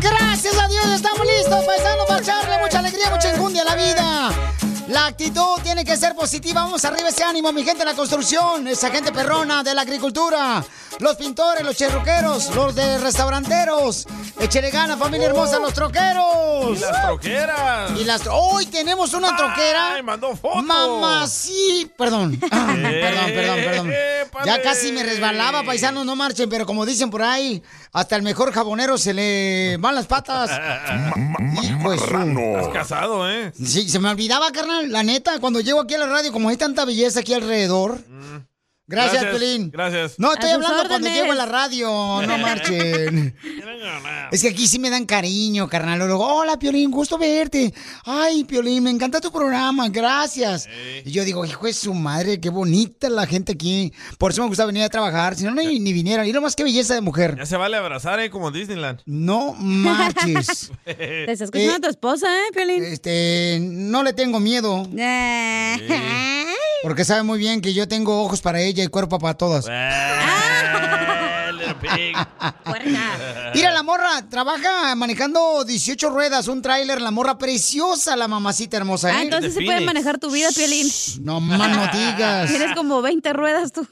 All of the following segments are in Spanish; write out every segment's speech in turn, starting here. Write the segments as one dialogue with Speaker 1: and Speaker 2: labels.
Speaker 1: Gracias a Dios, estamos listos, paisanos, para echarle mucha alegría, mucha enjundia a la vida. La actitud tiene que ser positiva. Vamos arriba ese ánimo, mi gente de la construcción, esa gente perrona de la agricultura, los pintores, los cherroqueros, los de restauranteros. Échele gana, familia hermosa, los troqueros.
Speaker 2: Y las troqueras.
Speaker 1: Y las tro- Hoy tenemos una troquera.
Speaker 2: Ay, mandó foto.
Speaker 1: Mamá, sí. Perdón. Ah,
Speaker 3: Eh.
Speaker 1: perdón, perdón, perdón. Ya
Speaker 2: Épale.
Speaker 1: casi me resbalaba, paisanos, no marchen, pero como dicen por ahí, hasta el mejor jabonero se le van las patas. Hijo de su-
Speaker 2: Estás casado, ¿eh?
Speaker 1: Sí, se me olvidaba, carnal, la neta, cuando llego aquí a la radio, como hay tanta belleza aquí alrededor. Mm. Gracias, Pelín.
Speaker 2: Gracias.
Speaker 1: No, estoy
Speaker 4: A sus
Speaker 1: hablando cuando
Speaker 4: órdenes.
Speaker 1: llego a la radio, no marchen. Es que aquí sí me dan cariño, carnal. Luego, hola, Piolín, gusto verte. Ay, Piolín, me encanta tu programa, gracias. Y yo digo, hijo de su madre, qué bonita la gente aquí. Por eso me gusta venir a trabajar, si no, ni, ni viniera. Y nomás, qué belleza de mujer.
Speaker 2: Ya se vale abrazar, ¿eh? Como Disneyland.
Speaker 1: No marches.
Speaker 4: Te está escuchando
Speaker 1: Eh,
Speaker 4: a tu esposa, ¿eh, Piolín?
Speaker 1: Este, no le tengo miedo,
Speaker 4: Eh.
Speaker 1: porque sabe muy bien que yo tengo ojos para ella y cuerpo para todas.
Speaker 3: Ah.
Speaker 2: Eh, little pig.
Speaker 4: Puerca.
Speaker 1: Mira, la morra trabaja manejando 18 ruedas, un tráiler, la morra preciosa, la mamacita hermosa,
Speaker 4: Ah,
Speaker 1: ¿eh?
Speaker 4: entonces
Speaker 2: De
Speaker 4: se puede
Speaker 2: Phoenix.
Speaker 4: manejar tu vida, Piolín.
Speaker 1: No más no digas.
Speaker 4: Tienes como 20 ruedas tú.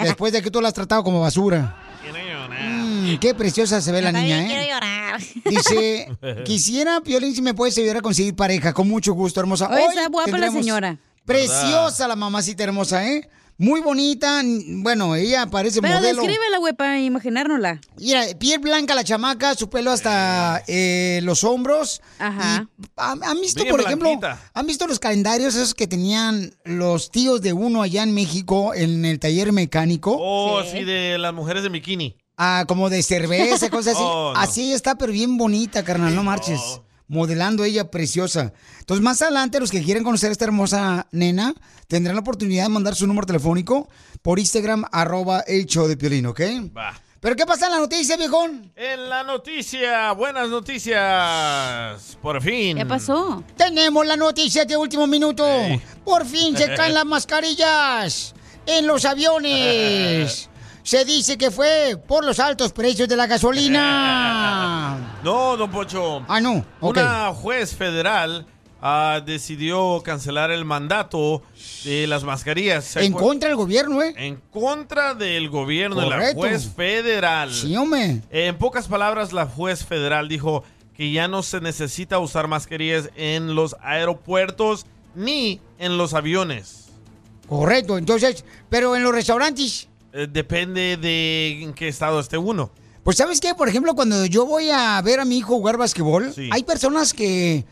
Speaker 1: Después de que tú la has tratado como basura.
Speaker 2: Quiero llorar.
Speaker 1: Mm, qué preciosa se ve la niña, ¿eh?
Speaker 4: llorar.
Speaker 1: Dice, quisiera, Piolín, si me puedes ayudar a conseguir pareja. Con mucho gusto, hermosa.
Speaker 4: Hoy está guapa la
Speaker 1: tendremos-
Speaker 4: señora.
Speaker 1: Preciosa
Speaker 2: Ah.
Speaker 1: la mamacita hermosa, ¿eh? Muy bonita. n- Bueno, ella parece
Speaker 4: Pero
Speaker 1: modelo.
Speaker 4: descríbela, güey, para imaginárnosla.
Speaker 1: Mira, piel blanca la chamaca, su pelo hasta eh, los hombros.
Speaker 4: Ajá.
Speaker 1: Y ah, ¿han, han visto,
Speaker 2: Bien
Speaker 1: por ejemplo,
Speaker 2: blanquita.
Speaker 1: han visto los calendarios esos que tenían los tíos de uno allá en México en el taller mecánico?
Speaker 2: Oh, sí, de las mujeres de bikini.
Speaker 1: Ah, como de cerveza, cosas así.
Speaker 2: Oh, no. oh.
Speaker 1: Así está, pero bien bonita, carnal, no marches. Modelando ella preciosa. Entonces, más adelante, los que quieren conocer a esta hermosa nena tendrán la oportunidad de mandar su número telefónico por Instagram, arroba el show de Piolín, ¿ok?
Speaker 2: Va.
Speaker 1: ¿Pero qué pasa en la noticia, viejón?
Speaker 2: En la noticia, buenas noticias. Por fin.
Speaker 4: ¿Qué pasó?
Speaker 1: Tenemos la noticia de último minuto. Por fin se caen las mascarillas en los aviones. Se dice que fue por los altos precios de la gasolina.
Speaker 2: No, don Pocho.
Speaker 1: Ah, no. Ok.
Speaker 2: Una juez federal ah, decidió cancelar el mandato de las mascarillas. ¿Se
Speaker 1: En
Speaker 2: acuer-
Speaker 1: contra del gobierno, ¿eh?
Speaker 2: en contra del gobierno de la
Speaker 1: Correcto.
Speaker 2: juez federal.
Speaker 1: Sí, hombre.
Speaker 2: En pocas palabras, la juez federal dijo que ya no se necesita usar mascarillas en los aeropuertos ni en los aviones.
Speaker 1: Correcto. Entonces, pero en los restaurantes,
Speaker 2: Eh, depende de en qué estado esté uno.
Speaker 1: pues ¿sabes qué? Por ejemplo, cuando yo voy a ver a mi hijo jugar basquetbol,
Speaker 2: Sí.
Speaker 1: hay personas que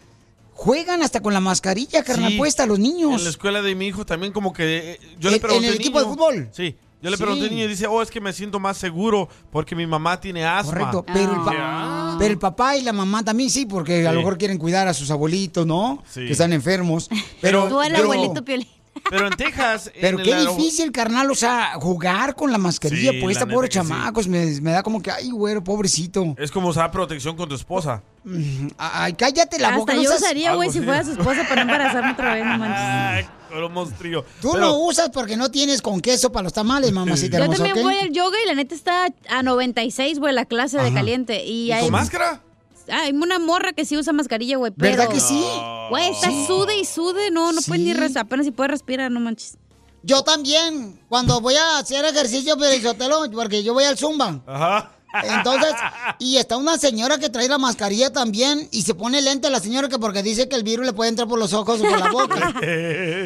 Speaker 1: juegan hasta con la mascarilla, carnal,
Speaker 2: Sí.
Speaker 1: puesta a los
Speaker 2: En la
Speaker 1: niños.
Speaker 2: escuela de mi hijo también como que eh, yo
Speaker 1: ¿En-
Speaker 2: le pregunté
Speaker 1: en el
Speaker 2: niño-
Speaker 1: equipo de fútbol?
Speaker 2: Sí. Yo le
Speaker 1: Sí.
Speaker 2: pregunté al niño y dice, "Oh, es que me siento más seguro porque mi mamá tiene asma." Ah.
Speaker 1: Correcto. Pero el, pa- Ah. pero el papá y la mamá también sí, porque a
Speaker 2: Sí.
Speaker 1: lo mejor quieren cuidar a sus abuelitos, ¿no?
Speaker 2: Sí.
Speaker 1: Que están enfermos. Pero,
Speaker 4: Tú al
Speaker 1: pero-
Speaker 4: abuelito Piolín.
Speaker 2: Pero en Texas en
Speaker 1: Pero
Speaker 2: el
Speaker 1: qué
Speaker 2: aero-
Speaker 1: difícil, carnal, o sea, jugar con la mascarilla
Speaker 2: Sí,
Speaker 1: puesta,
Speaker 2: la
Speaker 1: por
Speaker 2: neta que sí.
Speaker 1: chamacos, me, me da como que, ay, güero, pobrecito.
Speaker 2: Es como usar protección con tu esposa.
Speaker 1: Mm, Ay, cállate la boca,
Speaker 4: Hasta
Speaker 1: no
Speaker 4: yo
Speaker 1: seas-
Speaker 4: usaría, güey,
Speaker 2: algo
Speaker 4: si
Speaker 2: así.
Speaker 4: fuera su esposa para no embarazarme otra vez, no manches.
Speaker 2: Ay, con un monstruo.
Speaker 1: Tú
Speaker 2: Pero-
Speaker 1: lo usas porque no tienes con queso para los tamales, mamacita
Speaker 4: Yo
Speaker 1: hermosa,
Speaker 4: también
Speaker 1: ¿ok?
Speaker 4: voy al yoga y la neta está a 96, güey, la clase de caliente. Y
Speaker 2: ¿Y
Speaker 4: hay,
Speaker 2: con máscara?
Speaker 4: hay una morra que sí usa mascarilla, güey, pero...
Speaker 1: ¿Verdad que sí?
Speaker 4: Güey, está sude y sude, no, no
Speaker 1: Sí.
Speaker 4: puede ni respirar, apenas si puede respirar, no manches.
Speaker 1: Yo también, cuando voy a hacer ejercicio, Pelizotelo, porque yo voy al Zumba.
Speaker 2: Ajá.
Speaker 1: Entonces, y está una señora que trae la mascarilla también y se pone lente a la señora que porque dice que el virus le puede entrar por los ojos o por la boca.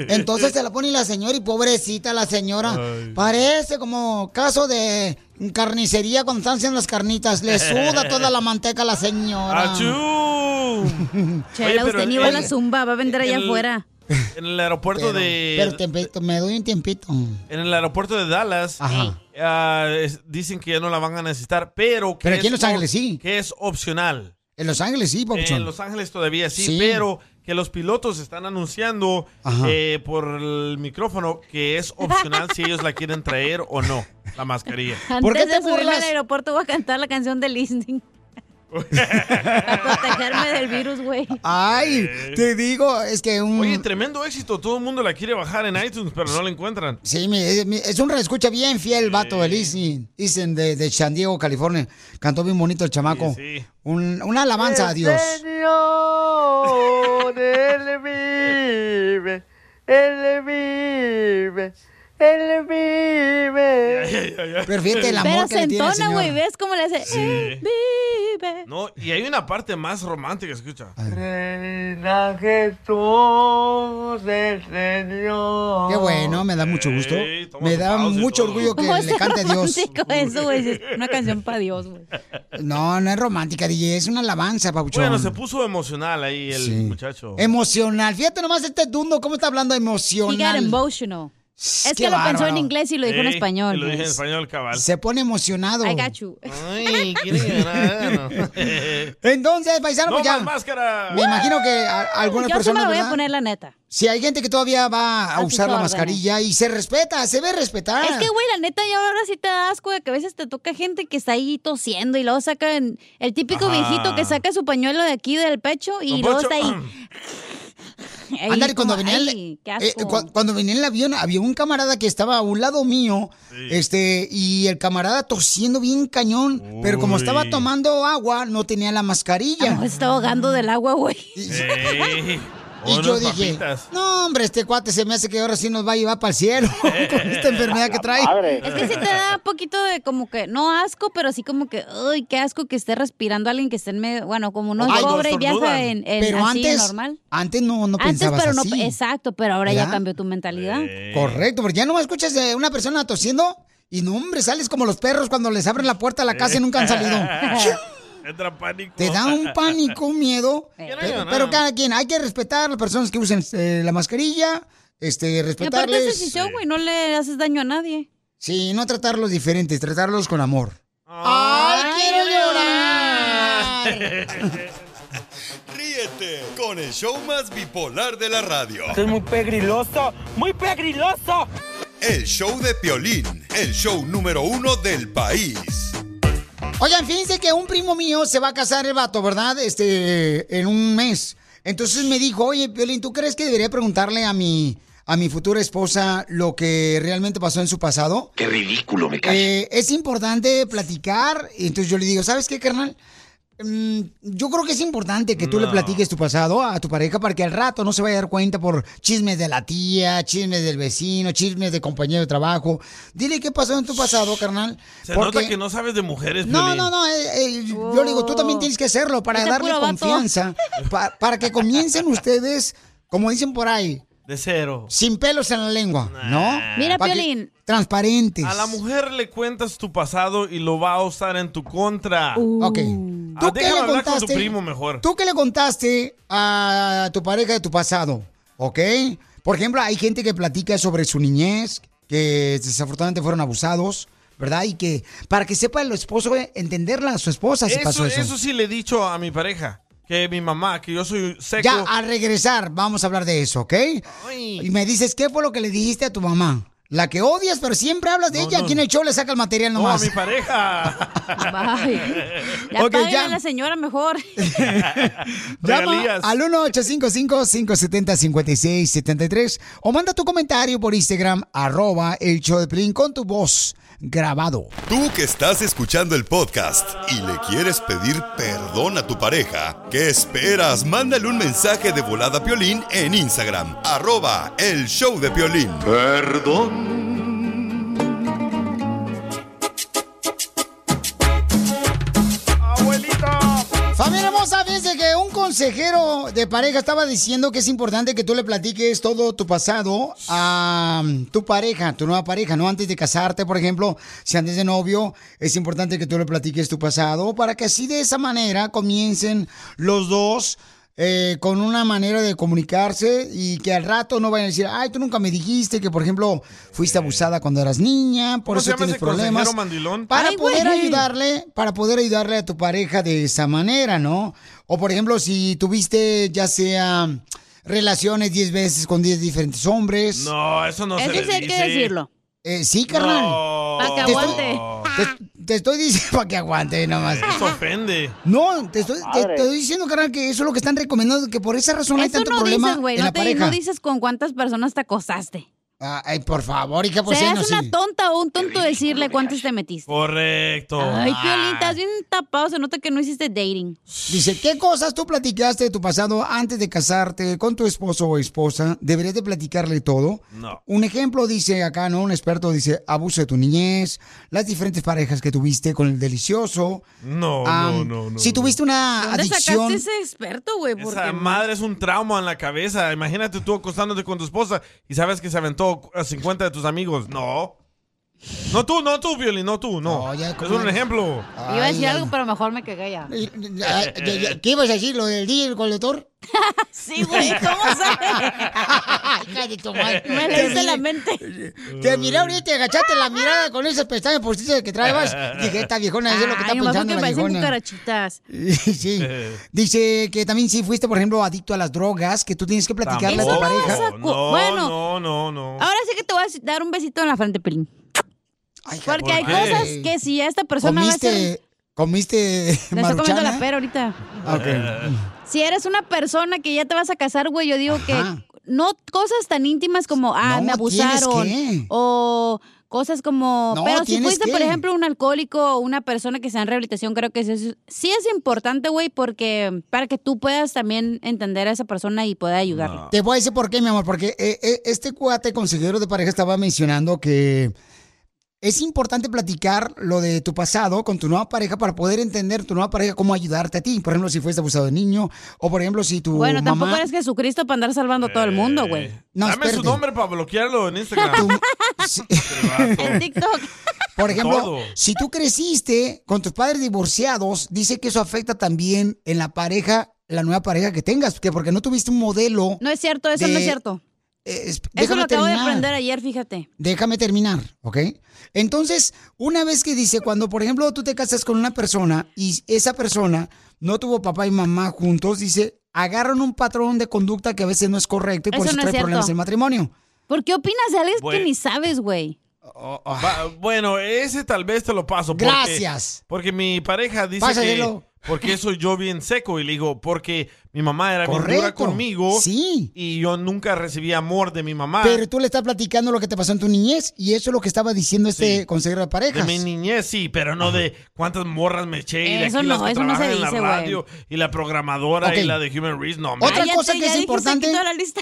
Speaker 1: Entonces se la pone la señora y pobrecita la señora.
Speaker 5: Ay.
Speaker 1: Parece como caso de carnicería cuando están haciendo las carnitas. Le suda toda la manteca a la señora.
Speaker 2: ¡Achú! Oye,
Speaker 4: Chela,
Speaker 2: pero
Speaker 4: usted ni va a la
Speaker 2: en-
Speaker 4: zumba, va a vender allá
Speaker 2: el-
Speaker 4: afuera.
Speaker 2: En el aeropuerto de.
Speaker 1: Pero tiempito, me doy un tiempito.
Speaker 2: En el aeropuerto de Dallas ah, es- dicen que ya no la van a necesitar, pero que
Speaker 1: Pero aquí en
Speaker 2: es
Speaker 1: Los Ángeles
Speaker 2: op- Que es opcional.
Speaker 1: En Los Ángeles sí,
Speaker 2: En
Speaker 1: Papuchón.
Speaker 2: Los Ángeles todavía sí,
Speaker 1: Sí.
Speaker 2: pero que los pilotos están anunciando
Speaker 1: Ajá.
Speaker 2: eh, por el micrófono que es opcional si ellos la quieren traer o no, la mascarilla.
Speaker 4: Antes
Speaker 1: ¿Por qué te
Speaker 4: de subirme
Speaker 1: burlas?
Speaker 4: al aeropuerto voy a cantar la canción de Listening. Para contagiarme del virus, güey.
Speaker 1: Ay, te digo, es que un...
Speaker 2: Eh. Oye, tremendo éxito, todo el mundo la quiere bajar en iTunes, pero no la encuentran.
Speaker 1: Sí, mi- es, mi- es un reescucha bien fiel, el vato, el Easy. Dicen de, de San Diego, California. Cantó bien bonito el chamaco.
Speaker 2: Sí, Este sí.
Speaker 1: Un- una alabanza a Dios.
Speaker 3: Señor, Él vive, Él vive, Él vive.
Speaker 1: Pero fíjate el amor
Speaker 4: Pero
Speaker 1: que
Speaker 4: se
Speaker 1: le tiene,
Speaker 4: entona,
Speaker 1: señora.
Speaker 4: güey. ¿Ves cómo le hace? "Eh, Vive.
Speaker 2: No, y hay una parte más romántica, escucha.
Speaker 1: Ah,
Speaker 3: Reina Jesús, el Señor.
Speaker 1: Qué bueno, me da mucho gusto.
Speaker 2: Ey, toma
Speaker 1: me
Speaker 2: tu
Speaker 1: da
Speaker 2: pausa y
Speaker 1: mucho
Speaker 2: todo.
Speaker 1: orgullo que
Speaker 4: ¿Cómo
Speaker 1: le
Speaker 4: es
Speaker 1: cante a Dios.
Speaker 4: romántico eso, güey? Es Una canción para Dios, güey.
Speaker 1: No, no es romántica, DJ, es una alabanza, Papuchón.
Speaker 2: Bueno, se puso emocional ahí el muchacho.
Speaker 1: Emocional. Fíjate nomás este dundo, cómo está hablando
Speaker 4: He got
Speaker 1: emocional.
Speaker 4: emotional. Es
Speaker 1: qué
Speaker 4: que lo pensó
Speaker 1: bárbaro.
Speaker 4: en inglés y lo dijo en
Speaker 2: Ey,
Speaker 4: español.
Speaker 2: Lo dije en
Speaker 4: güey.
Speaker 2: español, cabal.
Speaker 1: Se pone emocionado.
Speaker 4: I got you.
Speaker 2: Ay, quiere ganar.
Speaker 1: Entonces, paisano,
Speaker 2: no
Speaker 1: pues ya.
Speaker 2: más máscara.
Speaker 1: Me imagino que a- algunas
Speaker 4: Yo se
Speaker 1: personas.
Speaker 4: me voy a
Speaker 1: ¿verdad?
Speaker 4: poner la neta.
Speaker 1: Si hay gente que todavía va a,
Speaker 4: A sus
Speaker 1: usar la
Speaker 4: órdenes.
Speaker 1: mascarilla y se respeta, se ve respetar.
Speaker 4: Es que, güey, la neta, ya ahora sí te da asco de que a veces te toca gente que está ahí tosiendo y luego sacan el típico
Speaker 2: Ajá.
Speaker 4: viejito que saca su pañuelo de aquí del pecho y
Speaker 2: Don
Speaker 4: luego
Speaker 2: Poncho,
Speaker 4: está ahí. ahí
Speaker 1: Ándale,
Speaker 4: como,
Speaker 1: cuando venía el,
Speaker 4: ay, qué
Speaker 1: eh,
Speaker 4: asco.
Speaker 1: cu- cuando venía el avión, había un camarada que estaba a un lado mío, este, y el camarada tosiendo bien cañón, pero como
Speaker 2: Uy.
Speaker 1: estaba tomando agua, no tenía la mascarilla.
Speaker 4: Amor, se está Ah, ahogando del agua, güey.
Speaker 2: Ey,
Speaker 1: Y yo
Speaker 2: unas
Speaker 1: dije,
Speaker 2: papitas.
Speaker 1: no, hombre, este cuate se me hace que ahora sí nos va a llevar para el cielo con esta enfermedad que trae.
Speaker 4: Es que sí te da un poquito de como que, no asco, pero sí como que, uy, qué asco que esté respirando alguien que esté en medio, bueno, como uno es
Speaker 2: Ay, no,
Speaker 4: pobre y viaja
Speaker 2: estornudan.
Speaker 4: en, en
Speaker 1: Pero
Speaker 4: así,
Speaker 1: antes,
Speaker 4: normal.
Speaker 1: antes no, no
Speaker 4: Antes,
Speaker 1: pensabas
Speaker 4: pero no,
Speaker 1: así.
Speaker 4: exacto, pero ahora
Speaker 1: ¿Verdad?
Speaker 4: ya cambió tu mentalidad.
Speaker 1: Correcto, porque ya no escuchas de una persona tosiendo y no, hombre, sales como los perros cuando les abren la puerta a la casa y nunca han salido.
Speaker 2: Entra pánico.
Speaker 1: Te da un pánico, un miedo.
Speaker 4: Eh.
Speaker 2: Quiero
Speaker 1: Pero,
Speaker 2: ganar.
Speaker 1: pero cada quien, hay que respetar a las personas que usen eh, la mascarilla, este,
Speaker 4: Y aparte es
Speaker 1: respetarles.
Speaker 4: decisión, güey, no le haces daño a nadie.
Speaker 1: Sí, no tratarlos diferentes, tratarlos con amor.
Speaker 2: Ay,
Speaker 1: quiero
Speaker 6: "Ah,
Speaker 1: llorar!
Speaker 7: Ríete con el show más bipolar de la radio.
Speaker 8: es muy pegriloso, muy pegriloso.
Speaker 7: El show de Piolín, el show número uno del país.
Speaker 1: Oigan, fíjense que un primo mío se va a casar el vato, ¿verdad? Este, en un mes. Entonces me dijo, oye, Violín, ¿tú crees que debería preguntarle a mi, a mi futura esposa lo que realmente pasó en su pasado?
Speaker 9: Qué ridículo, me cae.
Speaker 1: Eh, es importante platicar. Y Entonces yo le digo, ¿sabes qué, carnal? Mm, yo creo que es importante que tú le
Speaker 2: No.
Speaker 1: platiques tu pasado a tu pareja para que al rato no se vaya a dar cuenta por chismes de la tía, chismes del vecino, chismes de compañero de trabajo. Dile qué pasó en tu pasado, carnal.
Speaker 2: Se nota que no Oh. sabes de mujeres,
Speaker 1: No,
Speaker 2: Piolín.
Speaker 1: no, no, eh, eh, yo le digo, tú también tienes que hacerlo para
Speaker 4: Vete
Speaker 1: darle
Speaker 4: puro vato.
Speaker 1: confianza, pa- para que comiencen ustedes, como dicen por ahí,
Speaker 2: De cero.
Speaker 1: sin pelos en la lengua, ¿no?
Speaker 4: Mira,
Speaker 1: Pa' que-
Speaker 4: Piolín.
Speaker 1: Transparentes.
Speaker 2: A la mujer le cuentas tu pasado y lo va a usar en tu contra.
Speaker 4: Uh.
Speaker 1: Ok.
Speaker 2: Ah,
Speaker 1: ¿Tú qué
Speaker 2: déjame
Speaker 1: le
Speaker 2: hablar con tu
Speaker 1: contaste?
Speaker 2: primo mejor.
Speaker 1: ¿Tú qué le contaste a tu pareja de tu pasado? ¿Ok? Por ejemplo, hay gente que platica sobre su niñez, que desafortunadamente fueron abusados, ¿verdad? Y que para que sepa el esposo, eh, entenderla a su esposa si pasó
Speaker 2: Eso,
Speaker 1: eso.
Speaker 2: eso sí le he dicho a mi pareja. Que mi mamá, que yo soy seco.
Speaker 1: Ya, al regresar, vamos a hablar de eso, ¿ok?
Speaker 2: Ay.
Speaker 1: Y me dices, ¿qué fue lo que le dijiste a tu mamá? La que odias, pero siempre hablas de
Speaker 2: No,
Speaker 1: ella.
Speaker 2: no.
Speaker 1: Aquí en el show le saca el material
Speaker 2: No, a
Speaker 1: nomás.
Speaker 2: mi pareja.
Speaker 4: Ya
Speaker 1: Ok,
Speaker 4: páguenle
Speaker 1: ya.
Speaker 4: a la señora mejor.
Speaker 1: Llama
Speaker 2: Regalías.
Speaker 1: al 1-855-570-5673 o manda tu comentario por Instagram, arroba el show de Piolín, con tu voz grabado.
Speaker 7: Tú que estás escuchando el podcast y le quieres pedir perdón a tu pareja, ¿qué esperas? Mándale un mensaje de volada a Piolín en Instagram, arroba el show de Piolín. Perdón.
Speaker 1: Familia hermosa, fíjense que un consejero de pareja estaba diciendo que es importante que tú le platiques todo tu pasado a mm, tu pareja, tu nueva pareja, ¿no? Antes de casarte, por ejemplo, si antes de novio, es importante que tú le platiques tu pasado para que así de esa manera comiencen los dos eh, con una manera de comunicarse y que al rato no vayan a decir, ay, tú nunca me dijiste que, por ejemplo, fuiste abusada cuando eras niña, por
Speaker 2: ¿Cómo se
Speaker 1: eso
Speaker 2: llama
Speaker 1: tienes
Speaker 2: ese
Speaker 1: problemas.
Speaker 2: consejero mandilón?
Speaker 1: Para
Speaker 4: Ay,
Speaker 1: poder
Speaker 4: güey.
Speaker 1: ayudarle, para poder ayudarle a tu pareja de esa manera, ¿no? O por ejemplo, si tuviste ya sea relaciones 10 veces con 10 diferentes hombres.
Speaker 2: No, eso no
Speaker 4: Eso
Speaker 2: se le
Speaker 4: es hay que
Speaker 2: dice.
Speaker 4: decirlo.
Speaker 1: Eh, sí, carnal.
Speaker 2: No.
Speaker 4: Pa' que aguante.
Speaker 1: Te, te estoy diciendo para que aguante nomás.
Speaker 2: Eso ofende.
Speaker 1: No, te estoy, te,
Speaker 3: Madre.
Speaker 1: te estoy diciendo, carnal, que eso es lo que están recomendando, que por esa razón hay
Speaker 4: Eso
Speaker 1: tanto
Speaker 4: no
Speaker 1: problema
Speaker 4: dices, güey.
Speaker 1: en
Speaker 4: No,
Speaker 1: la
Speaker 4: te-
Speaker 1: pareja.
Speaker 4: no dices con cuántas personas te acosaste.
Speaker 1: Ay, por favor, hija, por
Speaker 4: o sea,
Speaker 1: si no,
Speaker 4: es una
Speaker 1: sí.
Speaker 4: tonta o un tonto decirle cuántas te metiste.
Speaker 2: Correcto.
Speaker 4: Ay, Piolín, estás bien tapado. Se nota que no hiciste dating.
Speaker 1: Dice, ¿qué cosas tú platicaste de tu pasado antes de casarte con tu esposo o esposa? ¿Deberías de platicarle todo?
Speaker 2: No.
Speaker 1: Un ejemplo dice acá, ¿no? Un experto dice, abuso de tu niñez, las diferentes parejas que tuviste con el delicioso.
Speaker 4: Ah.
Speaker 2: No, no,
Speaker 1: am,
Speaker 2: no, no.
Speaker 1: Si tuviste una
Speaker 4: ¿Dónde
Speaker 1: Ah, adicción...
Speaker 4: sacaste ese experto, güey?
Speaker 2: no.
Speaker 4: Porque
Speaker 2: Esa madre es un trauma en la cabeza. Imagínate tú acostándote con tu esposa y sabes que se aventó a 50 de tus amigos. No. No tú, no tú, Violín, no tú, no.
Speaker 1: No, ya,
Speaker 2: es
Speaker 1: ¿cómo
Speaker 2: un
Speaker 1: eres?
Speaker 2: ejemplo.
Speaker 4: iba a decir
Speaker 1: Ay,
Speaker 4: algo, pero mejor me cagué ya.
Speaker 1: ay, ay, ay, ay, ¿Qué ibas a decir? ¿Lo del día el colector?
Speaker 4: Sí, güey, ¿cómo sabes?
Speaker 1: Hija de tu madre.
Speaker 4: Me
Speaker 1: Te
Speaker 4: leíste la
Speaker 1: miré-
Speaker 4: mente.
Speaker 1: Te miré ahorita y te agachaste la mirada con esas pestañas postizas que traebas. Dije, esta viejona es lo que está
Speaker 4: Ay, nomás porque
Speaker 1: pensando la
Speaker 4: parecen
Speaker 1: viejona.
Speaker 4: cucarachitas.
Speaker 1: sí. Dice que también si fuiste, por ejemplo, adicto a las drogas, que tú tienes que platicarle a tu
Speaker 2: Tampoco.
Speaker 1: pareja.
Speaker 4: Eso no vas a
Speaker 2: No,
Speaker 4: cu- bueno.
Speaker 2: no, no, no.
Speaker 4: Ahora sí que te voy a dar un besito en la frente, Piolín.
Speaker 1: Ay, hija,
Speaker 4: Porque hay
Speaker 2: qué?
Speaker 4: cosas que si esta persona va a ser...
Speaker 1: comiste, comiste
Speaker 4: Le estoy comiendo
Speaker 1: maruchana.
Speaker 4: la pera ahorita.
Speaker 1: Ah, ok.
Speaker 4: Si eres una persona que ya te vas a casar, güey, yo digo
Speaker 1: Ajá.
Speaker 4: que no cosas tan íntimas como, ah,
Speaker 1: No,
Speaker 4: me abusaron.
Speaker 1: ¿tienes qué?
Speaker 4: O cosas como,
Speaker 1: No,
Speaker 4: pero si
Speaker 1: ¿tienes
Speaker 4: fuiste,
Speaker 1: qué?
Speaker 4: por ejemplo, un alcohólico o una persona que está en rehabilitación, creo que eso es- sí es importante, güey, porque para que tú puedas también entender a esa persona y poder ayudarle.
Speaker 1: Te voy a decir por qué, mi amor, porque eh, eh, este cuate consejero de pareja estaba mencionando que es importante platicar lo de tu pasado con tu nueva pareja para poder entender tu nueva pareja cómo ayudarte a ti. Por ejemplo, si fuiste abusado de niño o por ejemplo si tu
Speaker 4: Bueno,
Speaker 1: Uh, mamá
Speaker 4: tampoco eres Jesucristo para andar salvando a todo el mundo, güey.
Speaker 2: Eh,
Speaker 1: No,
Speaker 2: Dame su
Speaker 1: espérate.
Speaker 2: nombre para bloquearlo en Instagram.
Speaker 1: Sí.
Speaker 4: En TikTok.
Speaker 1: Por ejemplo,
Speaker 2: Todo.
Speaker 1: si tú creciste con tus padres divorciados, dice que eso afecta también en la pareja, la nueva pareja que tengas, que porque no tuviste un modelo.
Speaker 4: No es cierto, eso
Speaker 1: De-
Speaker 4: no es cierto.
Speaker 1: eh, es-
Speaker 4: Eso
Speaker 1: déjame
Speaker 4: lo acabo
Speaker 1: terminar.
Speaker 4: de aprender ayer, fíjate.
Speaker 1: Déjame terminar, ¿ok? Entonces, una vez que dice, cuando por ejemplo tú te casas con una persona y esa persona no tuvo papá y mamá juntos, dice, agarran un patrón de conducta que a veces no es correcto y por
Speaker 4: Eso
Speaker 1: eso
Speaker 4: no es
Speaker 1: trae
Speaker 4: cierto.
Speaker 1: problemas en el matrimonio.
Speaker 4: ¿Por qué opinas de algo que
Speaker 2: Bueno.
Speaker 4: ni sabes, güey?
Speaker 1: Oh,
Speaker 2: Va- bueno, ese tal vez te lo paso. porque-
Speaker 1: Gracias.
Speaker 2: Porque mi pareja dice
Speaker 1: Pásaselo.
Speaker 2: que porque soy yo bien seco y le digo porque mi mamá era bien dura
Speaker 1: Correcto.
Speaker 2: conmigo
Speaker 1: Sí.
Speaker 2: y yo nunca recibí amor de mi mamá
Speaker 1: Pero tú le estás platicando lo que te pasó en tu niñez y eso es lo que estaba diciendo este
Speaker 2: Sí.
Speaker 1: consejero de
Speaker 2: de
Speaker 1: parejas.
Speaker 2: mi niñez sí, pero no de cuántas morras me eché y de
Speaker 4: Eso
Speaker 2: aquí las
Speaker 4: no,
Speaker 2: que
Speaker 4: eso no se
Speaker 2: trabajan en
Speaker 4: dice,
Speaker 2: la
Speaker 4: güey.
Speaker 2: radio y la programadora
Speaker 1: Ok.
Speaker 2: y la de Human Reach, no,
Speaker 1: Otra
Speaker 2: man.
Speaker 4: Cállate,
Speaker 1: cosa que
Speaker 4: ya
Speaker 1: es
Speaker 4: dijiste
Speaker 1: importante-
Speaker 4: aquí toda la lista.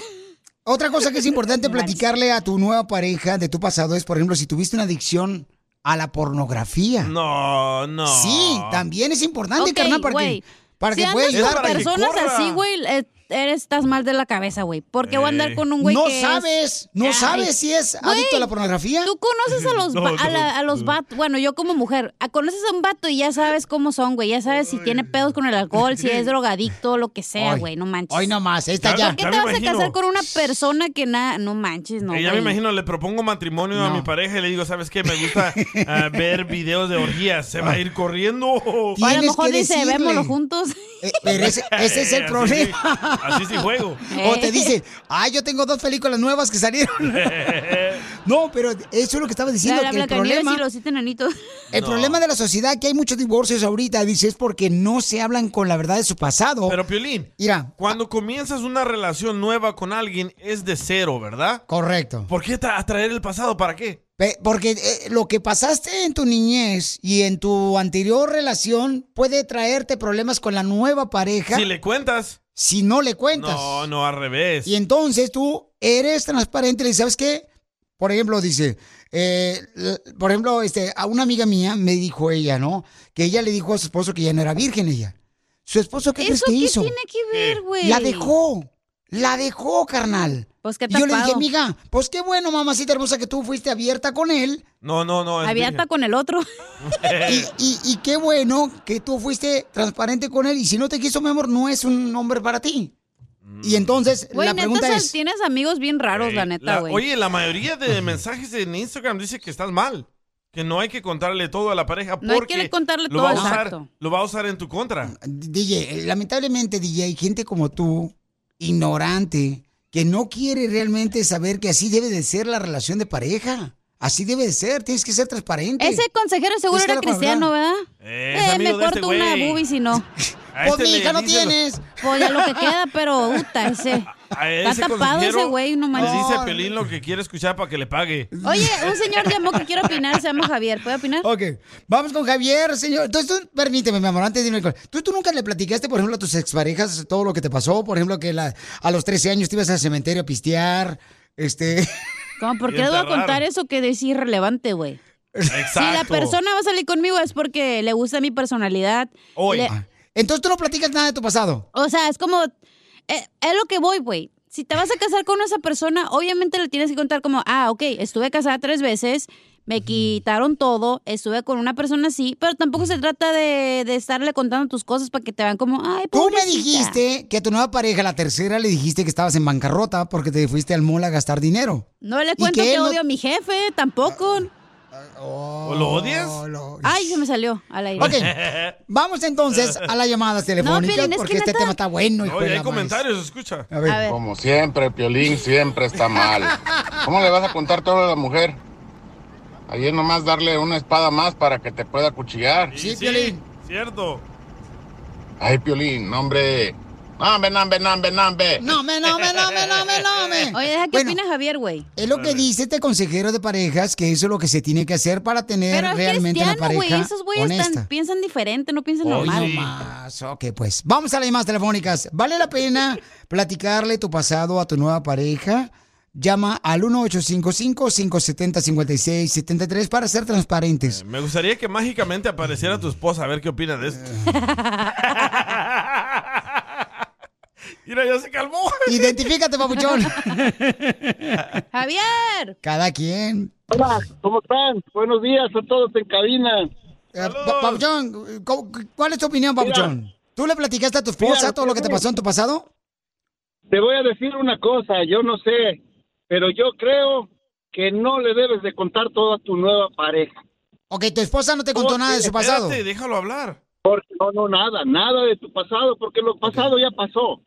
Speaker 1: Otra cosa que es importante platicarle a tu nueva pareja de tu pasado es, por ejemplo, si tuviste una adicción a la pornografía.
Speaker 2: no, no.
Speaker 1: Sí, también es importante,
Speaker 4: Ok,
Speaker 1: carnal, para
Speaker 4: güey.
Speaker 1: que, para
Speaker 4: si
Speaker 1: que pueda
Speaker 4: andas
Speaker 2: ayudar
Speaker 4: con
Speaker 2: para que
Speaker 1: ayudarte.
Speaker 4: personas
Speaker 2: corra.
Speaker 4: así, güey, eh, eres, estás mal de la cabeza, güey. ¿Por qué voy a andar
Speaker 2: Eh.
Speaker 4: con un güey
Speaker 1: no
Speaker 4: que es-
Speaker 1: sabes, no
Speaker 4: Ay.
Speaker 1: sabes si es
Speaker 4: Güey,
Speaker 1: adicto a la pornografía.
Speaker 4: Tú conoces a los,
Speaker 2: No,
Speaker 4: va- a,
Speaker 2: no,
Speaker 4: la- a los
Speaker 2: no.
Speaker 4: vatos, bueno, yo como mujer, a- conoces a un vato y ya sabes cómo son, güey, ya sabes si tiene pedos con el alcohol, si es drogadicto, lo que sea,
Speaker 1: Ay.
Speaker 4: güey, no manches.
Speaker 1: Hoy nomás, esta ya.
Speaker 4: ¿Por qué
Speaker 2: Ya
Speaker 4: te
Speaker 2: me
Speaker 4: vas
Speaker 2: imagino.
Speaker 4: a casar con una persona que nada, no manches, no,
Speaker 2: Eh, ya me
Speaker 4: güey.
Speaker 2: imagino, le propongo matrimonio a
Speaker 1: No.
Speaker 2: mi pareja y le digo, ¿sabes qué? Me gusta ah, ver videos de orgías. Se va a ir corriendo.
Speaker 4: O a lo
Speaker 1: Tienes
Speaker 4: mejor
Speaker 1: que
Speaker 4: dice,
Speaker 1: decirle.
Speaker 4: vémoslo juntos.
Speaker 1: Eh, pero ese, ese es
Speaker 2: Eh,
Speaker 1: el
Speaker 2: así
Speaker 1: problema.
Speaker 2: sí, Así sí juego.
Speaker 4: Eh.
Speaker 1: O te dice, ay, yo tengo dos películas nuevas que salieron. No, pero eso es lo que estaba diciendo.
Speaker 4: La, la
Speaker 1: que el
Speaker 4: Blancanieves
Speaker 1: problema,
Speaker 4: y los siete enanitos.
Speaker 1: el problema de la sociedad que hay muchos divorcios ahorita, dice, es porque no se hablan con la verdad de su pasado.
Speaker 2: Pero Piolín,
Speaker 1: Mira.
Speaker 2: cuando comienzas una relación nueva con alguien es de cero, ¿verdad?
Speaker 1: Correcto.
Speaker 2: ¿Por qué tra- atraer el pasado? ¿Para qué?
Speaker 1: Pe- Porque eh, lo que pasaste en tu niñez y en tu anterior relación puede traerte problemas con la nueva pareja
Speaker 2: Si le cuentas.
Speaker 1: si no le cuentas.
Speaker 2: No, no, al revés.
Speaker 1: Y entonces tú eres transparente y le dices, sabes qué, por ejemplo, dice, eh, l- por ejemplo, este, a una amiga mía me dijo ella, ¿no? Que ella le dijo a su esposo que ya no era virgen ella. ¿Su esposo qué crees
Speaker 4: ¿Eso
Speaker 1: que
Speaker 4: qué
Speaker 1: hizo?
Speaker 4: tiene que
Speaker 2: Eh.
Speaker 4: ver, güey?
Speaker 1: La dejó. La dejó, carnal.
Speaker 4: Pues qué
Speaker 1: Y yo le dije,
Speaker 4: tapado.
Speaker 1: amiga, pues qué bueno, mamacita hermosa, que tú fuiste abierta con él.
Speaker 2: No, no, no. es
Speaker 4: Abierta
Speaker 2: virgen.
Speaker 4: con el otro.
Speaker 1: Y, y- y qué bueno que tú fuiste transparente con él. Y si no te quiso, mi amor, no es un hombre para ti.
Speaker 2: Mm.
Speaker 1: Y entonces,
Speaker 4: Güey,
Speaker 1: la pregunta
Speaker 4: neta,
Speaker 1: es...
Speaker 4: tienes amigos bien raros, la neta,
Speaker 2: La-
Speaker 4: güey.
Speaker 2: oye, la mayoría de mensajes en Instagram dice que estás mal. Que no hay que contarle todo a la pareja
Speaker 4: No hay que
Speaker 2: porque
Speaker 4: contarle
Speaker 2: lo va a
Speaker 4: todo,
Speaker 2: usar-
Speaker 4: exacto.
Speaker 2: lo va a usar en tu contra.
Speaker 1: Mm, DJ, lamentablemente, DJ, hay gente como tú, ignorante, que no quiere realmente saber que así debe de ser la relación de pareja. Así debe de ser, tienes que ser transparente.
Speaker 4: Ese consejero seguro
Speaker 1: Es que
Speaker 4: era
Speaker 1: la palabra-
Speaker 4: cristiano, ¿verdad?
Speaker 2: Eh, es
Speaker 4: me
Speaker 2: amigo de este
Speaker 4: corto una
Speaker 2: güey.
Speaker 4: boobie si no.
Speaker 2: A
Speaker 1: Pues,
Speaker 2: este le
Speaker 1: mija, no
Speaker 2: dice lo-
Speaker 1: tienes.
Speaker 4: Pues ya lo que queda, pero puta, ese.
Speaker 2: a
Speaker 4: Está
Speaker 2: ese
Speaker 4: tapado
Speaker 2: consejero
Speaker 4: ese güey, no
Speaker 2: Le
Speaker 4: manches.
Speaker 2: dice a Piolín lo que quiere escuchar para que le pague.
Speaker 4: Oye, un señor llamó que quiere opinar, se llama Javier. ¿Puede opinar?
Speaker 1: Ok, vamos con Javier, señor. Entonces, tú, permíteme, mi amor, antes de irme con... ¿Tú, tú nunca le platicaste, por ejemplo, a tus exparejas todo lo que te pasó? Por ejemplo, que la- a los 13 años te ibas al cementerio a pistear, este...
Speaker 4: Como, ¿Por qué
Speaker 2: Bien
Speaker 4: le voy a
Speaker 2: raro.
Speaker 4: contar eso que es irrelevante, güey? Si
Speaker 2: Exacto.
Speaker 4: la persona va a salir conmigo es porque le gusta mi personalidad.
Speaker 2: Hoy.
Speaker 4: Le-
Speaker 1: Entonces, tú no platicas nada de tu pasado.
Speaker 4: o sea, es como. eh, es lo que voy, güey. Si te vas a casar con esa persona, obviamente le tienes que contar como, ah, ok, estuve casada tres veces, me quitaron todo, estuve con una persona así, pero tampoco se trata de, de estarle contando tus cosas para que te vean como, ay,
Speaker 1: Tú me
Speaker 4: pobrecita".
Speaker 1: dijiste que a tu nueva pareja, la tercera, le dijiste que estabas en bancarrota porque te fuiste al mall a gastar dinero.
Speaker 4: No le cuento
Speaker 1: que
Speaker 4: que
Speaker 1: él no- Ah,
Speaker 4: odio a mi jefe, tampoco.
Speaker 2: ¿O Oh, lo odias?
Speaker 1: lo-
Speaker 4: Ay, se me salió al aire.
Speaker 1: Ok, vamos entonces a las llamadas telefónicas
Speaker 4: Piolín, es
Speaker 1: porque
Speaker 4: que
Speaker 1: este
Speaker 4: neta-
Speaker 1: tema está bueno. hijo
Speaker 2: No,
Speaker 1: de
Speaker 2: y hay
Speaker 1: la
Speaker 2: comentarios, escucha.
Speaker 1: maíz. A ver.
Speaker 4: A ver.
Speaker 10: Como siempre, Piolín siempre está mal. ¿Cómo le vas a contar todo a la mujer? Ayer nomás darle una espada más para que te pueda cuchillar.
Speaker 1: Sí, Piolín.
Speaker 2: Cierto.
Speaker 10: Ay, Piolín, no, hombre. Nambe, nambe, nambe, nambe.
Speaker 1: No, me, no, me, no, me, no, me, no, me.
Speaker 4: Oye, deja que
Speaker 1: Bueno,
Speaker 4: opina Javier, güey.
Speaker 1: Es lo que dice este consejero de parejas, que eso es lo que se tiene que hacer para tener
Speaker 4: Pero es
Speaker 1: realmente una
Speaker 4: cristiano, güey.
Speaker 1: pareja
Speaker 4: Esos güeyes
Speaker 1: honesta.
Speaker 4: están- piensan diferente, no piensan
Speaker 1: Hoy
Speaker 4: normal.
Speaker 1: no más. Ok, pues vamos a las llamadas telefónicas. ¿Vale la pena platicarle tu pasado a tu nueva pareja? Llama al 1855-570-5673 para ser transparentes.
Speaker 2: Me gustaría que mágicamente apareciera tu esposa a ver qué opina de esto. Mira, ya se calmó.
Speaker 1: Identifícate, papuchón.
Speaker 4: ¡Javier!
Speaker 1: Cada quien.
Speaker 11: Hola, ¿cómo están? Buenos días a todos en cabina.
Speaker 1: Eh, pa- papuchón, ¿cu- ¿cuál es tu opinión, papuchón? ¿Tú le platicaste a tu esposa
Speaker 11: Mira,
Speaker 1: todo lo que te pasó en tu pasado?
Speaker 11: Te voy a decir una cosa, yo no sé, pero yo creo que no le debes de contar todo a tu nueva pareja.
Speaker 1: Ok, tu esposa no te contó nada de su pasado.
Speaker 2: Espérate, déjalo hablar.
Speaker 11: Porque no, no, nada, nada de tu pasado, porque lo pasado ya pasó.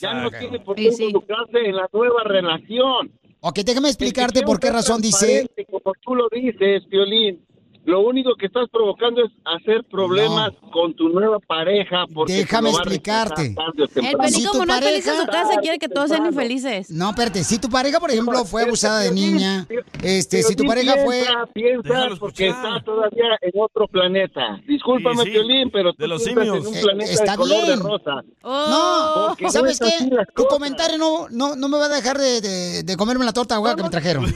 Speaker 11: Ya no
Speaker 2: Exacto.
Speaker 11: tiene por qué
Speaker 4: Y sí.
Speaker 11: involucrarse en la nueva relación.
Speaker 1: Ok, déjame explicarte por qué razón dice...
Speaker 11: Transparente, Como tú lo dices, Piolín, lo único que estás provocando es hacer problemas con tu nueva pareja. Porque te
Speaker 1: Déjame
Speaker 11: lo va a rechazar
Speaker 1: explicarte.
Speaker 11: tarde o
Speaker 4: El
Speaker 11: temprano.
Speaker 4: pelín
Speaker 1: Si tu
Speaker 4: como no es feliz en su
Speaker 1: pareja-
Speaker 4: casa, quiere que todos sean infelices.
Speaker 1: No, espérate, si tu pareja, por ejemplo, fue abusada de niña, este,
Speaker 11: Pero
Speaker 1: si tu
Speaker 11: sí
Speaker 1: pareja fue...
Speaker 11: piensa, Piensa,
Speaker 2: Déjalo
Speaker 11: porque
Speaker 2: escuchar.
Speaker 11: está todavía en otro planeta. Discúlpame,
Speaker 2: Sí, sí,
Speaker 11: Piolín, pero tú
Speaker 2: de los
Speaker 11: piensas
Speaker 2: simios.
Speaker 11: en un
Speaker 1: Eh,
Speaker 11: planeta
Speaker 1: está
Speaker 11: de color
Speaker 1: bien.
Speaker 11: de rosa.
Speaker 4: ¡Oh!
Speaker 1: No,
Speaker 11: Porque
Speaker 1: ¿sabes
Speaker 11: no es
Speaker 1: qué?
Speaker 11: así las
Speaker 1: Tu
Speaker 11: cosas.
Speaker 1: comentario no, no, no me va a dejar de, de- de comerme la torta de huevo que me trajeron.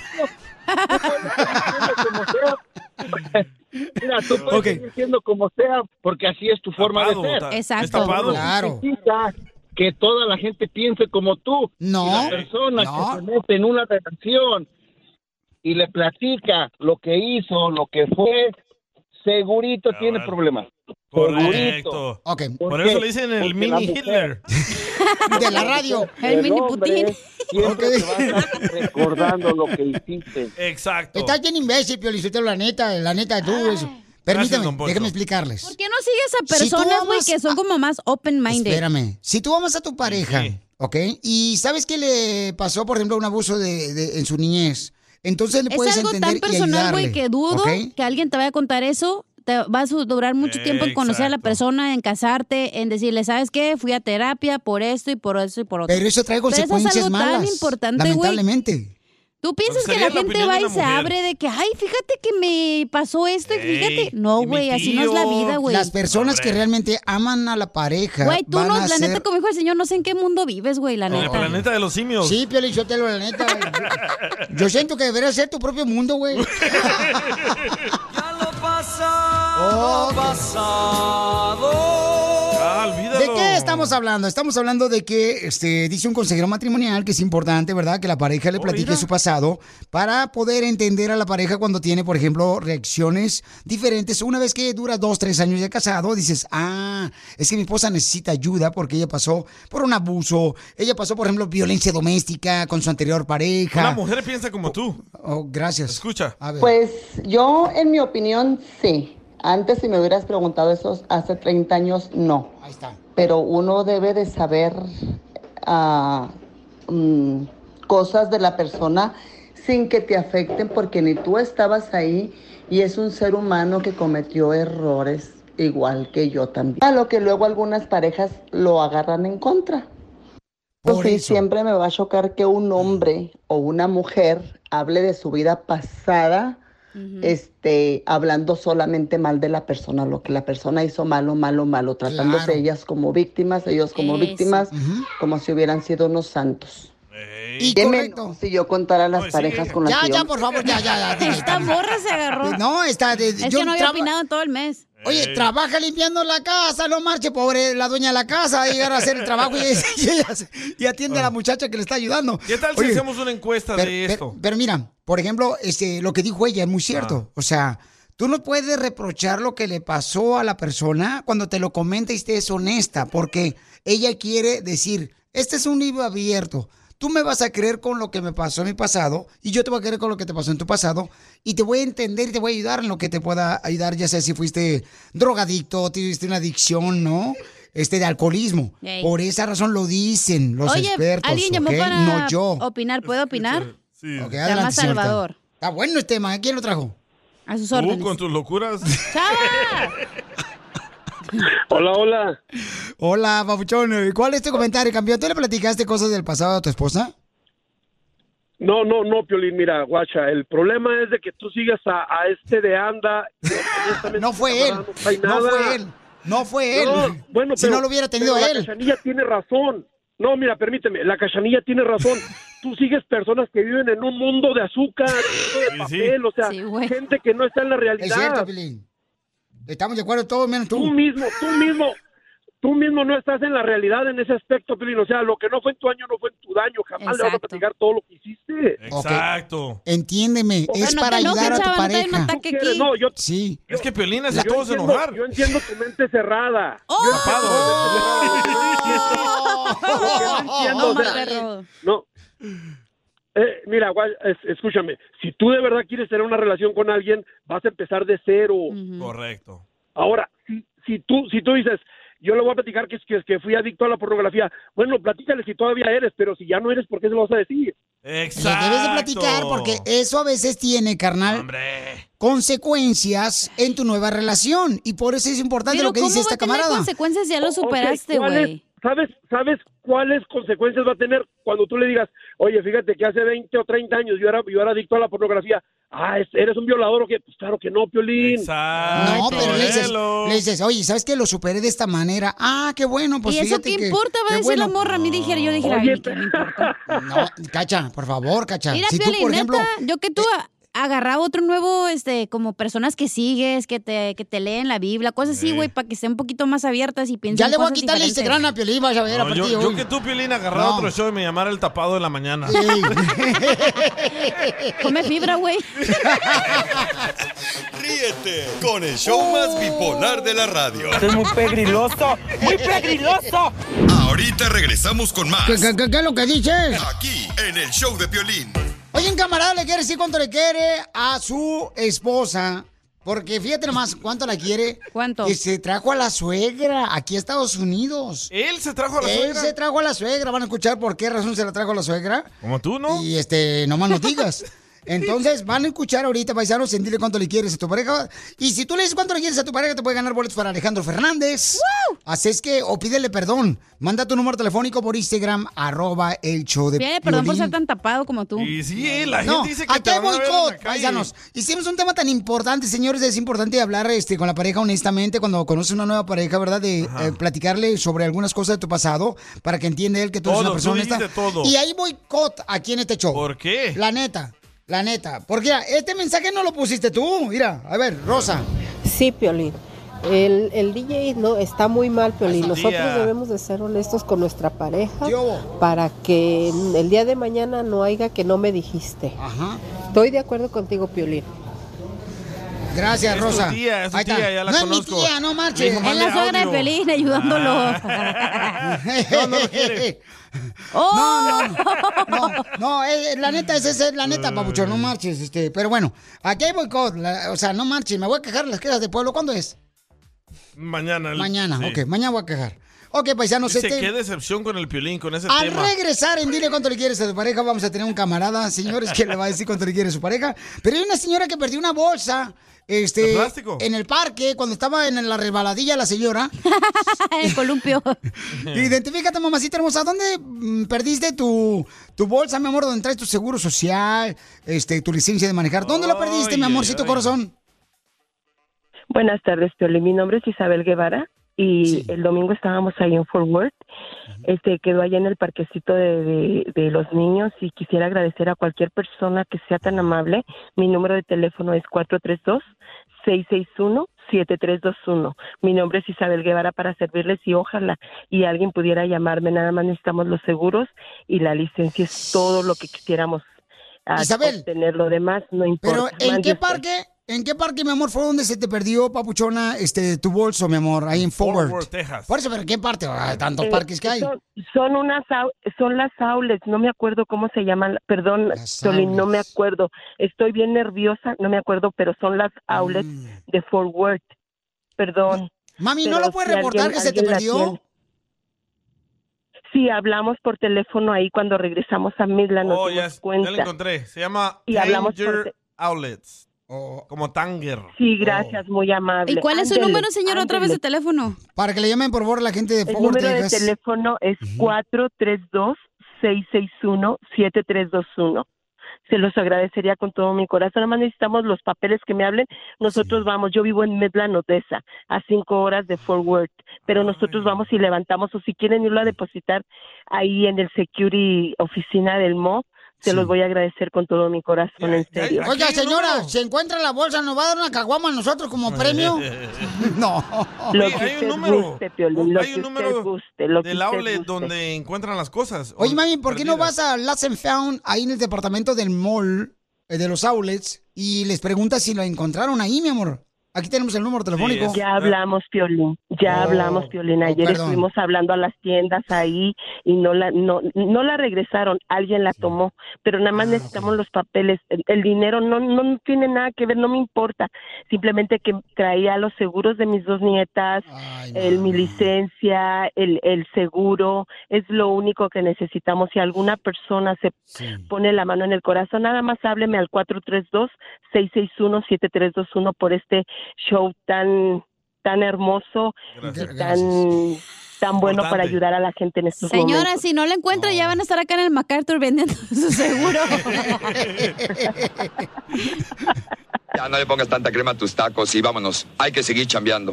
Speaker 11: Como sea. Mira, tú puedes
Speaker 1: Ok.
Speaker 11: seguir siendo como sea, porque así es tu forma
Speaker 2: Tapado,
Speaker 11: de ser.
Speaker 2: ta-
Speaker 4: Exacto.
Speaker 2: es tapado.
Speaker 1: Claro.
Speaker 11: Necesitas que toda la gente piense como tú.
Speaker 1: No,
Speaker 11: Y la persona
Speaker 1: no.
Speaker 11: que se mete en una relación y le platica lo que hizo, lo que fue, segurito tiene
Speaker 2: bueno.
Speaker 11: problemas.
Speaker 2: Correcto.
Speaker 1: Ok,
Speaker 2: Por
Speaker 11: ¿Por qué?
Speaker 2: eso le dicen el
Speaker 11: Porque la
Speaker 2: mini
Speaker 11: mujer-
Speaker 2: Hitler.
Speaker 1: de la radio.
Speaker 4: El mini
Speaker 11: hombre
Speaker 4: Putin.
Speaker 11: Siempre
Speaker 1: Ok.
Speaker 11: te va a estar recordando lo que hiciste.
Speaker 2: Exacto.
Speaker 1: Estás bien imbécil, Piolichotelo, la neta, la neta, tú eso. Permítame,
Speaker 2: don Poncho.
Speaker 1: déjame explicarles.
Speaker 4: ¿Por qué no sigues a
Speaker 1: Si tú
Speaker 4: personas, güey,
Speaker 1: amas
Speaker 4: que son
Speaker 1: a-
Speaker 4: como más open-minded?
Speaker 1: Espérame, si tú amas a tu pareja,
Speaker 2: Sí.
Speaker 1: ¿ok? Y sabes que le pasó, por ejemplo, un abuso de, de- en su niñez, Entonces le puedes
Speaker 4: es algo
Speaker 1: entender
Speaker 4: tan personal,
Speaker 1: y
Speaker 4: güey,
Speaker 1: ayudarle,
Speaker 4: que dudo
Speaker 1: ¿ok?
Speaker 4: que alguien te vaya a contar eso. Te vas a durar mucho tiempo en conocer a la persona, en casarte, en decirle, ¿sabes qué? Fui a terapia por esto y por eso y por otro.
Speaker 1: Pero eso trae
Speaker 4: Pero
Speaker 1: consecuencias
Speaker 4: es algo
Speaker 1: malas.
Speaker 4: tan importante, güey.
Speaker 1: lamentablemente.
Speaker 4: ¿Tú piensas
Speaker 1: Pues
Speaker 4: que
Speaker 1: sería
Speaker 4: la
Speaker 1: la
Speaker 4: gente
Speaker 1: opinión
Speaker 4: va
Speaker 1: de
Speaker 4: y
Speaker 1: una
Speaker 4: se
Speaker 1: mujer.
Speaker 4: abre de que, ay, fíjate que me pasó esto y fíjate?
Speaker 1: Ey,
Speaker 4: No,
Speaker 1: y mi
Speaker 4: güey, así no es la vida, güey.
Speaker 1: Las personas que realmente aman a la pareja.
Speaker 4: Güey, tú
Speaker 1: van
Speaker 4: no,
Speaker 1: a
Speaker 4: la
Speaker 1: ser-
Speaker 4: neta, como dijo el señor, no sé en qué mundo vives, güey, la
Speaker 2: En el
Speaker 4: neta.
Speaker 2: planeta de los simios.
Speaker 1: Sí, Piolín, yo te lo la neta. güey. Yo siento que debería ser tu propio mundo, güey.
Speaker 6: Pasado, pasado.
Speaker 1: ¿De qué estamos hablando? Estamos hablando de que este, dice un consejero matrimonial que es importante, ¿verdad? Que la pareja
Speaker 2: Oh,
Speaker 1: le platique su pasado para poder entender a la pareja cuando tiene, por ejemplo, reacciones diferentes. Una vez que dura dos, tres años de casado, dices, ah, es que mi esposa necesita ayuda porque ella pasó por un abuso, ella pasó, por ejemplo, violencia doméstica con su anterior pareja.
Speaker 2: Una mujer piensa como tú.
Speaker 1: Oh, gracias.
Speaker 2: Escucha.
Speaker 1: A ver.
Speaker 12: Pues yo, en mi opinión, sí. Antes, si me hubieras preguntado eso hace 30 años, no.
Speaker 1: Ahí está.
Speaker 12: Pero uno debe de saber ah, mm, cosas de la persona sin que te afecten, porque ni tú estabas ahí y es un ser humano que cometió errores igual que yo también. A lo que luego algunas parejas lo agarran en contra. Pues sí, siempre me va a chocar que un hombre o una mujer hable de su vida pasada, este, hablando solamente mal de la persona, lo que la persona hizo malo, malo, malo, tratándose
Speaker 1: Claro.
Speaker 12: ellas como víctimas, ellos como
Speaker 1: Eso.
Speaker 12: víctimas,
Speaker 1: Ujú.
Speaker 12: como si hubieran sido unos santos.
Speaker 1: Y
Speaker 12: Qué
Speaker 1: correcto.
Speaker 12: menos si yo contara las parejas con las
Speaker 1: Ya,
Speaker 12: que yo
Speaker 1: ya,
Speaker 12: me-
Speaker 1: por favor, ya, ya, ya.
Speaker 4: Esta morra se agarró.
Speaker 1: No, está de.
Speaker 4: Es que no había opinado en todo el mes.
Speaker 1: Eh, Oye,
Speaker 4: Ey.
Speaker 1: trabaja limpiando la casa, no marche, pobre, la dueña de la casa, y ahora hacer el trabajo y, y ella se- y atiende a la muchacha que le está ayudando.
Speaker 2: Ah. ¿Qué tal si
Speaker 1: Oye,
Speaker 2: hacemos una encuesta
Speaker 1: pero,
Speaker 2: de
Speaker 1: pero-
Speaker 2: esto?
Speaker 1: pero mira, por ejemplo, este, lo que dijo ella es muy cierto. O sea, tú no puedes reprochar lo que le pasó a la persona cuando te lo comenta y estés honesta, porque ella quiere decir, este es un libro abierto. Tú me vas a creer con lo que me pasó en mi pasado y yo te voy a creer con lo que te pasó en tu pasado y te voy a entender y te voy a ayudar en lo que te pueda ayudar, ya sea si fuiste drogadicto, tuviste una adicción, ¿no? Este de alcoholismo.
Speaker 4: Ey.
Speaker 1: Por esa razón lo dicen los
Speaker 4: Oye,
Speaker 1: expertos.
Speaker 4: alguien llamó
Speaker 1: ¿ok?
Speaker 4: para
Speaker 1: no yo.
Speaker 4: opinar. ¿Puedo opinar?
Speaker 2: Sí.
Speaker 1: Ok,
Speaker 4: Llama
Speaker 1: adelante, señorita.
Speaker 4: Salvador.
Speaker 1: Está bueno el tema. ¿eh? ¿Quién lo trajo?
Speaker 4: A sus
Speaker 2: Tú con tus locuras.
Speaker 9: Hola, hola.
Speaker 1: Hola, papuchón. ¿Cuál es tu comentario, campeón? ¿Tú le platicaste cosas del pasado a tu esposa?
Speaker 9: No, no, no, Piolín, mira, guacha, el problema es de que tú sigas a, a este de anda.
Speaker 1: No fue él.
Speaker 9: hay
Speaker 1: No
Speaker 9: nada.
Speaker 1: fue él. No fue él.
Speaker 9: No, bueno,
Speaker 1: si
Speaker 9: pero-
Speaker 1: no lo hubiera tenido
Speaker 9: pero La
Speaker 1: él.
Speaker 9: cachanilla tiene razón. No, mira, permíteme, la cachanilla tiene razón. Tú sigues personas que viven en un mundo de azúcar, de papel, o sea, gente que no está en la realidad.
Speaker 1: Es cierto, Pilín. Estamos de acuerdo todos, menos tú.
Speaker 9: Tú mismo, tú mismo, tú mismo no estás en la realidad en ese aspecto, Pilín. O sea, lo que no fue en tu año no fue en tu daño. Jamás le vas a
Speaker 1: Exacto.
Speaker 9: platicar todo lo que hiciste.
Speaker 2: Exacto.
Speaker 1: Entiéndeme, es para ayudar a tu pareja.
Speaker 9: Tú quieres- No, yo,
Speaker 1: Sí.
Speaker 2: Es que Piolín hace
Speaker 9: yo
Speaker 2: a todos
Speaker 9: entiendo-
Speaker 2: enojar.
Speaker 9: Yo entiendo tu mente cerrada.
Speaker 4: No,
Speaker 9: entiendo, o sea,
Speaker 4: Margarro.
Speaker 9: No. Eh, mira, guay, es- escúchame. Si tú de verdad quieres tener una relación con alguien, vas a empezar de cero.
Speaker 2: Correcto.
Speaker 9: Ahora, si, si tú si tú dices, yo le voy a platicar que, que, que fui adicto a la pornografía, bueno, platícale si todavía eres, pero si ya no eres, ¿por qué se lo vas a decir?
Speaker 1: Le debes de platicar porque eso a veces tiene, carnal, consecuencias en tu nueva relación. Y por eso es importante
Speaker 4: Pero
Speaker 1: lo que dice
Speaker 4: ¿cómo va
Speaker 1: esta
Speaker 4: a tener
Speaker 1: camarada.
Speaker 4: consecuencias? Ya lo
Speaker 9: Ok,
Speaker 4: superaste,
Speaker 9: ¿cuáles-
Speaker 4: güey.
Speaker 9: ¿Sabes, ¿Sabes cuáles consecuencias va a tener cuando tú le digas, oye, fíjate que hace 20 o 30 años yo era, yo era adicto a la pornografía? Ah, es- ¿eres un violador o qué? Pues claro que no, Piolín.
Speaker 1: No, pero le dices, le dices, oye, ¿sabes qué? Lo superé de esta manera. Ah, qué bueno, pues
Speaker 4: ¿Y eso
Speaker 1: fíjate
Speaker 4: qué
Speaker 1: que-
Speaker 4: importa? Va
Speaker 1: qué
Speaker 4: a decir la
Speaker 1: bueno.
Speaker 4: morra. A mí dijera, yo dijera,
Speaker 1: Oye,
Speaker 4: ay, ¿qué me importa?
Speaker 1: No, Cacha, por favor, Cacha.
Speaker 4: Mira,
Speaker 1: si tú,
Speaker 4: Piolín,
Speaker 1: por ejemplo, eh,
Speaker 4: neta, yo que tú a- agarraba otro nuevo, este, como personas que sigues, que te, que te leen la Biblia, cosas así,
Speaker 2: Sí.
Speaker 4: güey, para que estén un poquito más abiertas y piensen
Speaker 1: ya le voy a
Speaker 4: cosas
Speaker 1: quitar el
Speaker 4: diferentes.
Speaker 1: Instagram a Piolín, vaya a ver,
Speaker 2: No,
Speaker 1: a partir
Speaker 2: yo,
Speaker 1: de
Speaker 2: yo
Speaker 1: hoy.
Speaker 2: que tú, Piolín, agarraba
Speaker 1: No.
Speaker 2: otro show y me llamara el tapado de la mañana.
Speaker 4: Come fibra, güey.
Speaker 7: Ríete con el show más bipolar de la radio.
Speaker 8: Esto es muy pegriloso, muy pegriloso.
Speaker 7: Ahorita regresamos con más
Speaker 1: ¿Qué, qué- qué- qué es lo que dices?
Speaker 7: aquí en el show de Piolín.
Speaker 1: Oye, un camarada le quiere decir cuánto le quiere a su esposa. Porque fíjate nomás cuánto la quiere. ¿Cuánto? Que se trajo a la suegra aquí a Estados Unidos.
Speaker 2: Él se trajo a la
Speaker 1: Él
Speaker 2: suegra.
Speaker 1: se trajo a la suegra. Van a escuchar por qué razón se la trajo a la suegra.
Speaker 2: Como tú, ¿no?
Speaker 1: Y este, nomás no digas. Entonces van a escuchar ahorita, paisanos, sentirle cuánto le quieres a tu pareja. Y si tú le dices cuánto le quieres a tu pareja, te puede ganar boletos para Alejandro Fernández. Así es que, o pídele perdón. Manda tu número telefónico por Instagram, arroba el show de
Speaker 4: Pide perdón por
Speaker 1: Piolín.
Speaker 4: ser tan tapado como tú.
Speaker 2: Y sí, eh, la
Speaker 1: No,
Speaker 2: gente dice que
Speaker 1: ¿a
Speaker 2: te van
Speaker 1: qué
Speaker 2: a ver en la
Speaker 1: boicot,
Speaker 2: calle.
Speaker 1: paisanos? Hicimos un tema tan importante, señores, es importante hablar este, con la pareja honestamente cuando conoces una nueva pareja, ¿verdad? De eh, platicarle sobre algunas cosas de tu pasado para que entienda él que tú eres
Speaker 2: Todo,
Speaker 1: una persona
Speaker 2: tú
Speaker 1: honesta.
Speaker 2: dijiste todo.
Speaker 1: Y hay boicot aquí en este show.
Speaker 2: ¿Por qué?
Speaker 1: La neta, la neta. Porque mira, este mensaje no lo pusiste tú, mira, a ver, Rosa.
Speaker 13: Sí, Piolín. El, el DJ no está muy mal, Piolín. Nosotros
Speaker 1: día.
Speaker 13: debemos de ser honestos con nuestra pareja para que el día de mañana no haya que no me dijiste. Estoy de acuerdo contigo, Piolín.
Speaker 1: Gracias,
Speaker 2: Es tu
Speaker 1: Rosa.
Speaker 2: tía, es tu
Speaker 1: Ahí está.
Speaker 2: tía, ya la
Speaker 1: no es mi
Speaker 2: conozco.
Speaker 1: tía, no
Speaker 2: Le Ah.
Speaker 1: marches.
Speaker 2: dijo, "Mande audio".
Speaker 1: no, no lo quiere. No, no, no, no, eh, eh, la neta, esa es la neta, papucho, no marches, este, pero bueno, aquí hay boicot, la- o sea, no marches, me voy a quejar las quejas de pueblo, ¿cuándo es?
Speaker 2: Mañana. el-
Speaker 1: Mañana,
Speaker 2: sí.
Speaker 1: ok, mañana voy a quejar. Ok, paisanos,
Speaker 2: Dice,
Speaker 1: este,
Speaker 2: qué decepción con el piolín, con ese
Speaker 1: al
Speaker 2: tema.
Speaker 1: regresar en Dile Cuánto Le Quieres a tu pareja, vamos a tener un camarada, señores, que le va a decir cuánto le quiere a su pareja, pero hay una señora que perdió una bolsa, este,
Speaker 2: ¿De plástico?
Speaker 1: en el parque, cuando estaba en la resbaladilla la señora. el columpio. Identifícate, mamacita hermosa. ¿Dónde mm, perdiste tu, tu bolsa, mi amor? ¿Dónde traes tu seguro social, este, tu licencia de manejar? ¿Dónde la perdiste, mi amorcito corazón?
Speaker 14: Buenas tardes, Piolín. Mi nombre es Isabel Guevara y el domingo estábamos ahí en Fort Worth. Este quedó allá en el parquecito de, de- de los niños y quisiera agradecer a cualquier persona que sea tan amable. Mi número de teléfono es 432 661 7321. Mi nombre es Isabel Guevara para servirles y ojalá y alguien pudiera llamarme. Nada más necesitamos los seguros y la licencia es todo lo que quisiéramos ah,
Speaker 1: Isabel.
Speaker 14: obtener. Lo demás no importa.
Speaker 1: Pero, ¿en
Speaker 14: Mande
Speaker 1: qué
Speaker 14: usted.
Speaker 1: parque, en qué parque, mi amor, fue donde se te perdió, papuchona, este, tu bolso, mi amor? Ahí en Fort Worth.
Speaker 2: Texas.
Speaker 1: Por eso, pero ¿en qué parte? Ah, tantos
Speaker 14: Eh,
Speaker 1: parques que hay.
Speaker 14: Son, son unas, au- son las outlets, no me acuerdo cómo se llaman, perdón, Solín, no me acuerdo. Estoy bien nerviosa, no me acuerdo, pero son las outlets de Fort Worth. Perdón.
Speaker 1: Mm. Mami, ¿no
Speaker 14: Pero
Speaker 1: lo puedes
Speaker 14: si
Speaker 1: reportar
Speaker 14: alguien-
Speaker 1: que se te
Speaker 14: alguien la
Speaker 1: perdió?
Speaker 14: tiene. Sí, hablamos por teléfono ahí cuando regresamos a Midland, nos
Speaker 2: Oh, ya,
Speaker 14: dimos
Speaker 2: ya
Speaker 14: cuenta.
Speaker 2: la encontré. Se llama
Speaker 14: Y hablamos por
Speaker 2: Tanger
Speaker 14: te-
Speaker 2: Outlets.
Speaker 1: Oh.
Speaker 2: Como Tanger.
Speaker 14: Sí, gracias, muy amable.
Speaker 4: ¿Y cuál es su
Speaker 14: Ándele,
Speaker 4: número, señor, otra vez de
Speaker 14: ándele.
Speaker 4: teléfono?
Speaker 1: Para que le llamen por favor la gente de
Speaker 14: El
Speaker 1: Fort Worth,
Speaker 14: número de
Speaker 1: Texas.
Speaker 14: teléfono es 432-661-7321. Se los agradecería con todo mi corazón. Nada más necesitamos los papeles que me hablen. Nosotros vamos. Yo vivo en Midland, Odessa, a cinco horas de Fort Worth.
Speaker 1: Ah,
Speaker 14: Pero nosotros vamos y levantamos. O si quieren irlo a depositar ahí en el security oficina del MO, se los voy a agradecer con todo mi corazón, en serio.
Speaker 1: Oiga, señora, se encuentra en la bolsa, nos va a dar una caguama a nosotros como premio. no.
Speaker 14: Lo que usted guste, Piolín, lo
Speaker 2: Hay
Speaker 14: que
Speaker 2: un
Speaker 14: usted
Speaker 2: número
Speaker 14: guste, lo que
Speaker 2: del
Speaker 14: usted
Speaker 2: outlet
Speaker 14: guste.
Speaker 2: donde encuentran las cosas.
Speaker 1: Oye,
Speaker 2: O-
Speaker 1: mami, ¿por qué no
Speaker 2: perdidas.
Speaker 1: vas a Last and Found ahí en el departamento del mall, eh, de los outlets, y les preguntas si lo encontraron ahí, mi amor? Aquí tenemos el número telefónico.
Speaker 14: Ya hablamos, Piolín. Ya
Speaker 1: Oh,
Speaker 14: hablamos, Piolín.
Speaker 1: oh,
Speaker 14: Ayer
Speaker 1: perdón.
Speaker 14: estuvimos hablando a las tiendas ahí y no la, no, no la regresaron. Alguien la tomó. Pero nada más necesitamos los papeles. El, el dinero no, no, no tiene nada que ver, no me importa. Simplemente que traía los seguros de mis dos nietas, el, mi licencia, el, el seguro. Es lo único que necesitamos. Si alguna persona se pone la mano en el corazón, nada más hábleme al 432 661-7321 por este show tan, tan hermoso y tan, tan bueno para ayudar a la gente en estos
Speaker 4: Señora,
Speaker 14: momentos.
Speaker 4: si no la encuentra, ya van a estar acá en el MacArthur vendiendo su seguro.
Speaker 15: Ya no le pongas tanta crema a tus tacos y vámonos. Hay que seguir chambeando.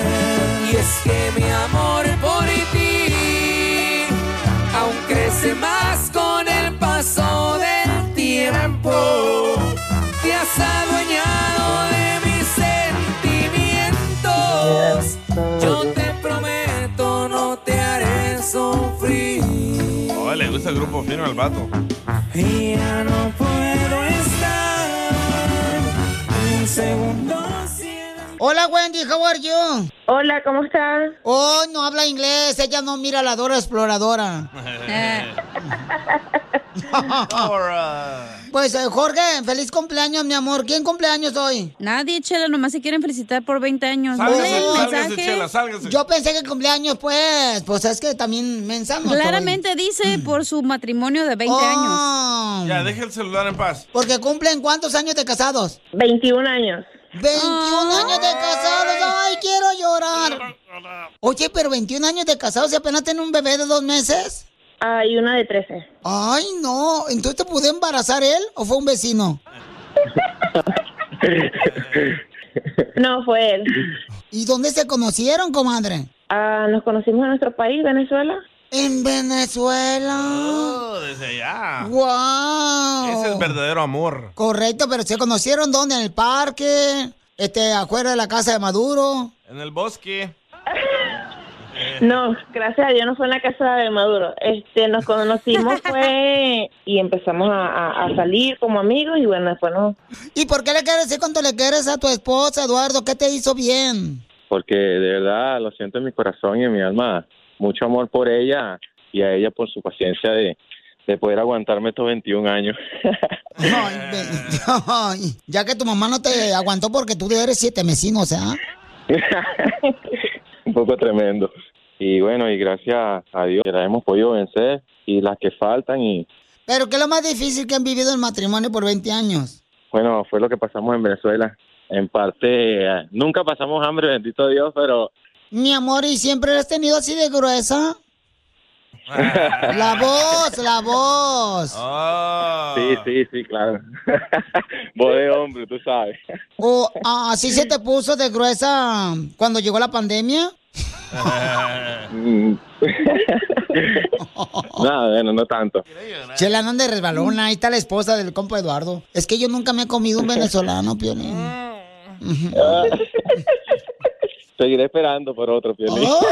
Speaker 6: Y es que mi amor por ti aún crece más con el paso del tiempo. Te has adueñado de mis sentimientos. Yo te prometo no te haré sufrir.
Speaker 2: Oh, le gusta el grupo fino al vato.
Speaker 6: Y ya no puedo estar un segundo
Speaker 1: Hola, Wendy, how are you?
Speaker 16: Hola, ¿cómo estás?
Speaker 1: Oh, no habla inglés, ella no mira a la Dora Exploradora. Pues eh, Jorge, feliz cumpleaños, mi amor. ¿Quién cumpleaños hoy?
Speaker 4: Nadie, Chela, nomás se quieren felicitar por 20 años.
Speaker 2: Sálgase,
Speaker 4: Manden
Speaker 2: sálgase,
Speaker 4: mensajes.
Speaker 2: Chela, sálgase.
Speaker 1: Yo pensé que cumpleaños, pues, pues es que también Mm. mensamos.
Speaker 4: Claramente dice por su matrimonio de 20 años.
Speaker 2: Ya, deja el celular en paz.
Speaker 1: Oh, Porque cumplen cuántos años de casados?
Speaker 17: 21 años.
Speaker 1: 21 años de casados, ay, quiero llorar. Oye, pero 21 años de casados y apenas tienen un bebé de dos meses.
Speaker 17: Ah, y una de 13.
Speaker 1: Ay, no. ¿Entonces te pude embarazar él o fue un vecino?
Speaker 17: No, fue él.
Speaker 1: ¿Y dónde se conocieron, comadre?
Speaker 17: Ah, nos conocimos en nuestro país, Venezuela.
Speaker 1: En Venezuela.
Speaker 2: Oh, desde allá.
Speaker 1: ¡Wow!
Speaker 2: Ese es verdadero amor.
Speaker 1: Correcto, pero ¿se conocieron dónde? ¿En el parque? Este, afuera de la casa de Maduro.
Speaker 2: En el bosque.
Speaker 17: No, gracias a Dios no fue en la casa de Maduro. Este, nos conocimos fue y empezamos a, a- a salir como amigos y bueno, después no.
Speaker 1: ¿Y por qué le quieres decir cuánto le quieres a tu esposa, Eduardo? ¿Qué te hizo bien?
Speaker 16: porque de verdad lo siento en mi corazón y en mi alma. Mucho amor por ella y a ella por su paciencia de, de poder aguantarme estos 21 años.
Speaker 1: Ay, ya que tu mamá no te aguantó porque tú eres siete vecinos, ¿ah?
Speaker 16: Un poco tremendo. Y bueno, y gracias a Dios que la hemos podido vencer y las que faltan. Y
Speaker 1: Pero ¿qué es lo más difícil que han vivido en matrimonio por 20 años?
Speaker 16: bueno, fue lo que pasamos en Venezuela. En parte, eh, nunca pasamos hambre, bendito Dios, pero
Speaker 1: Mi amor, ¿y siempre la has tenido así de gruesa? La voz, la voz.
Speaker 16: sí, sí, sí, claro. Voz de hombre, tú sabes.
Speaker 1: ¿O ah, así se te puso de gruesa cuando llegó la pandemia?
Speaker 16: Mm. no, bueno, no tanto.
Speaker 1: Chela, no de resbalona, ahí está la esposa del compa Eduardo. Es que yo nunca me he comido un venezolano, Piolín.
Speaker 16: Seguiré esperando por otro, Piolín.
Speaker 1: Oh,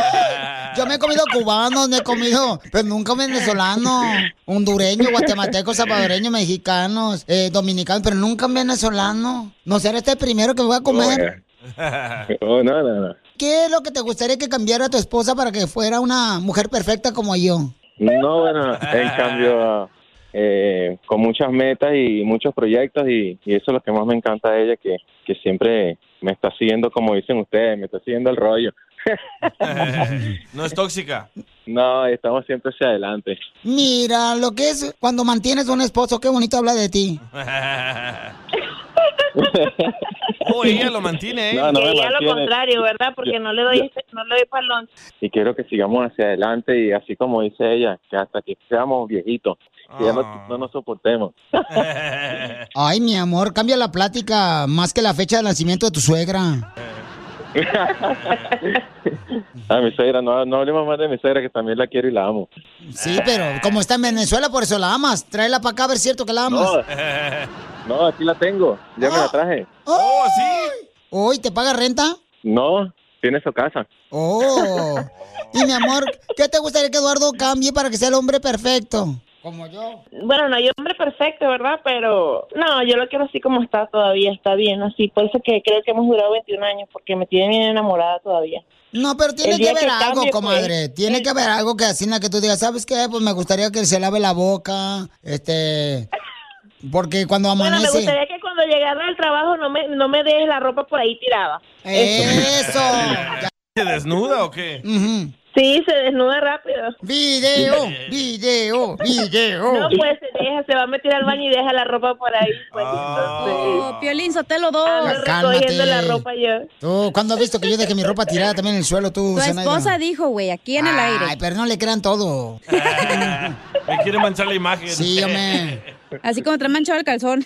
Speaker 1: Yo me he comido cubanos, me he comido, pero nunca un venezolano, hondureño, guatemalteco, salvadoreño, mexicanos, eh, dominicanos, pero nunca un venezolano. No será este el primero que voy a
Speaker 16: eh.
Speaker 1: comer.
Speaker 16: Oh, no, no, no.
Speaker 1: ¿Qué es lo que te gustaría que cambiara tu esposa para que fuera una mujer perfecta como yo?
Speaker 16: No, bueno, en cambio, eh, con muchas metas y muchos proyectos y, y eso es lo que más me encanta de ella, que, que siempre me está siguiendo, como dicen ustedes, me está siguiendo el rollo.
Speaker 2: no es tóxica.
Speaker 16: No, estamos siempre hacia adelante.
Speaker 1: Mira, lo que es cuando mantienes a un esposo, qué bonito habla de ti.
Speaker 2: Oh, ella lo mantiene, ¿eh?
Speaker 16: No, no me
Speaker 17: y a lo
Speaker 16: mantiene.
Speaker 17: contrario, ¿verdad? Porque
Speaker 16: Yo-
Speaker 17: no le doy
Speaker 16: yo-
Speaker 17: este- no le doy palón.
Speaker 16: Y quiero que sigamos hacia adelante y así como dice ella, que hasta que seamos viejitos, que ya
Speaker 2: Ah.
Speaker 16: no, no nos soportemos.
Speaker 1: Ay, mi amor, cambia la plática más que la fecha de nacimiento de tu suegra.
Speaker 16: A mi suegra, no, no hablemos más de mi suegra, que también la quiero y la amo.
Speaker 1: Sí, pero como está en Venezuela, por eso la amas. Tráela para acá a ver cierto que la amas.
Speaker 16: No, no, aquí la tengo, ya me la traje.
Speaker 1: ¡Oh, sí! Hoy te paga renta.
Speaker 16: No, tiene su casa.
Speaker 1: ¡Oh! Y mi amor, ¿qué te gustaría que Eduardo cambie para que sea el hombre perfecto?
Speaker 17: Como yo. Bueno, no hay hombre perfecto, ¿verdad? Pero no, yo lo quiero así como está todavía, está bien así. Por eso que creo que hemos durado 21 años, porque me tiene bien enamorada todavía.
Speaker 1: No, pero tiene
Speaker 17: El día
Speaker 1: que haber
Speaker 17: que
Speaker 1: algo,
Speaker 17: cambie, pues.
Speaker 1: comadre. Tiene que haber algo que así que tú digas, ¿sabes qué? Pues me gustaría que se lave la boca, este... Porque cuando
Speaker 17: Bueno, me
Speaker 1: amanece...
Speaker 17: gustaría que cuando llegara al trabajo no me, no me dejes la ropa por ahí tirada.
Speaker 1: ¡Eso!
Speaker 2: ¿Se desnuda o qué?
Speaker 17: Sí, se desnuda rápido.
Speaker 1: Video, video, video.
Speaker 17: No, pues se deja, se va a meter al baño y deja la ropa por ahí. Pues, entonces,
Speaker 4: Oh, Piolín, Sotelo dos.
Speaker 17: ando recogiendo la ropa yo.
Speaker 1: Tú, Oh, ¿cuándo has visto que yo dejé mi ropa tirada también en el suelo, tú,
Speaker 4: Tu
Speaker 1: Zenaida?
Speaker 4: esposa dijo, güey, aquí en el aire.
Speaker 1: Ay, pero no le crean todo.
Speaker 2: Me quiere manchar la imagen.
Speaker 1: Sí, hombre.
Speaker 4: Así como te han manchado el calzón.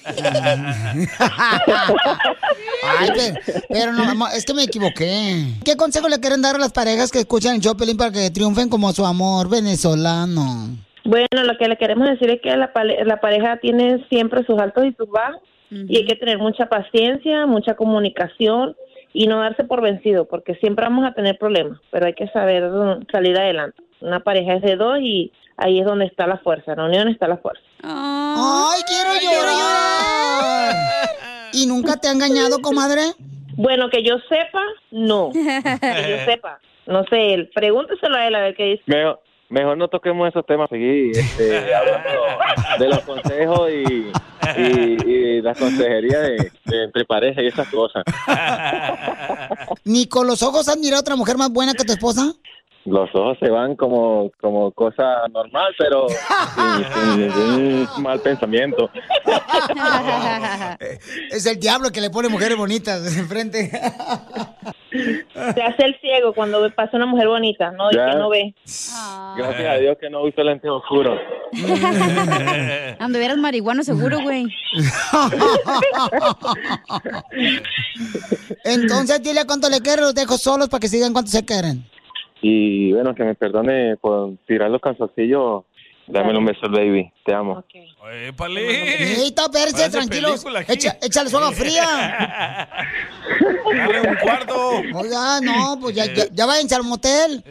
Speaker 1: Ay, pero, pero no, mamá, es que me equivoqué. ¿Qué consejo le quieren dar a las parejas que escuchan el Chopelín para que triunfen como su amor venezolano?
Speaker 17: Bueno, lo que le queremos decir es que la, pale- la pareja tiene siempre sus altos y sus bajos y hay que tener mucha paciencia, mucha comunicación y no darse por vencido porque siempre vamos a tener problemas, pero hay que saber mm, salir adelante. Una pareja es de dos y ahí es donde está la fuerza, en la unión está la fuerza.
Speaker 1: ¡Ay, quiero llorar! ¿Y nunca te ha engañado, comadre?
Speaker 17: Bueno, que yo sepa, no. Que yo sepa, no sé él. Pregúnteselo a él a ver qué dice.
Speaker 16: Me- mejor no toquemos esos temas. Seguí este, hablando de los consejos y, y, y las consejerías de, de entre pareja y esas cosas.
Speaker 1: ¿Ni con los ojos has mirado a otra mujer más buena que tu esposa?
Speaker 16: Los ojos se van como, como cosa normal, pero sin, sin ningún mal pensamiento.
Speaker 1: Es el diablo que le pone mujeres bonitas enfrente.
Speaker 17: Se hace el ciego cuando ve- pasa una mujer bonita, ¿no? Y
Speaker 16: Ya.
Speaker 17: que no ve.
Speaker 16: Gracias a Dios que no uso lentes oscuros.
Speaker 4: Donde vieras marihuana seguro, güey.
Speaker 1: Entonces dile cuánto le quieren, los dejo solos para que sigan cuánto se quieren.
Speaker 16: Y bueno, que me perdone por tirar los calzoncillos. Dámelo un beso, baby. Te amo.
Speaker 1: Ey, perse,
Speaker 16: Parece
Speaker 1: tranquilos. Echa- échale su agua fría.
Speaker 2: Dale un cuarto.
Speaker 1: Oiga, no, pues ya, ya, ya váyanse al motel.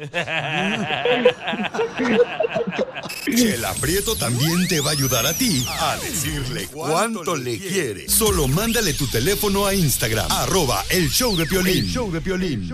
Speaker 7: El aprieto también te va a ayudar a ti a decirle cuánto le quieres. Solo mándale tu teléfono a Instagram, arroba el show de Piolín.
Speaker 18: El
Speaker 7: show de Piolín.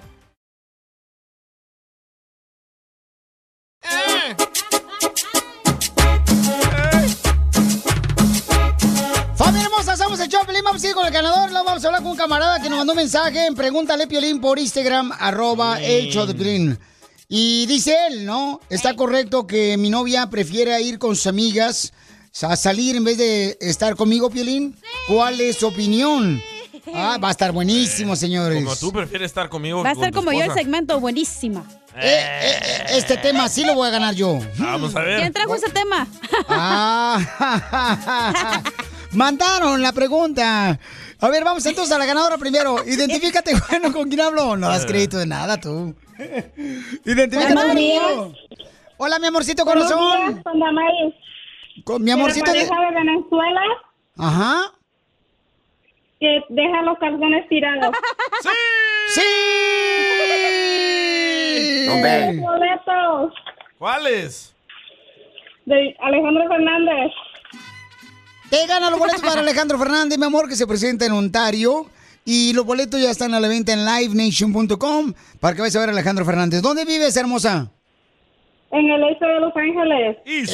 Speaker 1: Familia hermosa, estamos el show, de Piolín. Vamos a ir con el ganador. Luego vamos a hablar con un camarada que nos mandó un mensaje en Pregúntale Piolín por Instagram, arroba el show de Piolín. Y dice él, ¿no? Está correcto que mi novia prefiera ir con sus amigas a salir en vez de estar conmigo, Piolín. ¿Cuál es su opinión? Ah, va a estar buenísimo, señores.
Speaker 2: Eh, Como tú pues. prefieres estar conmigo.
Speaker 4: Va a
Speaker 2: que con tu
Speaker 4: estar como yo el
Speaker 2: esposa.
Speaker 4: segmento, buenísima.
Speaker 1: Este tema sí lo voy a ganar yo.
Speaker 2: Vamos a ver.
Speaker 4: ¿Quién trajo ese tema?
Speaker 1: Ah, Mandaron la pregunta. A ver, vamos entonces a la ganadora primero. Identifícate, bueno, ¿con quién hablo? No has crédito de nada, tú. Identifícate
Speaker 19: Buenos días.
Speaker 1: conmigo. Hola, mi amorcito
Speaker 19: Buenos
Speaker 1: corazón.
Speaker 19: días, con Damaris.
Speaker 1: Con mi amorcito
Speaker 19: De
Speaker 1: de...
Speaker 19: la pareja de Venezuela
Speaker 1: Ajá.
Speaker 19: que deja los calzones tirados.
Speaker 1: ¡Sí! ¡Sí!
Speaker 2: Hombre.
Speaker 19: boletos
Speaker 2: ¿Cuáles?
Speaker 19: de Alejandro Fernández.
Speaker 1: Te gana los boletos para Alejandro Fernández, mi amor, que se presenta en Ontario. Y los boletos ya están a la venta en livenation.com para que vayas a ver a Alejandro Fernández. ¿Dónde vives, hermosa?
Speaker 19: En el este de Los Ángeles.
Speaker 1: ¡En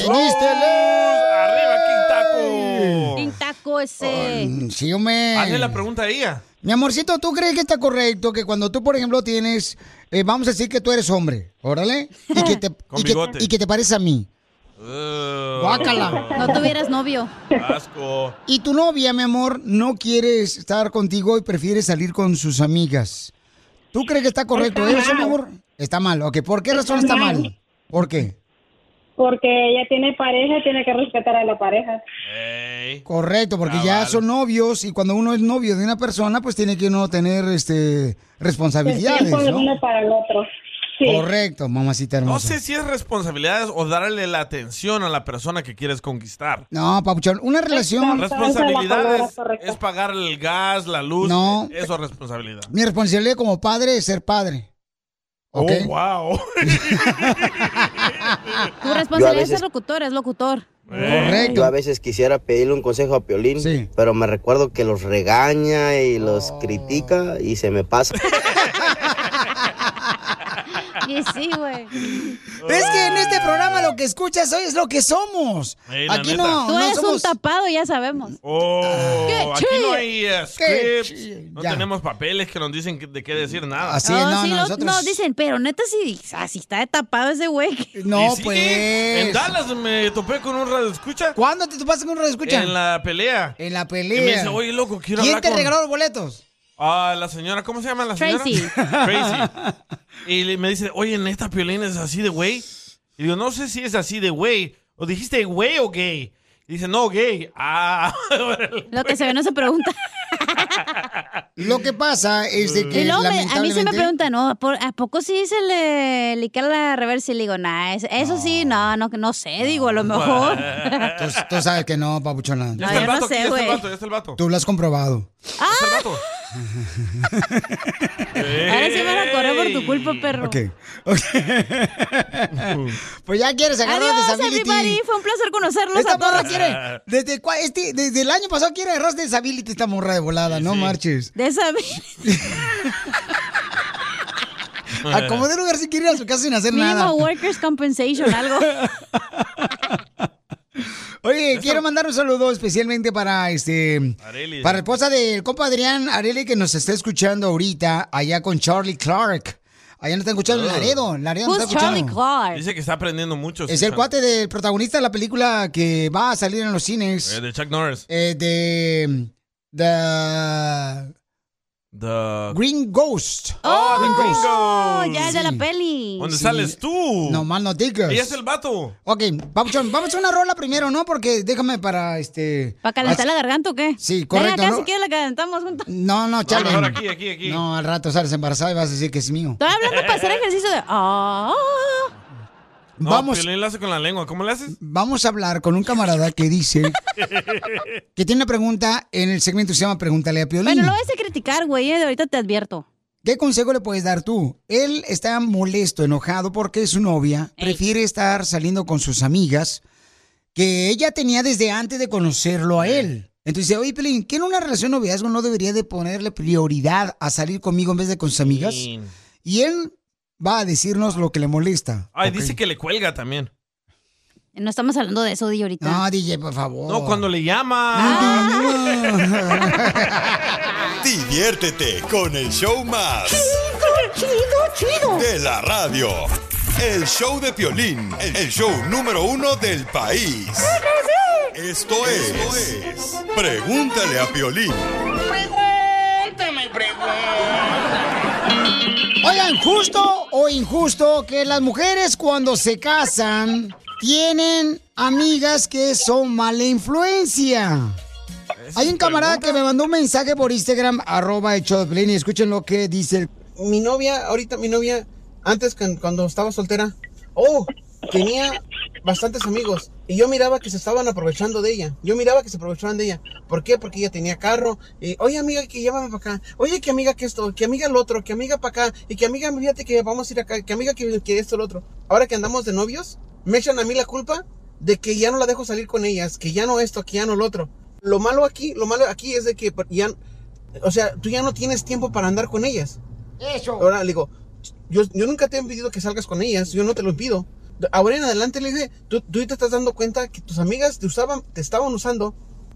Speaker 1: Arriba,
Speaker 4: Un taco ese.
Speaker 1: Quintaco. Mm, Sí, hombre.
Speaker 2: Hazle la pregunta a ella.
Speaker 1: Mi amorcito, ¿tú crees que está correcto que cuando tú, por ejemplo, tienes, eh, vamos a decir que tú eres hombre, órale, y que te,
Speaker 2: Con
Speaker 1: y que,
Speaker 2: bigote.
Speaker 1: y que te pareces a mí,
Speaker 4: No tuvieras novio.
Speaker 2: Ah, Asco.
Speaker 1: y tu novia, mi amor, no quiere estar contigo y prefiere salir con sus amigas, ¿tú crees que está correcto
Speaker 19: Está
Speaker 1: eso, mi
Speaker 19: mal.
Speaker 1: amor? Está mal, ok, ¿por qué
Speaker 19: Está
Speaker 1: razón está
Speaker 19: mal.
Speaker 1: mal? ¿Por qué?
Speaker 19: Porque ella tiene pareja, tiene que respetar a la pareja.
Speaker 1: Correcto, porque ya son novios y cuando uno es novio de una persona, pues tiene que uno tener este,
Speaker 19: El
Speaker 1: responsabilidades,
Speaker 19: tiempo de
Speaker 1: ¿no?
Speaker 19: Pues uno para el otro. Sí.
Speaker 1: Correcto, mamacita hermosa.
Speaker 2: No sé si es responsabilidad o darle la atención a la persona que quieres conquistar.
Speaker 1: No, Papuchón, una relación...
Speaker 2: Responsabilidad es, es pagar el gas, la luz.
Speaker 1: No.
Speaker 2: Eso es responsabilidad.
Speaker 1: Mi responsabilidad como padre es ser padre. ¿Ok?
Speaker 2: Oh, wow.
Speaker 4: Tu responsabilidad
Speaker 20: veces-
Speaker 4: es ser locutor, es locutor.
Speaker 20: Yo a veces quisiera pedirle un consejo a Piolín, pero me recuerdo que los regaña y los
Speaker 6: Oh.
Speaker 20: critica y se me pasa.
Speaker 4: Y sí, güey.
Speaker 1: Es que en este programa lo que escuchas hoy es lo que somos.
Speaker 2: Ey, la
Speaker 1: Aquí
Speaker 2: neta.
Speaker 1: no,
Speaker 4: Tú
Speaker 1: no
Speaker 4: eres un
Speaker 1: somos...
Speaker 4: tapado, ya sabemos.
Speaker 2: Oh,
Speaker 4: ¡Qué
Speaker 2: aquí no
Speaker 4: chido!
Speaker 2: hay eh,
Speaker 4: ¡Qué
Speaker 2: scripts,
Speaker 4: chido!
Speaker 2: no
Speaker 4: Ya.
Speaker 2: tenemos papeles que nos dicen que- de qué decir nada.
Speaker 4: Oh, sí, lo- No, dicen, pero neta, si, ah, si está de tapado ese güey.
Speaker 2: Y sí,
Speaker 4: pues.
Speaker 2: En Dallas me topé con un radio escucha.
Speaker 1: ¿Cuándo te topaste con un radio escucha?
Speaker 2: En la pelea.
Speaker 1: En la
Speaker 2: Y me
Speaker 1: pelea.
Speaker 2: dice, oye, loco, quiero
Speaker 1: ¿Quién
Speaker 2: hablar
Speaker 1: te
Speaker 2: con-
Speaker 1: regaló los boletos?
Speaker 2: Ah, la señora, ¿cómo se llama la señora?
Speaker 1: Tracy.
Speaker 2: Tracy. Y le- me dice, oye, ¿neta Piolín es así de güey? Y digo, no sé si es así de güey. ¿O dijiste güey o gay? Y dice, no, gay. Ah, órale.
Speaker 4: Lo que se ve no se pregunta.
Speaker 1: Lo que pasa es de que
Speaker 4: Y luego me- a mí se me
Speaker 1: lamentablemente-
Speaker 4: pregunta, ¿no? ¿Por- ¿A poco sí se le lica la reversa? Y le digo, nah, es- eso sí, no, no, no sé, digo, a lo mejor.
Speaker 1: Tú, tú sabes que no, papuchona.
Speaker 2: Ya está el
Speaker 4: yo no
Speaker 2: vato, aquí,
Speaker 4: sé,
Speaker 2: ya está el
Speaker 4: güey.
Speaker 2: vato, ya está el vato.
Speaker 1: Tú lo has comprobado.
Speaker 4: ¡Ah!
Speaker 2: Ahora
Speaker 4: sí van a correr por tu culpa, perro.
Speaker 1: Ok. ok. pues ya quieres agarrar
Speaker 4: Adiós,
Speaker 1: disability.
Speaker 4: everybody. Fue un placer conocerlos
Speaker 1: Esta
Speaker 4: a todos.
Speaker 1: morra quiere. Desde, cua- este- desde el año pasado quiere arroz de disability esta morra de volada, no marches.
Speaker 4: De esa
Speaker 1: Acomodé lugar si quiere ir a su casa sin hacer
Speaker 4: Mínimo
Speaker 1: nada.
Speaker 4: workers compensation, algo.
Speaker 1: Oye, quiero mandar un saludo especialmente para este
Speaker 2: Arely.
Speaker 1: para la esposa del compa Adrián Areli que nos está escuchando ahorita allá con Charlie Clark. Allá nos está escuchando en
Speaker 2: Oh.
Speaker 1: Laredo, en Laredo nos está escuchando.
Speaker 2: Dice que está aprendiendo mucho.
Speaker 1: Es el
Speaker 2: escuchando.
Speaker 1: cuate del protagonista de la película que va a salir en los cines
Speaker 2: Eh, de Chuck Norris.
Speaker 1: eh, de The
Speaker 2: The-
Speaker 1: Green Ghost.
Speaker 2: Oh,
Speaker 1: Ah,
Speaker 2: The Green Ghost.
Speaker 4: ya, de la peli.
Speaker 2: ¿Dónde sales tú?
Speaker 1: No más no digas.
Speaker 2: Ella es el vato.
Speaker 1: Ok, Papuchón, vamos a una rola primero, ¿no? Porque déjame para este.
Speaker 4: ¿Para calentar la garganta o qué?
Speaker 1: Sí,
Speaker 4: Ven
Speaker 1: correcto.
Speaker 4: acá,
Speaker 1: ¿no?
Speaker 4: si quieres la calentamos juntos.
Speaker 1: No, no, chale.
Speaker 2: mejor aquí, aquí, aquí.
Speaker 1: No, al rato sales embarazada y vas a decir que es mío.
Speaker 4: Estoy hablando para hacer ejercicio de... Ah.
Speaker 2: No,
Speaker 1: Vamos.
Speaker 2: Piolín lo hace con la lengua. ¿Cómo le haces?
Speaker 1: Vamos a hablar con un camarada que dice que tiene una pregunta en el segmento que se llama Pregúntale a Piolín.
Speaker 4: Bueno, lo vas a criticar, güey, eh, de ahorita te advierto.
Speaker 1: ¿Qué consejo le puedes dar tú? Él está molesto, enojado porque su novia prefiere estar saliendo con sus amigas que ella tenía desde antes de conocerlo a él. Entonces, oye, Pelín, ¿que en una relación de noviazgo no debería de ponerle prioridad a salir conmigo en vez de con sus amigas? Y él va a decirnos lo que le molesta.
Speaker 2: Ay, dice que le cuelga también.
Speaker 4: No estamos hablando de eso, DJ, ahorita.
Speaker 1: No, DJ, por favor.
Speaker 21: Oh.
Speaker 2: No, cuando le llama.
Speaker 21: Ah.
Speaker 7: Diviértete con el show más
Speaker 6: Chido, chido, chido.
Speaker 7: de la radio. El show de Piolín, el show número uno del país. Esto es, Pregúntale a Piolín.
Speaker 6: Pregúntame,
Speaker 1: Oigan, justo o injusto que las mujeres cuando se casan tienen amigas que son mala influencia. Hay un camarada que me mandó un mensaje por Instagram, arroba hecho de Piolín, y escuchen lo que dice.
Speaker 22: Mi novia, ahorita mi novia, antes cu- cuando estaba soltera, oh, tenía bastantes amigos y yo miraba que se estaban aprovechando de ella. Yo miraba que se aprovechaban de ella. ¿Por qué? Porque ella tenía carro. Y, Oye, amiga, que llévame para acá. Oye, que amiga, que esto, que amiga el otro, que amiga para acá. Y que amiga, fíjate que vamos a ir acá, que amiga, que, que esto, el otro. Ahora que andamos de novios, me echan a mí la culpa de que ya no la dejo salir con ellas, que ya no esto, que ya no lo otro. Lo malo aquí, lo malo aquí es de que ya, o sea, tú ya no tienes tiempo para andar con ellas.
Speaker 1: Eso.
Speaker 22: Ahora le digo, yo, yo nunca te he pedido que salgas con ellas, yo no te lo pido. Ahora en adelante le dije, tú, tú te estás dando cuenta que tus amigas te usaban, te estaban usando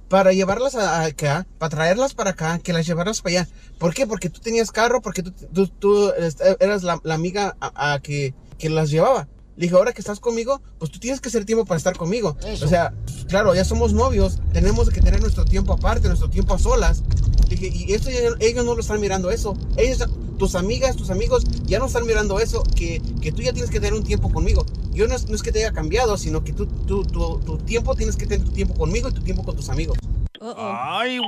Speaker 22: para llevarlas a- a acá, para traerlas para acá, que las llevaras para allá. ¿Por qué? Porque tú tenías carro, porque tú, tú- tú, eh, eras la, la amiga a, a que, que las llevaba. Le dije, ahora que estás conmigo, pues tú tienes que hacer tiempo para estar conmigo. O sea, claro, ya somos novios, tenemos que tener nuestro tiempo aparte, nuestro tiempo a solas. Le dije, y esto ya- ellos no lo están mirando eso. Ellos, tus amigas, tus amigos, ya no están mirando eso, que, que tú ya tienes que tener un tiempo conmigo. Yo no es, no es que te haya cambiado, sino que tú, tú- tu- tu tiempo tienes que tener tu tiempo conmigo y tu tiempo con tus amigos.
Speaker 2: Ay,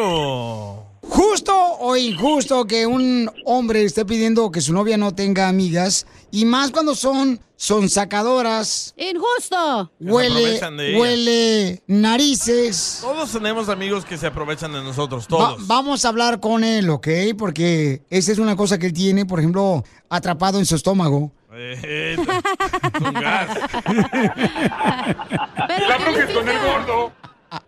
Speaker 2: güero.
Speaker 1: ¿Justo o injusto que un hombre esté pidiendo que su novia no tenga amigas? Y más cuando son, son sacadoras.
Speaker 4: ¡Injusto!
Speaker 1: Huele,
Speaker 2: aprovechan de ella.
Speaker 1: huele narices.
Speaker 2: Todos tenemos amigos que se aprovechan de nosotros,
Speaker 1: Va-
Speaker 2: todos.
Speaker 1: vamos a hablar con él, ¿ok? Porque esa es una cosa que él tiene, por ejemplo, atrapado en su estómago.
Speaker 2: Eh, es un gas.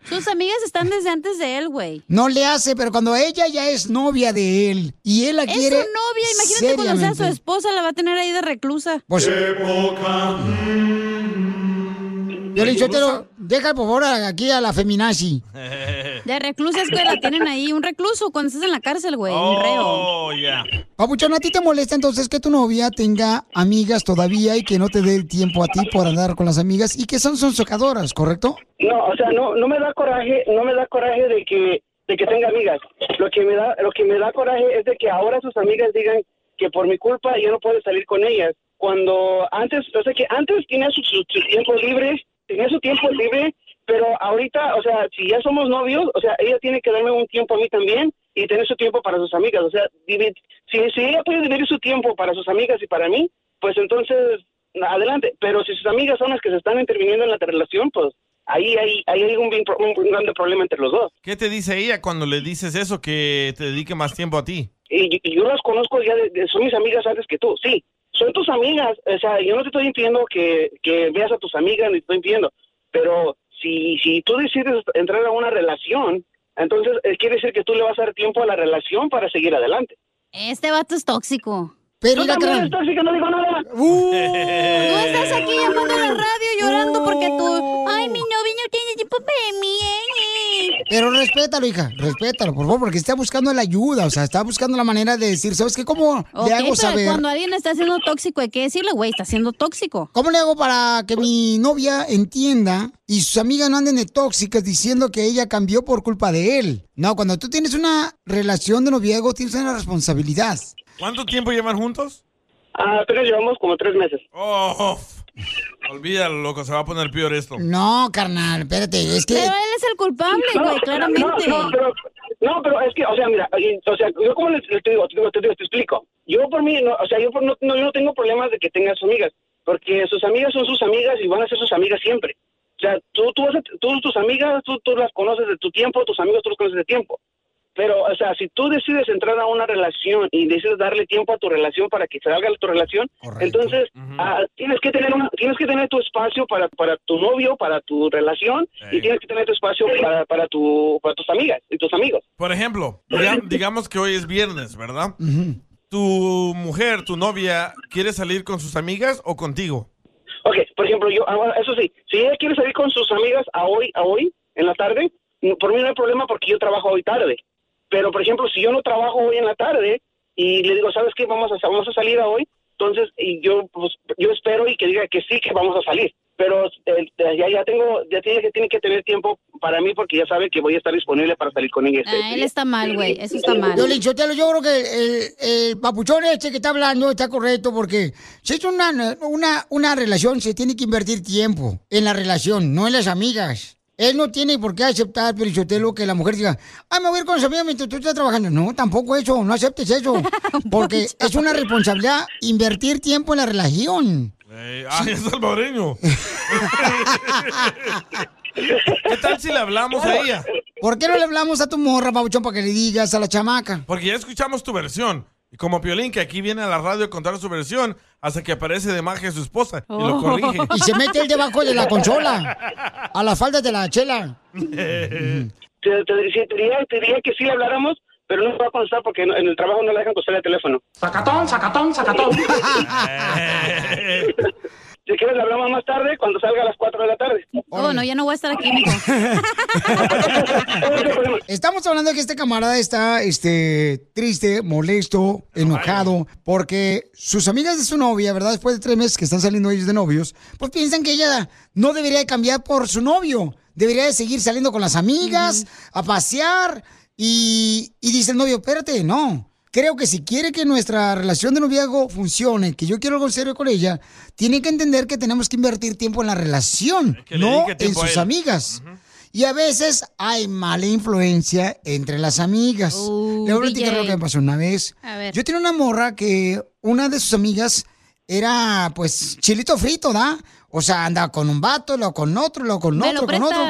Speaker 4: Sus amigas están desde antes de él, güey.
Speaker 1: No le hace, pero cuando ella ya es novia de él y él la
Speaker 4: Es su
Speaker 1: quiere.
Speaker 4: novia, imagínate cuando sea su
Speaker 1: seriamente.
Speaker 4: esposa, la va a tener ahí de reclusa.
Speaker 1: Pues- Qué Piolín Sotelo, deja por favor aquí a la feminazi.
Speaker 4: De reclusa es que la tienen ahí, un recluso cuando estás en la cárcel, güey, un reo.
Speaker 2: Oh, ya.
Speaker 1: Papuchón, ¿a ti te molesta entonces que tu novia tenga amigas todavía y que no te dé el tiempo a ti por andar con las amigas y que son socadoras, ¿correcto?
Speaker 21: No, o sea, no, no me da coraje, no me da coraje de que, de que tenga amigas. Lo que me da, lo que me da coraje es de que ahora sus amigas digan que por mi culpa ya no puede salir con ellas. Cuando antes, o sea, que antes tenía su, su- su tiempo libre, tenía su tiempo libre, pero ahorita, o sea, si ya somos novios, o sea, ella tiene que darme un tiempo a mí también y tener su tiempo para sus amigas. O sea, divi- si, si ella puede dividir su tiempo para sus amigas y para mí, pues entonces adelante. Pero si sus amigas son las que se están interviniendo en la relación, pues ahí hay, ahí hay un, bien pro- un grande problema entre los dos.
Speaker 2: ¿Qué te dice ella cuando le dices eso que te dedique más tiempo a ti?
Speaker 21: Y, y yo las conozco ya, de- de- son mis amigas antes que tú, sí. Son tus amigas, o sea, yo no te estoy impidiendo que, que veas a tus amigas, ni te estoy impidiendo, pero si, si tú decides entrar a una relación, entonces eh, quiere decir que tú le vas a dar tiempo a la relación para seguir adelante.
Speaker 4: Este vato es tóxico.
Speaker 1: Pero
Speaker 4: mira,
Speaker 21: también eres tóxica, no digo nada.
Speaker 1: Uh.
Speaker 4: Tú estás aquí llamando a la radio llorando porque
Speaker 1: Uh.
Speaker 4: tú... Ay, mi novio no tiene tiempo para mí, eh, eh".
Speaker 1: Pero respétalo, hija, respétalo, por favor, porque está buscando la ayuda, o sea, está buscando la manera de decir, ¿sabes qué? ¿Cómo
Speaker 4: Ok,
Speaker 1: le hago
Speaker 4: pero
Speaker 1: saber?
Speaker 4: cuando alguien está siendo tóxico hay que decirle, güey, está siendo tóxico.
Speaker 1: ¿Cómo le hago para que mi novia entienda y sus amigas no anden de tóxicas diciendo que ella cambió por culpa de él? No, cuando tú tienes una relación de noviazgo, tienes una responsabilidad.
Speaker 2: ¿Cuánto tiempo llevan juntos?
Speaker 21: Ah, apenas llevamos como tres meses.
Speaker 2: Oh, olvídalo, loco, se va a poner peor esto.
Speaker 1: No, carnal, espérate, Este, es que...
Speaker 4: Pero él es el culpable,
Speaker 21: No,
Speaker 4: güey, claramente.
Speaker 21: No, no, pero, no, pero es que, o sea, mira, y- o sea, yo como les- les te digo, te, digo, te, digo, te explico. Yo por mí, no, o sea, yo por- no, no- yo no tengo problemas de que tengas amigas, porque sus amigas son sus amigas y van a ser sus amigas siempre. O sea, tú, tú, vas a- tú tus amigas, tú, tú las conoces de tu tiempo, tus amigos tú los conoces de tiempo. Pero, o sea, si tú decides entrar a una relación y decides darle tiempo a tu relación para que salga tu relación, entonces ah, tienes que tener una- tienes que tener tu espacio para, para tu novio, para tu relación y tienes que tener tu espacio para, para tu para tus amigas y tus amigos.
Speaker 2: Por ejemplo, diga- digamos que hoy es viernes, ¿verdad? Tu mujer, tu novia, ¿quiere salir con sus amigas o contigo?
Speaker 21: Ok, por ejemplo, yo ahora, eso sí, si ella quiere salir con sus amigas a hoy a hoy en la tarde, no- por mí no hay problema porque yo trabajo hoy tarde. Pero por ejemplo, si yo no trabajo hoy en la tarde y le digo, "¿Sabes qué? Vamos a vamos a salir a hoy." Entonces, y yo pues, yo espero y que diga que sí que vamos a salir. Pero eh, ya ya tengo ya tiene que tiene que tener tiempo para mí porque ya sabe que voy a estar disponible para salir con ella. este-
Speaker 4: Ah, él está mal, güey, eso está mal.
Speaker 1: Yo, Lichotelo, yo creo que el, el papuchón este que está hablando está correcto porque si es una, una, una relación, se tiene que invertir tiempo en la relación, no en las amigas. Él no tiene por qué aceptar, Pelichotelo, que la mujer diga, ah, me voy a ir con su amiga mientras tú estás trabajando. No, tampoco eso, no aceptes eso. Porque es una responsabilidad invertir tiempo en la relación.
Speaker 2: Eh, ah, es salvadoreño. ¿Qué tal si le hablamos a ella?
Speaker 1: ¿Por qué no le hablamos a tu morra, Pauchón, para que le digas a la chamaca?
Speaker 2: Porque ya escuchamos tu versión. Y como Piolín, que aquí viene a la radio a contar su versión, hasta que aparece de magia su esposa y lo corrige.
Speaker 1: Oh. Y se mete él debajo de la consola, a las faldas de la chela.
Speaker 21: Te, te diría, te diría- te diría que sí habláramos, pero no va a constar porque no- en el trabajo no le dejan coser el teléfono.
Speaker 8: Sacatón, sacatón, sacatón.
Speaker 21: Si quieres, le hablamos más tarde cuando salga a las 4 de la tarde.
Speaker 4: Oh, no, ya no voy a estar aquí, mijo.
Speaker 1: Estamos hablando de que este camarada está este, triste, molesto, enojado, porque sus amigas de su novia, ¿verdad? Después de tres meses que están saliendo ellos de novios, pues piensan que ella no debería de cambiar por su novio. Debería de seguir saliendo con las amigas, a pasear. Y, y dice el novio, espérate, no. Creo que si quiere que nuestra relación de noviazgo funcione, que yo quiero algo serio con ella, tiene que entender que tenemos que invertir tiempo en la relación,
Speaker 8: que le
Speaker 1: no
Speaker 8: dedique
Speaker 1: en
Speaker 8: tiempo a
Speaker 1: sus
Speaker 8: él.
Speaker 1: amigas. Y a veces hay mala influencia entre las amigas. Le voy a platicar
Speaker 8: DJ.
Speaker 1: lo que me pasó una vez.
Speaker 8: A ver.
Speaker 1: Yo tenía una morra que una de sus amigas era, pues, chilito frito, ¿da? O sea, andaba con un vato, luego con otro, luego con
Speaker 4: ¿Me lo
Speaker 1: otro, con otro.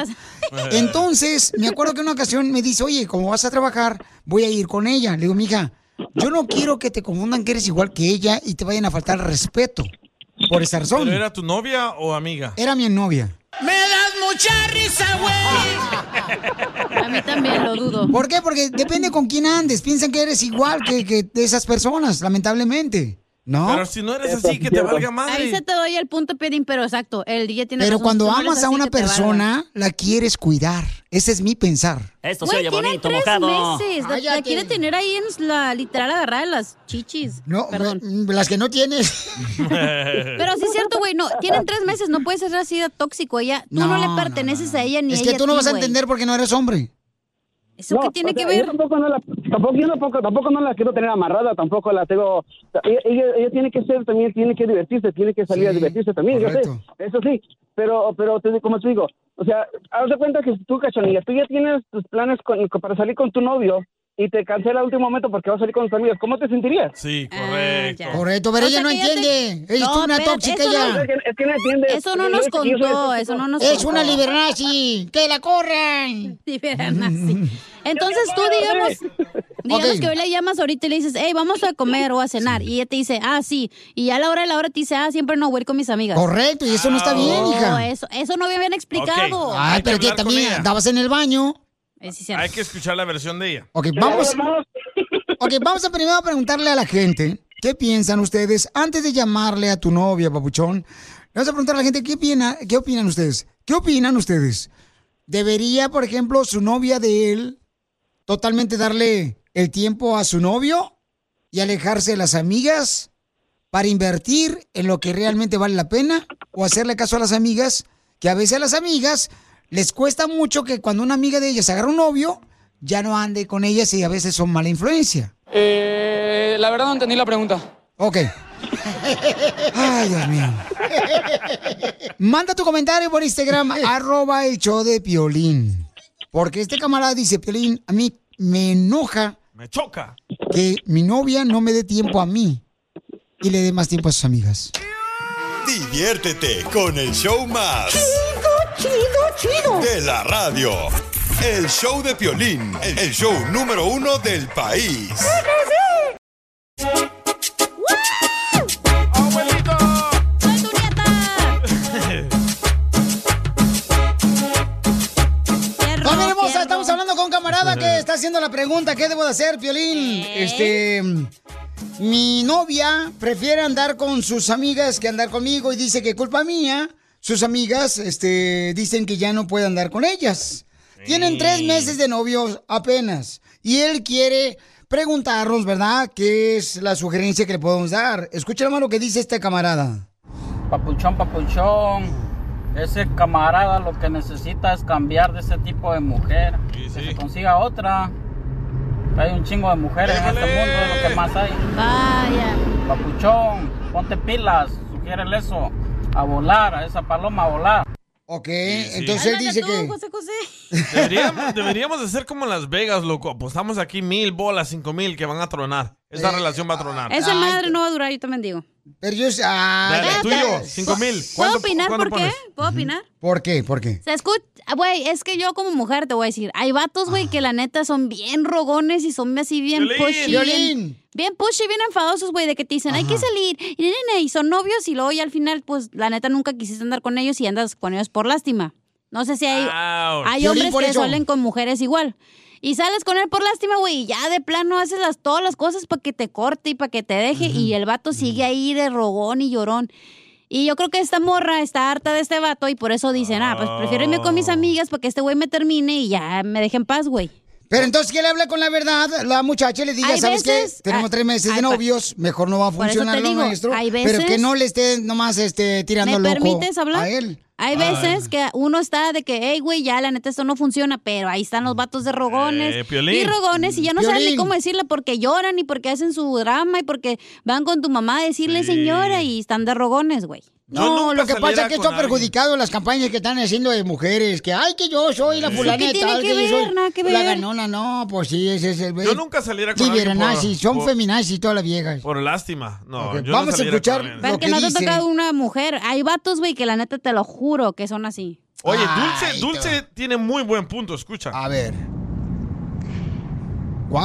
Speaker 4: prestas?
Speaker 1: Entonces, me acuerdo que en una ocasión me dice, oye, como vas a trabajar, voy a ir con ella. Le digo, mija, yo no quiero que te confundan que eres igual que ella y te vayan a faltar al respeto por esa razón.
Speaker 2: ¿Pero era tu novia o amiga?
Speaker 1: Era mi novia.
Speaker 8: Me das mucha risa, güey.
Speaker 1: A mí también lo dudo. ¿Por qué? Porque depende con quién andes. Piensan que eres igual que, que esas personas, lamentablemente. ¿No?
Speaker 2: Pero si no eres así, que te valga
Speaker 4: Ahí
Speaker 2: madre.
Speaker 4: se te doy el punto, Pedín, pero exacto, el DJ tiene
Speaker 1: Pero
Speaker 4: razón,
Speaker 1: cuando
Speaker 4: tú no eres
Speaker 1: amas a
Speaker 4: así
Speaker 1: una
Speaker 4: que te
Speaker 1: persona, la quieres cuidar. Ese es mi pensar.
Speaker 5: Esto
Speaker 4: Güey,
Speaker 5: se oye
Speaker 4: tiene
Speaker 5: bonito,
Speaker 4: tres
Speaker 5: mojado.
Speaker 4: meses. La, la
Speaker 1: Cállate.
Speaker 4: quiere tener ahí en la literal agarrada de las chichis.
Speaker 1: No, mm, las que no tienes.
Speaker 4: Pero sí es cierto, güey, no, tienen tres meses, no puedes ser así de tóxico. Ella, tú no,
Speaker 1: No, no,
Speaker 4: le perteneces a ella ni
Speaker 1: es
Speaker 4: ella
Speaker 1: que tú no
Speaker 4: ti,
Speaker 1: vas a
Speaker 4: güey.
Speaker 1: entender porque no eres hombre.
Speaker 4: ¿Eso qué tiene
Speaker 21: o sea,
Speaker 4: que ver?
Speaker 21: Yo tampoco, no la, tampoco, yo tampoco, tampoco no la quiero tener amarrada, tampoco la tengo... Ella, ella- ella tiene que ser también, tiene que divertirse, tiene que salir a divertirse también, yo sé, eso sí. Pero, pero te- como te digo, o sea, haz de cuenta que tú, cachanilla, tú ya tienes tus planes con- con- para salir con tu novio y te cancela a último momento porque vas a salir con tus amigos, ¿cómo te sentirías?
Speaker 2: Sí, correcto.
Speaker 1: Correcto,
Speaker 4: Ah,
Speaker 1: pero
Speaker 4: O
Speaker 1: ella
Speaker 4: sea
Speaker 1: no
Speaker 4: que ella te-
Speaker 1: entiende. Ella
Speaker 4: No,
Speaker 1: es una
Speaker 4: espérate,
Speaker 1: tóxica
Speaker 4: eso no-
Speaker 1: ella.
Speaker 4: Eso no nos contó, eso no nos
Speaker 1: Es
Speaker 4: contó.
Speaker 1: una libernazi. ¡Que la corran!
Speaker 4: Libernazi. Entonces tú digamos, digamos
Speaker 1: Ok.
Speaker 4: que hoy le llamas ahorita y le dices, hey, vamos a comer o a cenar. Y ella te dice, ah, sí. Y ya a la hora de la hora te dice, ah, siempre no, voy a ir con mis amigas.
Speaker 1: Correcto, y eso no está bien,
Speaker 4: No,
Speaker 1: hija.
Speaker 4: Eso, eso no me habían explicado.
Speaker 2: Ok, hay
Speaker 1: Ay,
Speaker 2: que
Speaker 1: pero tía,
Speaker 2: hablar con
Speaker 1: también
Speaker 2: ella.
Speaker 1: andabas en el baño.
Speaker 2: Hay que escuchar la versión de ella.
Speaker 1: Ok, vamos. Ok, vamos a primero preguntarle a la gente qué piensan ustedes antes de llamarle a tu novia, papuchón. Le vamos a preguntar a la gente qué opina, qué opinan ustedes. ¿Qué opinan ustedes? ¿Debería, por ejemplo, su novia de él totalmente darle el tiempo a su novio y alejarse de las amigas para invertir en lo que realmente vale la pena o hacerle caso a las amigas, que a veces a las amigas les cuesta mucho que cuando una amiga de ellas agarra un novio, ya no ande con ellas y a veces son mala influencia.
Speaker 8: Eh, la verdad no entendí la pregunta.
Speaker 1: Ok. Ay, Dios mío. Manda tu comentario por Instagram, arroba el show de Piolín. Porque este camarada dice, Piolín, a mí me enoja
Speaker 2: Me choca.
Speaker 1: que mi novia no me dé tiempo a mí y le dé más tiempo a sus amigas.
Speaker 7: Diviértete con el show más.
Speaker 1: Chido, chido, chido.
Speaker 7: De la radio. El show de Piolín, el show número uno del país.
Speaker 1: Familia hermosa, estamos hablando con un camarada que está haciendo la pregunta, ¿qué debo de hacer, Piolín? Este, mi novia prefiere andar con sus amigas que andar conmigo y dice que culpa mía, sus amigas, este, dicen que ya no puede andar con ellas. Tienen tres meses de novios apenas y él quiere preguntarnos, ¿verdad? ¿Qué es la sugerencia que le podemos dar? Escucha más lo que dice este camarada.
Speaker 3: Papuchón, papuchón. Ese camarada lo que necesita es cambiar de ese tipo de mujer. Que se consiga otra. Que hay un chingo de mujeres en este mundo, es lo que más hay.
Speaker 4: Vaya.
Speaker 3: Papuchón, ponte pilas, sugiérele eso. A volar, a esa paloma a volar.
Speaker 1: Ok,
Speaker 2: sí.
Speaker 1: entonces él
Speaker 4: Ándale
Speaker 1: dice
Speaker 4: tú,
Speaker 1: que...
Speaker 4: José José.
Speaker 2: Deberíamos, deberíamos de ser como en Las Vegas, loco. Apostamos aquí mil bolas, cinco mil que van a tronar. Esa
Speaker 1: Eh,
Speaker 2: relación va a tronar.
Speaker 4: Esa madre no va a durar, yo también digo.
Speaker 1: Pero yo... Ah,
Speaker 2: Ah, Dale, tú y yo, cinco mil.
Speaker 4: ¿Puedo
Speaker 2: ¿Cuánto-
Speaker 4: opinar
Speaker 2: cuánto
Speaker 4: por qué?
Speaker 2: pones?
Speaker 4: ¿Puedo opinar?
Speaker 1: ¿Por qué? ¿Por qué?
Speaker 4: Se escucha, güey, es que yo como mujer te voy a decir, hay vatos, güey, que
Speaker 2: Ah.
Speaker 4: la neta son bien rogones y son así bien
Speaker 1: Violín.
Speaker 4: pushy.
Speaker 1: Violín.
Speaker 4: Bien, bien pushy, bien enfadosos, güey, de que te dicen, hay que salir, y, nene, y son novios, y luego ya al final, pues, la neta nunca quisiste andar con ellos y andas con ellos por lástima. No sé si hay,
Speaker 2: Ouch.
Speaker 4: hay
Speaker 2: Violín,
Speaker 4: hombres
Speaker 2: por
Speaker 4: que
Speaker 2: eso.
Speaker 4: suelen con mujeres igual. Y sales con él por lástima, güey, y ya de plano haces las, todas las cosas para que te corte y para que te deje, y el vato sigue ahí de rogón y llorón. Y yo creo que esta morra está harta de este vato y por eso dicen, ah, pues prefiero irme con mis amigas para que este güey me termine y ya me dejen paz, güey.
Speaker 1: Pero entonces que le habla con la verdad, la muchacha le diga,
Speaker 4: Hay
Speaker 1: ¿sabes
Speaker 4: veces-
Speaker 1: qué? Tenemos
Speaker 4: ah,
Speaker 1: tres meses
Speaker 4: ay,
Speaker 1: de
Speaker 4: pa-
Speaker 1: novios, mejor no va a
Speaker 4: Por eso
Speaker 1: funcionar
Speaker 4: te
Speaker 1: lo
Speaker 4: digo,
Speaker 1: nuestro.
Speaker 4: hay
Speaker 1: Pero que
Speaker 4: veces-
Speaker 1: no le estén nomás este, tirando
Speaker 4: ¿Me
Speaker 1: el loco
Speaker 4: permites hablar?
Speaker 1: a él.
Speaker 4: Hay
Speaker 1: Ay.
Speaker 4: veces que uno está de que, hey, güey, ya la neta esto no funciona, pero ahí están
Speaker 1: Mm.
Speaker 4: los vatos de rogones
Speaker 2: Eh, Piolín.
Speaker 4: y rogones y ya no saben ni
Speaker 2: Piolín.
Speaker 4: cómo decirle porque lloran y porque hacen su drama y porque van con tu mamá a decirle señora y están de rogones, güey.
Speaker 1: No, lo que pasa es que esto ha
Speaker 4: está
Speaker 1: perjudicado las campañas que están haciendo de mujeres, que ay, que yo soy la
Speaker 4: Sí.
Speaker 1: fulana
Speaker 4: ¿Qué
Speaker 1: de
Speaker 4: tiene
Speaker 1: tal,
Speaker 4: que
Speaker 1: yo
Speaker 4: ver?
Speaker 1: soy
Speaker 4: Nada que
Speaker 1: La
Speaker 4: ver.
Speaker 1: ganona, no, pues sí, ese es el...
Speaker 2: Yo nunca saliera con alguien
Speaker 1: Tibernazis,
Speaker 2: por-
Speaker 1: son
Speaker 2: por-
Speaker 1: feminazis todas las viejas.
Speaker 2: Por lástima. No,
Speaker 1: Ok,
Speaker 2: yo no
Speaker 1: vamos a
Speaker 2: saliera con
Speaker 1: escuchar
Speaker 2: alguien.
Speaker 4: Pero que no te ha tocado una mujer. Hay vatos, güey, que la neta te lo juro que son así. Ah,
Speaker 2: Oye, Dulce, Dulce tiene muy buen punto, escucha. A
Speaker 1: ver.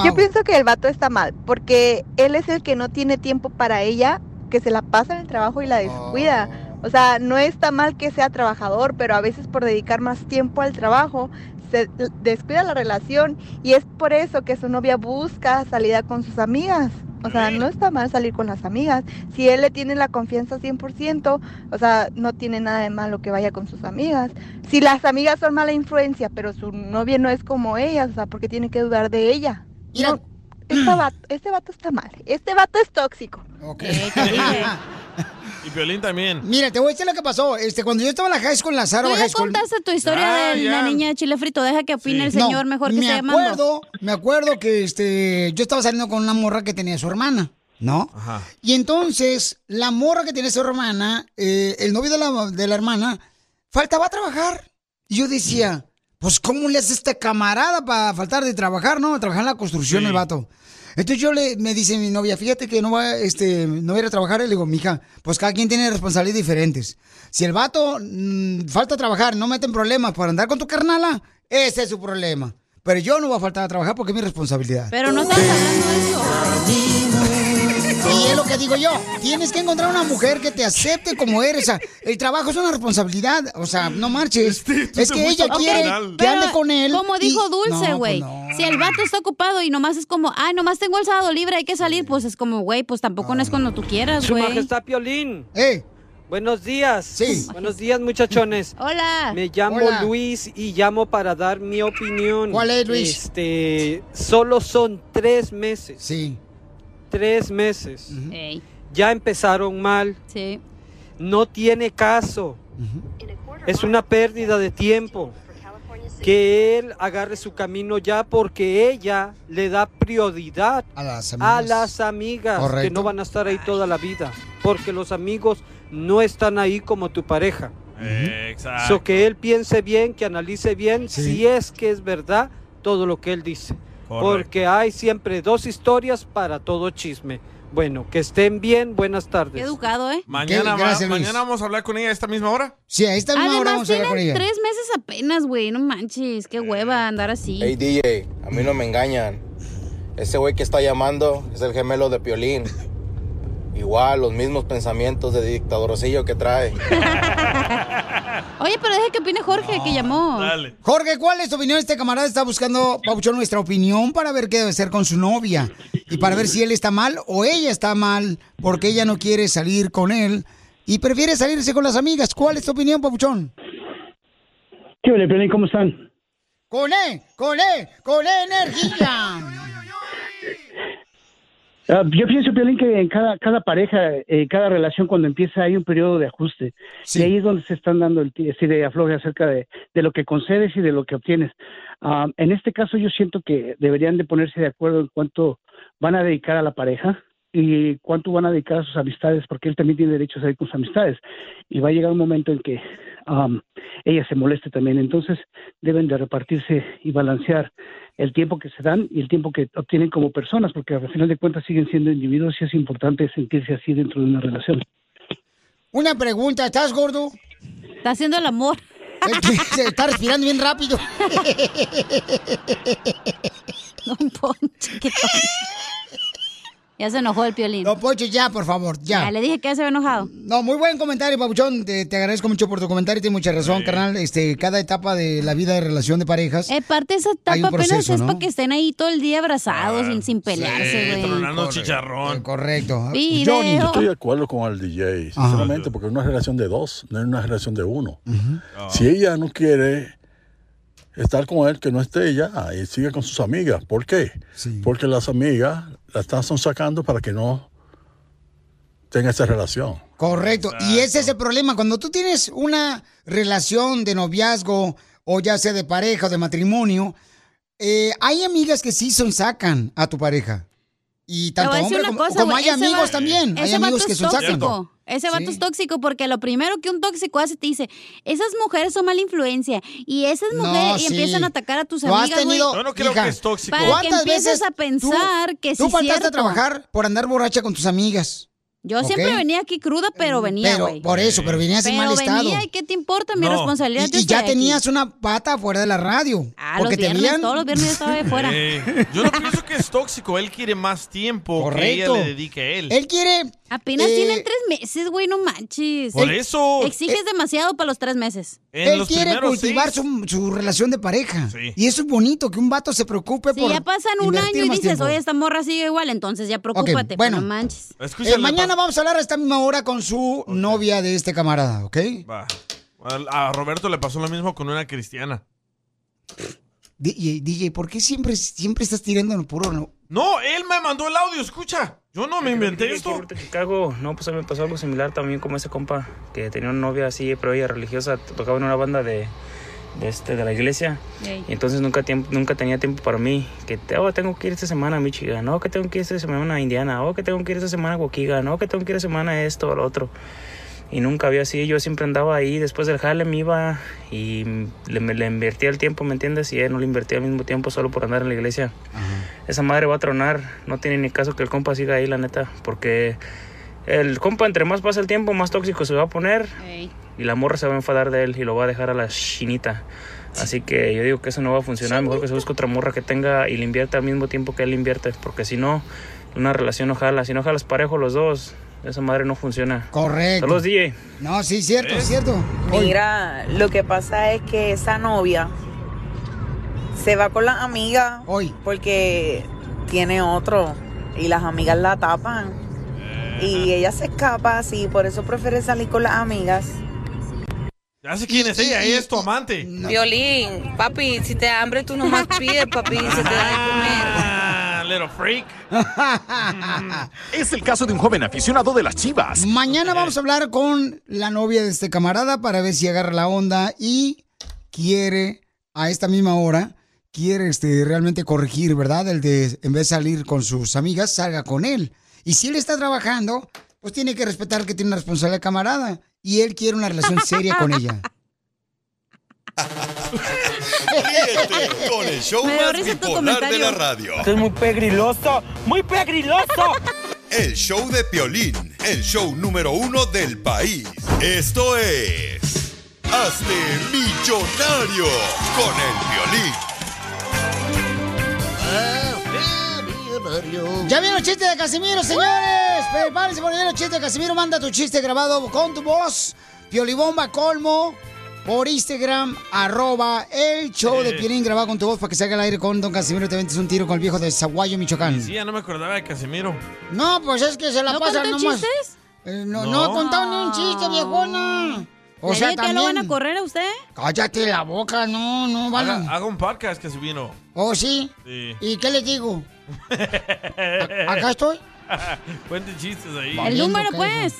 Speaker 5: Yo pienso que el vato está mal, porque él es el que no tiene tiempo para ella, que se la pasa en el trabajo y la descuida. O sea, no está mal que sea trabajador, pero a veces por dedicar más tiempo al trabajo se descuida la relación y es por eso que su novia busca salida con sus amigas. O sea, no está mal salir con las amigas. Si él le tiene la confianza 100%, o sea, no tiene nada de malo que vaya con sus amigas. Si las amigas son mala influencia, pero su novia no es como ellas, o sea, porque tiene que dudar de ella. No, esta vato- este vato está mal. Este vato es tóxico.
Speaker 2: Y Piolín también.
Speaker 1: Mira, te voy a decir lo que pasó. Este, cuando yo estaba en la high school, en la Zaro
Speaker 4: Tú ya
Speaker 1: High School.
Speaker 4: contaste tu historia
Speaker 2: Ah,
Speaker 1: Ya,
Speaker 4: de
Speaker 1: ya.
Speaker 4: la niña de chile frito. Deja que opine el
Speaker 1: Sí.
Speaker 4: señor
Speaker 1: No,
Speaker 4: mejor que
Speaker 1: me
Speaker 4: esté llamando.
Speaker 1: acuerdo, me acuerdo que este, yo estaba saliendo con una morra que tenía su hermana. ¿No?
Speaker 2: Ajá.
Speaker 1: Y entonces, la morra que tenía su hermana, eh, el novio de la, de la hermana, faltaba a trabajar. Y yo decía, pues, ¿cómo le hace esta camarada para faltar de trabajar, no? Trabajar en la construcción
Speaker 12: Sí.
Speaker 1: el vato. Entonces yo le, me dice mi novia, fíjate que no va, este, no va a ir a trabajar. Y le digo, mija, pues cada quien tiene responsabilidades diferentes. Si el vato mm, falta a trabajar, no meten problemas por andar con tu carnala, ese es su problema. Pero yo no voy a faltar a trabajar porque es mi responsabilidad.
Speaker 4: Pero no estás hablando de eso.
Speaker 1: Y es lo que digo yo. Tienes que encontrar una mujer que te acepte como eres. O sea, el trabajo es una responsabilidad. O sea, no marches. es
Speaker 4: te
Speaker 1: que
Speaker 4: fuiste
Speaker 1: ella
Speaker 4: al
Speaker 1: quiere
Speaker 4: final.
Speaker 1: que ande
Speaker 4: Pero,
Speaker 1: con él.
Speaker 4: Como dijo
Speaker 1: y-
Speaker 4: Dulce,
Speaker 1: No,
Speaker 4: güey.
Speaker 1: pues no.
Speaker 4: Si el vato está ocupado y nomás es como, ay, nomás tengo el sábado libre, hay que salir, pues es como, güey, pues tampoco no es cuando tú quieras,
Speaker 23: Su
Speaker 4: güey.
Speaker 23: majestad Piolín.
Speaker 1: Buenos días. Eh. Sí.
Speaker 23: Buenos días, muchachones.
Speaker 4: Hola.
Speaker 23: Me llamo
Speaker 4: Hola.
Speaker 23: Luis y llamo para dar mi opinión.
Speaker 1: ¿Cuál es, Luis?
Speaker 23: Este, solo son tres meses.
Speaker 1: Sí.
Speaker 23: Tres meses. Ya empezaron mal.
Speaker 4: Sí.
Speaker 23: No tiene caso. Es una pérdida de tiempo. Que él agarre su camino ya porque ella le da prioridad
Speaker 1: a las
Speaker 23: amigas,
Speaker 1: amigas.
Speaker 23: que
Speaker 1: Correcto.
Speaker 23: no van a estar ahí toda la vida. Porque los amigos no están ahí como tu pareja.
Speaker 2: Exacto.
Speaker 23: So que él piense bien, que analice bien si es que es verdad todo lo que él dice.
Speaker 2: Correcto.
Speaker 23: Porque hay siempre dos historias para todo chisme. Bueno, que estén bien, buenas
Speaker 4: Qué
Speaker 23: tardes.
Speaker 4: educado, ¿eh?
Speaker 2: Mañana, va-
Speaker 23: gracias, Luis.
Speaker 2: mañana vamos a hablar con ella a esta misma hora.
Speaker 1: Sí, a esta
Speaker 4: Además, tienen tres meses apenas, güey. No manches, qué hueva andar así.
Speaker 12: Hey DJ, a mí no me engañan. Ese güey que está llamando es el gemelo de Piolín. Igual, los mismos pensamientos de dictadorcillo que trae.
Speaker 4: Oye, pero deja que opine Jorge, que llamó.
Speaker 1: Jorge, ¿cuál es tu opinión? Este camarada está buscando, Paucho, nuestra opinión para ver qué debe hacer con su novia y para ver si él está mal o ella está mal porque ella no quiere salir con él y prefiere salirse con las amigas. ¿Cuál es tu opinión, Pauchón?
Speaker 24: ¿Qué ole, Piolín? ¿Cómo están?
Speaker 1: Con él, con él, con E energía.
Speaker 24: Ah, yo pienso, Piolín, que en cada, cada pareja, eh, cada relación, cuando empieza, hay un periodo de ajuste. Y ahí es donde se están dando el ti- así de afloje acerca de, de lo que concedes y de lo que obtienes. Ah, en este caso, yo siento que deberían de ponerse de acuerdo en cuánto van a dedicar a la pareja. y cuánto van a dedicar a sus amistades, porque él también tiene derecho a salir con sus amistades. Y va a llegar un momento en que am, ella se moleste también. Entonces deben de repartirse y balancear el tiempo que se dan y el tiempo que obtienen como personas, porque al final de cuentas siguen siendo individuos y es importante sentirse así dentro de una relación.
Speaker 1: Una pregunta, ¿estás gordo?
Speaker 4: Está haciendo el amor.
Speaker 1: Se está respirando bien rápido.
Speaker 4: Don Poncho, qué tonto. Ya se enojó el piolín.
Speaker 1: Don Poncho, ya, por favor, ya.
Speaker 4: le dije que ya se había enojado.
Speaker 1: No, muy buen comentario, Pabuchón. Te, te agradezco mucho por tu comentario. Tienes mucha razón, carnal. Este, cada etapa de la vida de relación de parejas.
Speaker 4: Eh, parte de esa
Speaker 1: Hay un
Speaker 4: etapa apenas
Speaker 1: proceso,
Speaker 4: es
Speaker 1: ¿no?
Speaker 4: para que estén ahí todo el día
Speaker 1: Ah,
Speaker 4: abrazados, sin, sin
Speaker 2: Sí,
Speaker 4: pelearse, güey.
Speaker 2: tronando chicharrón.
Speaker 1: Eh, Correcto.
Speaker 4: Video. Johnny.
Speaker 9: Yo estoy de acuerdo con el DJ, sinceramente, porque es una relación de dos, no es una relación de uno. Si ella no quiere estar con él, que no esté ella y siga con sus amigas. ¿Por qué? Porque las amigas la están son sacando para que no tenga esa relación.
Speaker 1: Correcto. Y ese es el problema. Cuando tú tienes una relación de noviazgo, o ya sea de pareja o de matrimonio, eh, hay amigas que sí son sacan a tu pareja. Y
Speaker 4: Te voy
Speaker 1: tanto
Speaker 4: a decir
Speaker 1: hombre
Speaker 4: una
Speaker 1: como,
Speaker 4: cosa,
Speaker 1: como
Speaker 4: güey,
Speaker 1: hay
Speaker 4: ese
Speaker 1: amigos
Speaker 4: va-
Speaker 1: también. Hay
Speaker 4: ese vato
Speaker 1: amigos que
Speaker 4: es
Speaker 1: son sacan.
Speaker 4: tóxico. Ese vato es tóxico porque lo primero que un tóxico hace te dice, esas mujeres son mala influencia y esas
Speaker 1: No,
Speaker 4: mujeres y
Speaker 1: sí.
Speaker 4: empiezan a atacar a tus
Speaker 1: ¿Lo has
Speaker 4: amigas. güey.
Speaker 1: tenido? Yo no creo Hija, que es tóxico.
Speaker 4: Para que
Speaker 1: ¿cuántas
Speaker 4: empieces
Speaker 1: veces
Speaker 4: a pensar que sí
Speaker 1: Tú faltaste
Speaker 4: cierto.
Speaker 1: a trabajar por andar borracha con tus amigas.
Speaker 4: Yo
Speaker 1: ¿ok? Mm,
Speaker 4: siempre venía aquí cruda, pero venía,
Speaker 1: Pero,
Speaker 4: güey.
Speaker 1: por eso, pero venías en
Speaker 4: Pero
Speaker 1: mal estado.
Speaker 4: venía, ¿y qué te importa? Mi responsabilidad
Speaker 1: Y, y ya tenías una pata fuera de la radio.
Speaker 4: Ah,
Speaker 1: porque
Speaker 4: los viernes,
Speaker 1: te veían.
Speaker 4: todos los viernes yo estaba de fuera.
Speaker 2: Eh, yo no pienso que es tóxico. Él quiere más tiempo que ella
Speaker 4: Correcto.
Speaker 2: le dedique a él.
Speaker 1: quiere...
Speaker 4: Apenas
Speaker 2: eh,
Speaker 4: tienen tres meses, güey, no manches.
Speaker 2: Por eso.
Speaker 4: Exiges demasiado para los tres meses.
Speaker 1: Eh, Él quiere cultivar su, su relación de pareja. Y eso es bonito, que un vato se preocupe
Speaker 4: Si
Speaker 1: por.
Speaker 4: ya pasan un
Speaker 1: invertir
Speaker 4: año y
Speaker 1: más
Speaker 4: dices,
Speaker 1: tiempo.
Speaker 4: oye, esta morra sigue igual, entonces ya preocúpate, pues,
Speaker 1: bueno.
Speaker 4: no manches.
Speaker 1: Eh, mañana vamos a hablar a esta misma hora con su novia de este camarada, ¿ok?
Speaker 2: Va. A a Roberto le pasó lo mismo con una cristiana.
Speaker 1: DJ, DJ, ¿por qué siempre, siempre estás tirando en puro no?
Speaker 2: No, él me mandó el audio, escucha. Yo no me inventé esto.
Speaker 13: Chicago, no, pues a mí me pasó algo similar también como ese compa que tenía una novia así, pero ella religiosa, tocaba en una banda de, de este, de la iglesia.
Speaker 14: Ey.
Speaker 13: Y entonces nunca, tiemp- nunca tenía tiempo para mí. Que te- oh, tengo que ir esta semana a Michigan, no, que tengo que ir esta semana a Indiana, oh, que tengo que ir esta semana a Waukegan, no, que tengo que ir esta semana a esto o lo otro. Y nunca había así, yo siempre andaba ahí, después del jale me iba y le, me- le invertía el tiempo, ¿me entiendes? Y él no le invertía al mismo tiempo solo por andar en la iglesia. Esa madre va a tronar, no tiene ni caso que el compa siga ahí, la neta, porque el compa entre más pasa el tiempo, más tóxico se va a poner y la morra se va a enfadar de él y lo va a dejar a la chinita. Así que yo digo que eso no va a funcionar. Mejor que se busque otra morra que tenga y le invierta al mismo tiempo que él invierte. Porque si no, una relación no jala. Si no jalas parejo los dos, esa madre no funciona.
Speaker 1: Correcto.
Speaker 13: Saludos, DJ.
Speaker 1: No, sí, cierto, cierto.
Speaker 14: Mira, lo que pasa es que esa novia se va con las amigas porque tiene otro y las amigas la tapan y ella se escapa así, por eso prefiere salir con las amigas.
Speaker 2: Ya sé quién es ella, ella es tu amante.
Speaker 14: Violín, papi, si te da hambre tú nomás pides, papi, se te da de comer.
Speaker 2: Ah, little freak.
Speaker 15: Es el caso de un joven aficionado de las chivas.
Speaker 1: Mañana vamos a hablar con la novia de este camarada para ver si agarra la onda y quiere, a esta misma hora, quiere este, realmente corregir, ¿verdad? El de, en vez de salir con sus amigas, salga con él. Y si él está trabajando, pues tiene que respetar que tiene una responsabilidad camarada. Y él quiere una relación seria con ella.
Speaker 7: Ríete con el show Me dio más risa tu bipolar de comentario. la radio.
Speaker 14: Esto es muy pegriloso, muy pegriloso.
Speaker 7: El show de Piolín, el show número uno del país. Esto es... Hazte millonario con el violín.
Speaker 1: ¡Ya viene los chistes de Casimiro, señores! Prepárense por los chistes de Casimiro. Manda tu chiste grabado con tu voz. Piolibomba Colmo por Instagram, arroba el show de Piolín grabado con tu voz para que salga al aire con Don Casimiro. Te ventes un tiro con el viejo de Zaguayo, Michoacán.
Speaker 2: Sí, ya no me acordaba de Casimiro.
Speaker 1: No, pues es que se la
Speaker 4: ¿No
Speaker 1: pasa
Speaker 4: contó
Speaker 1: nomás.
Speaker 4: chistes?
Speaker 1: Eh, no, no.
Speaker 2: No.
Speaker 1: ha contado ni un chiste, viejona. O
Speaker 4: ¿Le
Speaker 1: sea,
Speaker 4: dije que lo van a
Speaker 1: también-
Speaker 4: correr a usted?
Speaker 1: Cállate la boca, no, no, van
Speaker 2: Haga,
Speaker 1: a...
Speaker 2: haga un podcast, Casimiro.
Speaker 1: Oh, sí.
Speaker 2: Sí.
Speaker 1: ¿Y qué les digo? acá estoy.
Speaker 2: Cuente chistes ahí.
Speaker 1: El número, pues.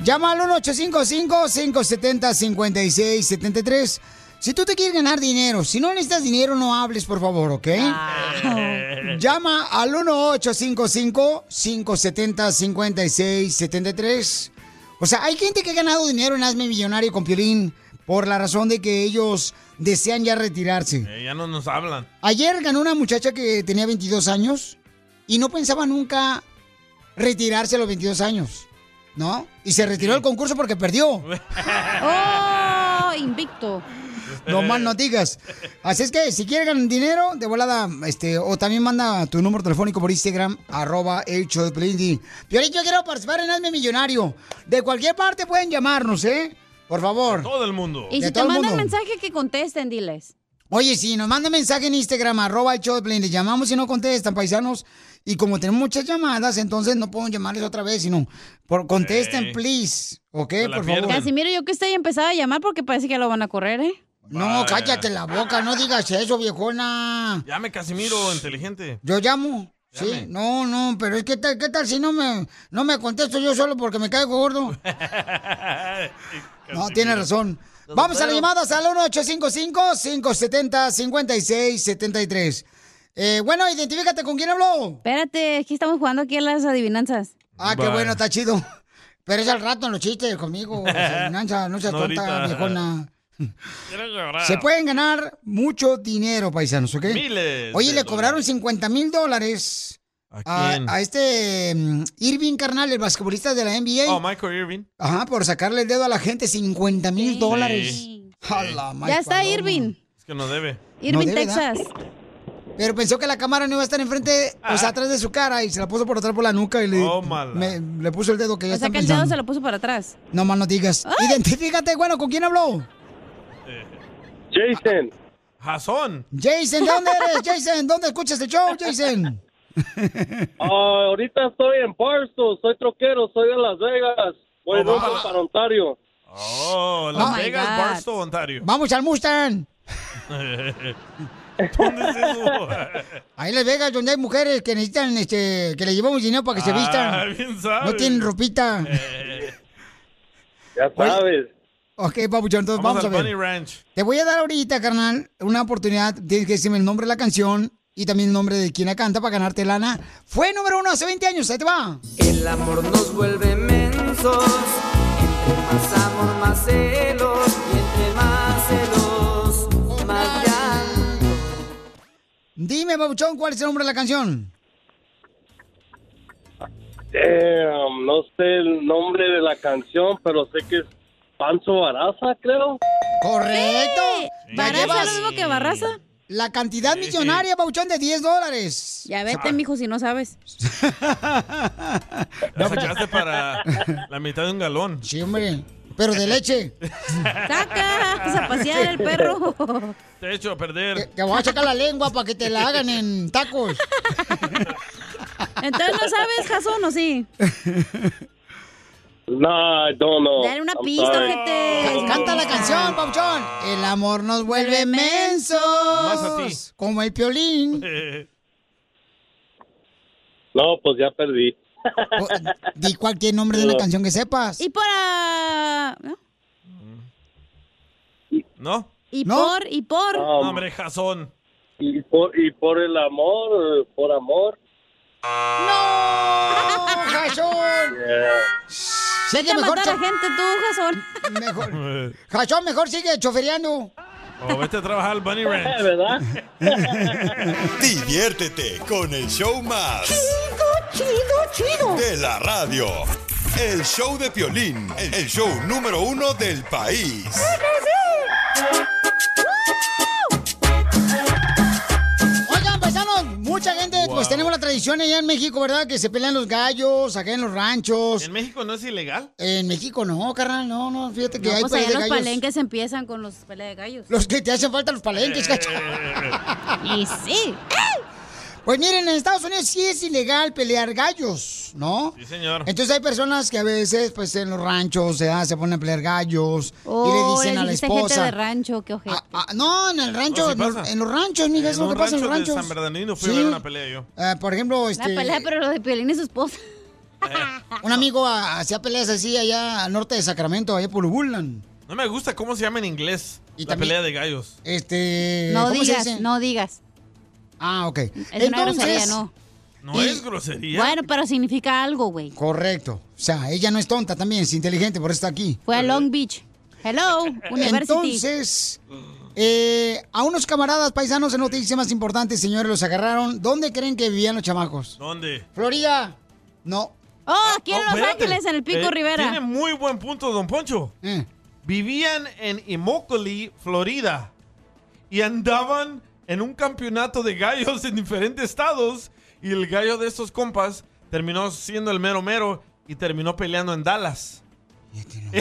Speaker 1: Llama al 1-855-570-5673. Si tú te quieres ganar dinero, si no necesitas dinero, no hables, por favor, ¿ok? Llama al 1-855-570-5673. O sea, hay gente que ha ganado dinero en Hazme Millonario con Piolín por la razón de que ellos desean ya retirarse.
Speaker 2: Eh, ya no nos hablan.
Speaker 1: Ayer ganó una muchacha que tenía 22 años y no pensaba nunca retirarse a los 22 años, ¿no? Y se retiró del concurso porque perdió.
Speaker 4: ¡Oh! Invicto.
Speaker 1: No más no digas. Así es que si quieren ganar dinero, de volada, este, o también manda tu número telefónico por Instagram, arroba el show de Pelín. Piolín, yo quiero participar en Hazme Millonario. De cualquier parte pueden llamarnos, ¿eh? Por favor.
Speaker 2: Todo el mundo.
Speaker 4: Y
Speaker 1: De
Speaker 4: si te
Speaker 1: todo el
Speaker 4: mandan
Speaker 1: mundo.
Speaker 4: mensaje que contesten, diles.
Speaker 1: Oye, si nos mandan mensaje en Instagram, arroba el show de Piolín, les llamamos y no contestan, paisanos. Y como tenemos muchas llamadas, entonces no podemos llamarles otra vez, sino por, contesten,
Speaker 4: Ey.
Speaker 1: please. ¿Ok?
Speaker 4: la
Speaker 1: por favor.
Speaker 4: Casimiro, yo que estoy empezaba a llamar porque parece que lo van a correr, ¿eh?
Speaker 1: No, cállate la boca, no digas eso, viejona.
Speaker 2: Llame Casimiro, inteligente.
Speaker 1: Yo llamo. Sí,
Speaker 2: Llame.
Speaker 1: no, no, pero es que tal, ¿qué tal si no me, no me contesto yo solo porque me caigo gordo? No, tiene razón. Vamos a las llamadas al 1-855-570-5673. Eh, bueno, identifícate con quién habló.
Speaker 4: Espérate, aquí estamos jugando aquí a las adivinanzas.
Speaker 1: Ah, qué bueno, está chido. Pero es al rato en los chistes conmigo. Nancha, no seas
Speaker 4: No,
Speaker 1: tonta,
Speaker 4: ahorita.
Speaker 1: viejona.
Speaker 2: Quiero llorar.
Speaker 1: Se pueden ganar mucho dinero, paisanos, ¿ok?
Speaker 2: Miles
Speaker 1: Oye,
Speaker 2: de
Speaker 1: le cobraron 50 mil dólares. ¿A,
Speaker 2: quién?
Speaker 1: a este mm, Irving Carnal, el basquetbolista de la NBA.
Speaker 2: Oh, Michael Irving.
Speaker 1: Ajá, por sacarle el dedo a la gente, 50 mil dólares.
Speaker 2: Sí.
Speaker 1: A la
Speaker 4: ya
Speaker 1: madre
Speaker 4: está
Speaker 1: Ah, paloma.
Speaker 4: Irving.
Speaker 2: Es que no debe.
Speaker 4: Irving,
Speaker 1: No debe, ¿verdad?
Speaker 4: Texas.
Speaker 1: Pero pensó que la cámara no iba a estar enfrente, o
Speaker 2: Ah.
Speaker 1: sea, atrás de su cara y se la puso por atrás por la nuca y le,
Speaker 2: Oh,
Speaker 1: me- le puso el dedo que ya
Speaker 4: O sea,
Speaker 1: está
Speaker 4: que el dedo
Speaker 1: pensando.
Speaker 4: se lo puso para atrás.
Speaker 1: No más no digas. Identifícate, bueno, ¿con quién habló?
Speaker 2: Eh, Jason. Jason.
Speaker 1: Jason, ¿de dónde eres? Jason, ¿dónde escuchas el show, Jason?
Speaker 18: Ah, ahorita estoy en Barstow, soy troquero, soy de Las Vegas. Voy
Speaker 2: Oh,
Speaker 18: rumbo
Speaker 2: wow.
Speaker 18: para Ontario.
Speaker 2: Oh, Las
Speaker 18: my
Speaker 2: Vegas,
Speaker 18: God.
Speaker 2: Barstow, Ontario.
Speaker 1: Vamos al Mustang.
Speaker 2: ¿Dónde es eso?
Speaker 1: Ahí en Las Vegas, donde hay mujeres que necesitan este, que le llevamos dinero para que se
Speaker 2: Ah,
Speaker 1: vistan.
Speaker 2: bien sabe.
Speaker 1: No tienen ropita.
Speaker 18: Ya sabes.
Speaker 1: Ok, papuchón, entonces
Speaker 2: Vamos
Speaker 1: vamos,
Speaker 2: al
Speaker 1: a ver.
Speaker 2: Bunny Ranch.
Speaker 1: Te voy a dar ahorita, carnal, una oportunidad. Tienes que decirme el nombre de la canción y también el nombre de quien la canta para ganarte lana. Fue número uno hace 20 años, ahí te va.
Speaker 6: El amor nos vuelve mensos. Entre más amor, más celos. Y entre más celos, más llanto.
Speaker 1: Dime, Babuchón, ¿cuál es el nombre de la canción?
Speaker 18: Damn, no sé el nombre de la canción, pero sé que es Panzo Baraza, creo.
Speaker 1: Correcto.
Speaker 4: ¿Barraza es
Speaker 1: llevas-
Speaker 4: lo mismo que Barraza?
Speaker 1: La cantidad millonaria, Babuchón, de 10 dólares.
Speaker 4: Ya vete, mijo, si no sabes.
Speaker 2: La sacaste para la mitad de un galón.
Speaker 1: Sí, hombre. Pero de leche.
Speaker 4: Saca, a pasear el perro.
Speaker 2: Te he hecho a perder.
Speaker 1: Te voy a sacar la lengua para que te la hagan en tacos.
Speaker 4: Entonces no sabes, Jason, o sí.
Speaker 18: No, I don't know.
Speaker 4: Dale una
Speaker 18: I'm
Speaker 4: pista,
Speaker 18: sorry.
Speaker 4: ojete.
Speaker 1: Canta la canción, Pabuchón. El amor nos vuelve mensos.
Speaker 18: a ti.
Speaker 1: Como el
Speaker 11: Eh.
Speaker 1: piolín.
Speaker 2: Eh.
Speaker 18: No, pues ya perdí.
Speaker 1: Di cualquier nombre de una
Speaker 18: No.
Speaker 1: canción que sepas.
Speaker 4: Y para. ¿No?
Speaker 2: ¿No?
Speaker 4: Y
Speaker 18: ¿No?
Speaker 4: por, y por.
Speaker 2: No, hombre, Jason.
Speaker 18: Y por, y por el amor, por amor.
Speaker 1: ¡Oh, Jason! Sé
Speaker 4: Vete a matar a
Speaker 1: cho-
Speaker 4: la gente tú, Jason.
Speaker 1: Mejor.
Speaker 2: Eh,
Speaker 1: Jason, mejor sigue chofereando.
Speaker 2: O vete a trabajar al Bunny Ranch.
Speaker 18: ¿Verdad?
Speaker 7: Diviértete con el show más.
Speaker 1: Chido, chido, chido.
Speaker 7: De la radio. El show de Piolín, el show número uno del país.
Speaker 1: Oigan, paisanos, mucha gente, pues tenemos la tradición allá en México, ¿verdad? Que se pelean los gallos, acá en los ranchos.
Speaker 2: ¿En México no es ilegal?
Speaker 1: En México no, carnal, no, no, fíjate que
Speaker 4: No,
Speaker 1: hay
Speaker 4: pues
Speaker 1: pelea
Speaker 4: allá
Speaker 1: de
Speaker 4: los
Speaker 1: gallos.
Speaker 4: palenques empiezan con los peleas de gallos.
Speaker 1: Los que te hacen falta los palenques, cacho.
Speaker 4: Eh. Y sí.
Speaker 1: Pues miren, en Estados Unidos sí es ilegal pelear gallos, ¿no?
Speaker 2: Sí, señor.
Speaker 1: Entonces hay personas que a veces, pues en los ranchos, se, se ponen a pelear gallos
Speaker 4: Oh,
Speaker 1: y le dicen a la
Speaker 4: dijiste
Speaker 1: esposa.
Speaker 4: gente de rancho, qué ojete.
Speaker 1: Ah, no, en el rancho,
Speaker 2: No, sí
Speaker 1: en los-
Speaker 2: pasa.
Speaker 1: en los ranchos, mija, eso es lo que pasa en los
Speaker 2: rancho de San
Speaker 1: ranchos.
Speaker 2: Bernardino fui
Speaker 1: Sí.
Speaker 2: a ver una pelea yo.
Speaker 1: Ah, por ejemplo,
Speaker 4: Una
Speaker 1: este,
Speaker 4: pelea, pero lo de Piolín y su esposa.
Speaker 1: un amigo ah, hacía peleas así allá al norte de Sacramento, allá por Woodland.
Speaker 2: No me gusta cómo se llama en inglés. la pelea de gallos.
Speaker 1: Este.
Speaker 4: No
Speaker 1: ¿cómo se
Speaker 4: digas,
Speaker 1: dice?
Speaker 4: no digas.
Speaker 1: Ah, ok.
Speaker 4: Es una grosería, no.
Speaker 2: No es grosería.
Speaker 4: Bueno, pero significa algo, güey.
Speaker 1: Correcto. O sea, ella no es tonta también, es inteligente, por eso está aquí.
Speaker 4: Fue a Long Beach. Hello, University.
Speaker 1: Entonces, eh, a unos camaradas paisanos en noticia más importante, señores, los agarraron. ¿Dónde creen que vivían los chamacos?
Speaker 2: ¿Dónde?
Speaker 1: Florida. No.
Speaker 4: Oh,
Speaker 2: aquí en Oh, Los espérate. Ángeles, en el Pico Eh, Rivera. tiene muy buen punto, don Poncho.
Speaker 1: Eh.
Speaker 2: Vivían en Immokalee, Florida, y andaban en un campeonato de gallos en diferentes estados. Y el gallo de estos compas terminó siendo el mero mero y terminó peleando en Dallas.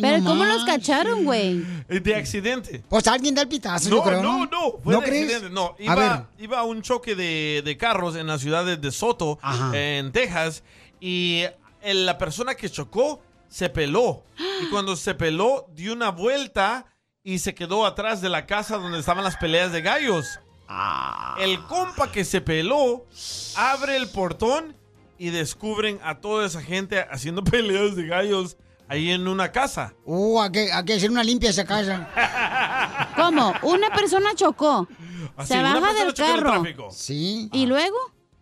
Speaker 4: Pero ¿cómo los cacharon, güey?
Speaker 2: De accidente.
Speaker 1: Pues alguien da el pitazo,
Speaker 2: no,
Speaker 1: yo creo.
Speaker 2: no, no, fue
Speaker 1: ¿No
Speaker 2: de
Speaker 1: crees?
Speaker 2: accidente, No,
Speaker 1: A ver.
Speaker 2: iba, iba a un choque de, de carros en la ciudad de, de Soto, en Texas, y el- la persona que chocó se peló. Y cuando se peló, dio una vuelta y se quedó atrás de la casa donde estaban las peleas de gallos.
Speaker 1: Ah.
Speaker 2: El compa que se peló abre el portón y descubren a toda esa gente haciendo peleas de gallos ahí en una casa.
Speaker 1: Uh, hay que, hay que hacer una limpia esa casa.
Speaker 4: ¿Cómo? Una persona chocó.
Speaker 2: Así,
Speaker 4: se
Speaker 2: una persona
Speaker 4: baja del
Speaker 2: chocó en el
Speaker 4: carro.
Speaker 2: tráfico.
Speaker 1: Sí.
Speaker 4: ¿Y luego?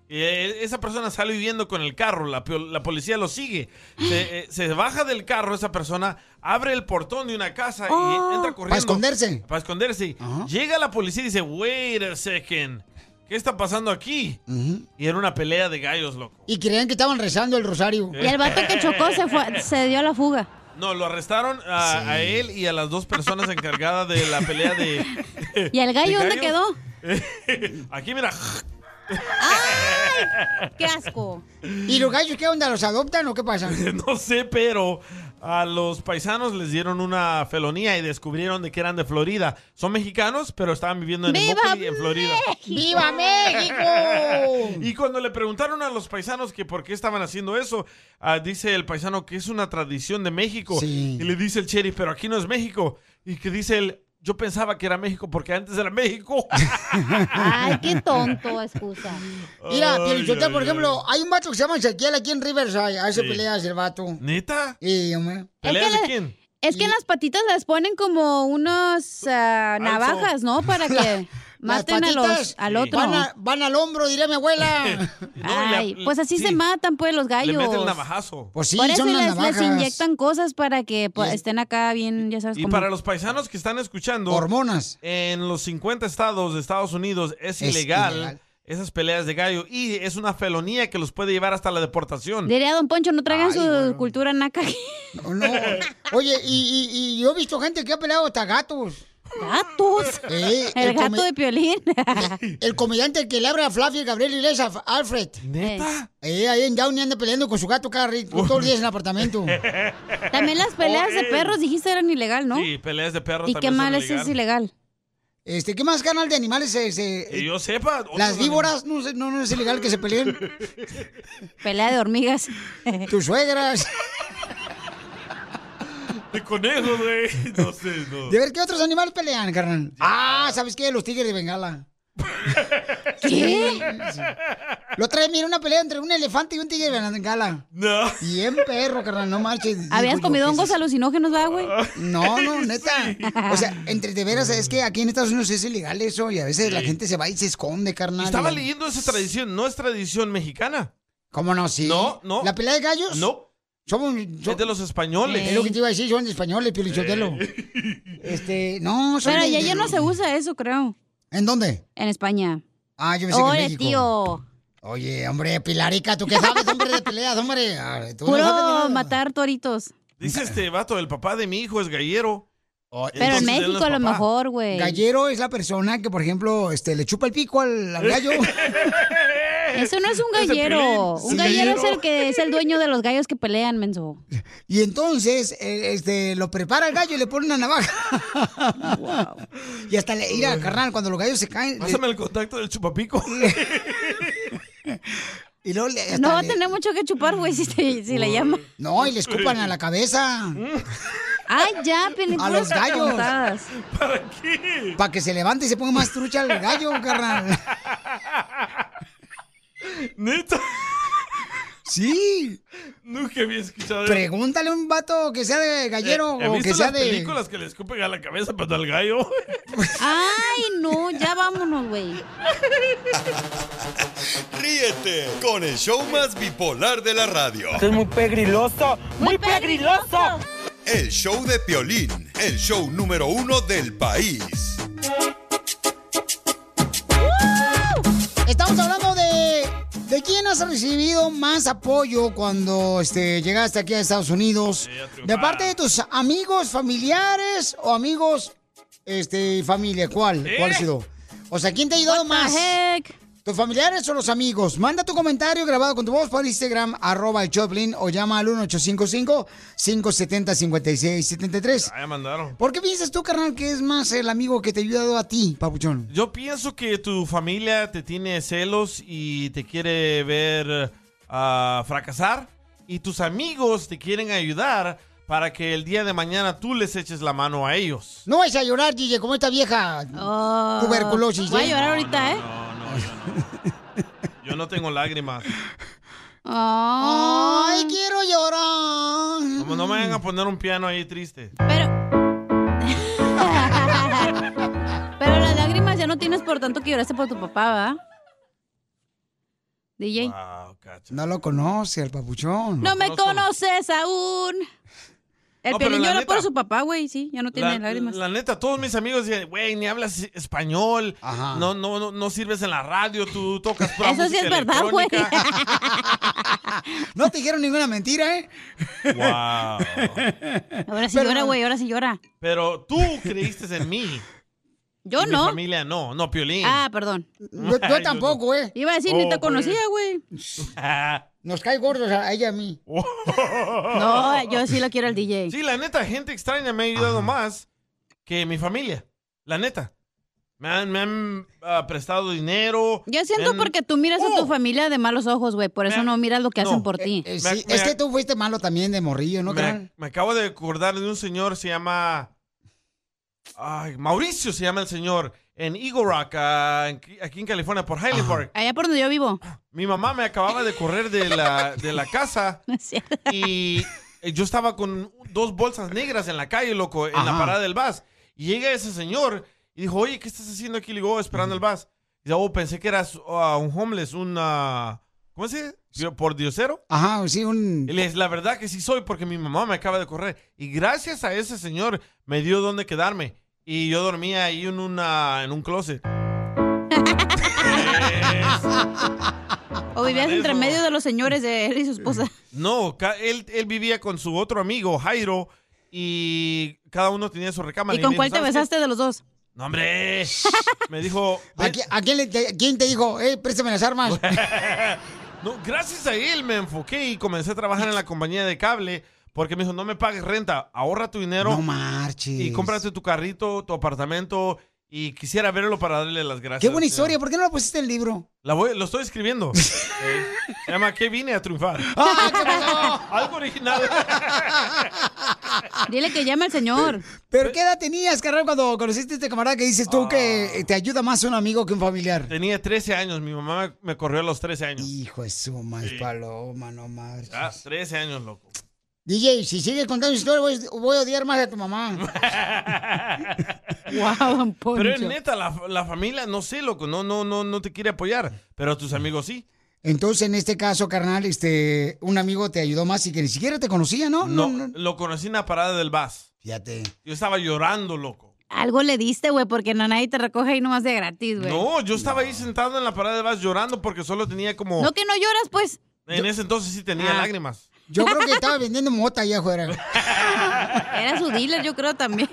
Speaker 2: Y, eh, esa persona sale viviendo con el carro, la, pio- la policía lo sigue. Se, eh, se baja del carro esa persona, abre el portón de una casa y entra corriendo.
Speaker 1: Oh. Para esconderse.
Speaker 2: Para esconderse. Llega la policía y dice, wait a second, ¿qué está pasando aquí? Y era una pelea de gallos, loco.
Speaker 1: Y creían que estaban rezando el rosario.
Speaker 2: Y el vato que chocó se fue-
Speaker 4: Se dio a la fuga.
Speaker 2: No, lo arrestaron a, a él y a las dos personas encargadas de la pelea de...
Speaker 4: ¿Y el gallo
Speaker 2: de
Speaker 4: dónde
Speaker 2: gallos. Aquí, mira.
Speaker 4: ¡Qué asco!
Speaker 1: ¿Y los gallos qué onda? ¿Los adoptan o qué pasa?
Speaker 2: No sé, pero a los paisanos les dieron una felonía y descubrieron de que eran de Florida. Son mexicanos, pero estaban viviendo en
Speaker 1: ¡Viva
Speaker 2: Immokalee, en Florida.
Speaker 1: ¡Viva México!
Speaker 2: Y cuando le preguntaron a los paisanos que por qué estaban haciendo eso, ah, dice el paisano que es una tradición de México. Y le dice el sheriff, pero aquí no es México. Y que dice él, yo pensaba que era México porque antes era México.
Speaker 4: Ay, qué tonto, excusa.
Speaker 1: Mira,
Speaker 2: Ay,
Speaker 1: Pielichotelo, por
Speaker 2: ay,
Speaker 1: ejemplo, hay un vato que se llama Ezequiel aquí en Riverside. Hace
Speaker 2: Sí.
Speaker 1: peleas el vato.
Speaker 2: ¿Neta?
Speaker 1: Sí, hombre.
Speaker 4: ¿Peleas de
Speaker 2: quién?
Speaker 4: Es que en las patitas les ponen como unos ah, navajas, ¿no? Para que maten a los, al otro.
Speaker 1: Van, a- van al hombro, diría mi abuela.
Speaker 4: Ay, pues así se matan, pues, los gallos.
Speaker 2: mete el navajazo.
Speaker 1: Pues sí,
Speaker 4: Por eso
Speaker 1: son
Speaker 4: les,
Speaker 1: las
Speaker 4: les
Speaker 1: navajas.
Speaker 4: inyectan cosas para que pues, estén acá bien, ya sabes
Speaker 2: Y
Speaker 4: cómo.
Speaker 2: para los paisanos que están escuchando,
Speaker 1: hormonas.
Speaker 2: En los 50 estados de Estados Unidos es,
Speaker 4: Es
Speaker 2: ilegal,
Speaker 4: ilegal.
Speaker 2: esas peleas de gallo y es una felonía que los puede llevar hasta la deportación.
Speaker 4: Diría Don Poncho, no traigan su cultura naca.
Speaker 1: No. Oye, y, y- y yo he visto gente que ha peleado hasta gatos.
Speaker 4: ¿Gatos? El gato de Piolín.
Speaker 1: El comediante que le abre a Flavio y Gabriel Iglesias, Alfred.
Speaker 2: ¿Neta?
Speaker 1: Eh, ahí en Downey anda peleando con su gato cada rico, todos los días en el apartamento.
Speaker 4: También las peleas de
Speaker 2: Oye.
Speaker 4: perros, dijiste, eran ilegal, ¿no?
Speaker 2: Sí, peleas de perros
Speaker 4: y qué
Speaker 2: también son
Speaker 4: mal, eso es
Speaker 2: ilegal.
Speaker 4: ilegal.
Speaker 1: Este, ¿qué más canal de animales es? eh,
Speaker 2: Que yo sepa. otros
Speaker 1: Las
Speaker 2: animales.
Speaker 1: víboras, no, sé, no, no es ilegal que se peleen.
Speaker 4: Pelea de hormigas.
Speaker 1: Tus suegras.
Speaker 2: De conejos, güey. No sé, no.
Speaker 1: De ver qué otros animales pelean, carnal. Ah, ¿sabes qué? Los tigres de Bengala.
Speaker 6: Oh,
Speaker 4: ¿Qué?
Speaker 1: Lo trae, mira, una pelea entre un elefante y un tigre de Bengala.
Speaker 2: No.
Speaker 1: Bien perro, carnal, no marches.
Speaker 4: Habías
Speaker 1: Digo yo,
Speaker 4: comido
Speaker 1: ¿qué es
Speaker 4: hongos alucinógenos, ¿verdad, güey?
Speaker 1: No, no, neta. O sea, entre de veras, es que aquí en Estados Unidos es ilegal eso y a veces la gente se va y se esconde, carnal.
Speaker 2: Estaba
Speaker 1: Y-
Speaker 2: leyendo esa tradición, no es tradición mexicana.
Speaker 1: ¿Cómo no? Sí.
Speaker 2: No, no.
Speaker 1: ¿La pelea de gallos?
Speaker 2: No.
Speaker 1: Somos,
Speaker 2: Es de los españoles.
Speaker 1: Es lo que te iba a decir, son españoles, Pio Lichotelo. Este, no, son
Speaker 4: Pero
Speaker 1: de-
Speaker 4: ya, ya no se usa eso, creo.
Speaker 1: ¿En dónde?
Speaker 4: En España.
Speaker 1: Ah, yo pensé que en
Speaker 4: Oye,
Speaker 1: México.
Speaker 4: tío.
Speaker 1: Oye, hombre, Pilarica, ¿tú qué sabes, hombre, de peleas, hombre? Ay, Ah, tú no sabes de
Speaker 4: Puro
Speaker 1: nada.
Speaker 4: matar toritos.
Speaker 2: Dice este vato, el papá de mi hijo es gallero.
Speaker 4: Pero en México a lo mejor, güey.
Speaker 1: Gallero es la persona que, por ejemplo, este, le chupa el pico al, al gallo.
Speaker 4: Eso no es un
Speaker 1: Eh, Ese
Speaker 4: gallero.
Speaker 1: Piolín.
Speaker 4: Un
Speaker 1: Sí.
Speaker 4: gallero es el que es el dueño de los gallos que pelean, menso.
Speaker 1: Y entonces, eh, este, lo prepara el gallo y le pone una navaja. Y hasta le, mira, carnal, cuando los gallos se caen. le-
Speaker 2: Pásame el contacto del chupapico.
Speaker 1: y luego le- hasta
Speaker 4: No va a
Speaker 1: le-
Speaker 4: tener mucho que chupar, güey, si, te- si le llama.
Speaker 1: No, y le escupan a la cabeza.
Speaker 4: Ay, ya, Piolín.
Speaker 1: A los
Speaker 4: puras
Speaker 1: gallos.
Speaker 4: tontadas.
Speaker 2: ¿Para qué?
Speaker 1: Para que se levante y se ponga más trucha el gallo, carnal.
Speaker 2: Neta.
Speaker 1: Sí.
Speaker 2: Nunca había escuchado eso.
Speaker 1: Pregúntale a un vato que sea de gallero
Speaker 2: Eh, He
Speaker 1: o
Speaker 2: visto
Speaker 1: que sea
Speaker 2: las
Speaker 1: de.
Speaker 2: películas que le escupen a la cabeza, pero al gallo.
Speaker 4: Ay, no, ya vámonos, güey.
Speaker 7: Ríete con el show más bipolar de la radio.
Speaker 6: Esto es muy pegriloso, muy pegriloso.
Speaker 7: El show de Piolín, el show número uno del país.
Speaker 1: Estamos hablando de. ¿De quién has recibido más apoyo cuando este, llegaste aquí a Estados Unidos? ¿De parte de tus amigos, familiares o amigos este, y familia? ¿Cuál? ¿Cuál ha sido? O sea, ¿quién te ha ayudado más? ¿Tus familiares o los amigos? Manda tu comentario grabado con tu voz por Instagram, arroba el Choplin, o llama al 1855-570-5673.
Speaker 2: Ah, ya mandaron.
Speaker 1: ¿Por qué piensas tú, carnal, que es más el amigo que te ha ayudado a ti, papuchón?
Speaker 2: Yo pienso que tu familia te tiene celos y te quiere ver ah, fracasar. Y tus amigos te quieren ayudar para que el día de mañana tú les eches la mano a ellos.
Speaker 1: No vais a llorar, DJ, como esta vieja tuberculosis.
Speaker 4: Ah, voy a
Speaker 1: ¿eh?
Speaker 4: llorar ahorita, ¿eh?
Speaker 2: Yo no tengo lágrimas.
Speaker 1: Ay, quiero llorar.
Speaker 2: No, no me vayan a poner un piano ahí triste.
Speaker 4: Pero las lágrimas ya no tienes por tanto que lloraste por tu papá, ¿va? DJ.
Speaker 2: ah,
Speaker 1: No lo conoce el papuchón.
Speaker 4: No me conoces aún. El
Speaker 2: No, pero
Speaker 4: Piolín
Speaker 2: la
Speaker 4: llora
Speaker 2: neta-
Speaker 4: por su papá, güey, sí, ya no tiene
Speaker 2: La,
Speaker 4: lágrimas.
Speaker 2: la neta, todos mis amigos dicen, güey, ni hablas español, no, no, no, no sirves en la radio, tú tocas pura
Speaker 4: Eso sí
Speaker 2: música
Speaker 4: es verdad, güey.
Speaker 2: electrónica".
Speaker 1: No te dijeron ninguna mentira, ¿eh?
Speaker 2: Wow.
Speaker 4: Ahora sí
Speaker 2: Pero-
Speaker 4: llora, güey, ahora sí llora.
Speaker 2: Pero tú creíste en mí.
Speaker 4: Yo
Speaker 2: Y Mi
Speaker 4: no.
Speaker 2: familia no, no, Piolín.
Speaker 4: Ah, perdón.
Speaker 2: Yo- yo tampoco,
Speaker 1: ¿eh?
Speaker 4: Iba a decir, ni
Speaker 2: Oh,
Speaker 4: te
Speaker 2: güey.
Speaker 4: conocía, güey.
Speaker 1: Nos cae gordos a ella y a mí.
Speaker 4: No, yo sí lo quiero al DJ.
Speaker 2: Oh. Sí, la neta, gente extraña me ha ayudado más que mi familia. La neta. Me han, me han, ah, prestado dinero.
Speaker 4: Yo siento
Speaker 1: Em,
Speaker 2: me han-
Speaker 4: porque tú miras
Speaker 1: oh.
Speaker 4: a tu familia de malos ojos, güey. Por eso no miras lo que hacen por ti.
Speaker 2: eh,
Speaker 1: Sí,
Speaker 2: Me-
Speaker 1: es
Speaker 2: me-
Speaker 1: que tú fuiste malo también de morrillo, ¿no, carnal?
Speaker 2: me, me acabo de acordar de un señor, se llama... Ay, Mauricio se llama el señor, en Eagle Rock, ah, en- aquí en California, por Highland Park.
Speaker 4: Allá por donde yo vivo.
Speaker 2: Mi mamá me acababa de correr de la, de la casa y eh, yo estaba con dos bolsas negras en la calle, loco, en la
Speaker 16: Ajá.
Speaker 2: parada del bus. Y llega ese señor y dijo, oye, ¿qué estás haciendo aquí? Le digo, "Oh, esperando el bus. Y yo, oh, pensé que eras ah, un homeless, un... ah, ¿Cómo se dice? Pio- ¿Por diosero?
Speaker 1: Ajá, sí, un...
Speaker 2: Y le dije, la verdad que sí soy porque mi mamá me acaba de correr. Y gracias a ese señor me dio donde quedarme. Y yo dormía ahí en, una, en un closet.
Speaker 4: O vivías
Speaker 2: Eso.
Speaker 4: entre medio de los señores de él y su esposa.
Speaker 2: No, ca- él, él vivía con su otro amigo, Jairo, y cada uno tenía su recámara.
Speaker 4: ¿Y con
Speaker 2: me
Speaker 4: cuál
Speaker 2: dijo,
Speaker 4: te
Speaker 2: "¿Sabes qué?
Speaker 4: besaste de los dos?
Speaker 2: No, hombre. Me dijo,
Speaker 1: ¿A, qui- a quién, le- te- quién te dijo, eh, préstame las armas?
Speaker 2: no, gracias a él me enfoqué y comencé a trabajar en la compañía de cable. Porque me dijo, no me pagues renta, ahorra tu dinero. No
Speaker 1: marches.
Speaker 2: Y cómprate tu carrito, tu apartamento. Y quisiera verlo para darle las gracias.
Speaker 1: Qué buena
Speaker 2: Sí.
Speaker 1: historia, ¿por qué no la pusiste en el libro?
Speaker 2: La voy- lo estoy escribiendo. Eh, Se llama ¿Qué vine a triunfar?
Speaker 1: ¡Ah, qué pasó!
Speaker 2: Algo original.
Speaker 4: Dile que llame al señor.
Speaker 1: ¿Pero qué edad tenías, carnal, cuando conociste a este camarada que dices tú
Speaker 2: Ah.
Speaker 1: que te ayuda más un amigo que un familiar?
Speaker 2: Tenía 13 años, mi mamá me, me corrió a los 13 años.
Speaker 1: Hijo de su madre, paloma, no marches.
Speaker 2: Ah, 13 años, loco.
Speaker 1: DJ, si sigues contando historias, voy, voy a odiar más a tu mamá. Guau, don Poncho.
Speaker 2: Pero es neta, la, la familia, no sé, loco, no, no, no, no te quiere apoyar, pero tus amigos sí.
Speaker 1: Entonces, en este caso, carnal, este, un amigo te ayudó más y que ni siquiera te conocía, ¿no?
Speaker 2: No, lo conocí en la parada del bus.
Speaker 1: Fíjate.
Speaker 2: Yo estaba llorando, loco.
Speaker 4: Algo le diste, güey, porque no nadie te recoge ahí nomás de gratis, güey.
Speaker 2: No, yo estaba ahí sentado en la parada del bus llorando porque solo tenía como...
Speaker 4: No que no lloras, pues.
Speaker 2: en ese entonces sí tenía
Speaker 4: Ah.
Speaker 2: lágrimas.
Speaker 1: Yo creo que estaba vendiendo mota allá afuera.
Speaker 4: Era su dealer, yo creo también.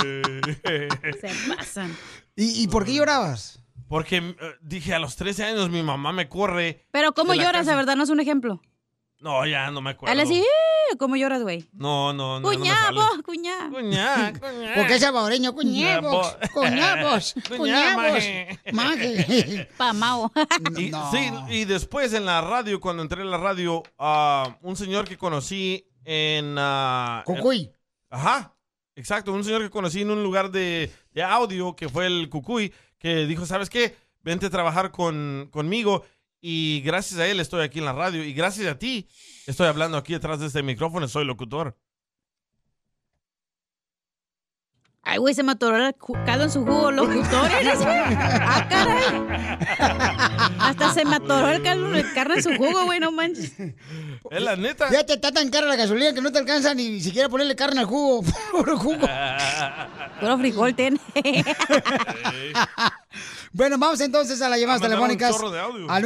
Speaker 2: Hombre.
Speaker 4: Se pasan.
Speaker 1: ¿Y, y por qué llorabas?
Speaker 2: Porque eh, dije, a los 13 años mi mamá me corre.
Speaker 4: Pero ¿cómo
Speaker 2: de la
Speaker 4: lloras?
Speaker 2: casa.
Speaker 4: La verdad, no es un ejemplo.
Speaker 2: No, ya no me acuerdo.
Speaker 4: Dale así, "Eh, ¿cómo lloras, güey?
Speaker 2: No, no, no. no me
Speaker 4: Cuñá,
Speaker 2: sale.
Speaker 4: vos, cuñá.
Speaker 2: Cuñá,
Speaker 4: cuñá.
Speaker 1: Porque es salvadoreño, cuñabos,
Speaker 2: Cuñabos.
Speaker 1: cuñabos, cuñabos,
Speaker 2: Cuñamaje.
Speaker 1: maje.
Speaker 4: Pamao.
Speaker 2: Y, Sí, y después en la radio, cuando entré en la radio, ah, un señor que conocí en... ah,
Speaker 1: Cucuy.
Speaker 2: en- ajá, exacto, un señor que conocí en un lugar de, de audio, que fue el Cucuy, que dijo, ¿sabes qué? Vente a trabajar con, conmigo. Y gracias a él estoy aquí en la radio. Y gracias a ti estoy hablando aquí detrás de este micrófono. Soy locutor.
Speaker 4: Ay, güey, se me atoró el ju- caldo en su jugo. Locutor eres, güey. Ah, caray. Hasta se me atoró el caldo de carne en su jugo, güey, no manches.
Speaker 2: Es la neta.
Speaker 1: Fíjate, está tan cara la gasolina que no te alcanza ni siquiera ponerle carne al jugo. Puro jugo. Puro frijol ten. bueno, vamos entonces a las llamadas
Speaker 4: Ah, mandaron un
Speaker 1: telefónicas.
Speaker 4: chorro de audio.
Speaker 1: Al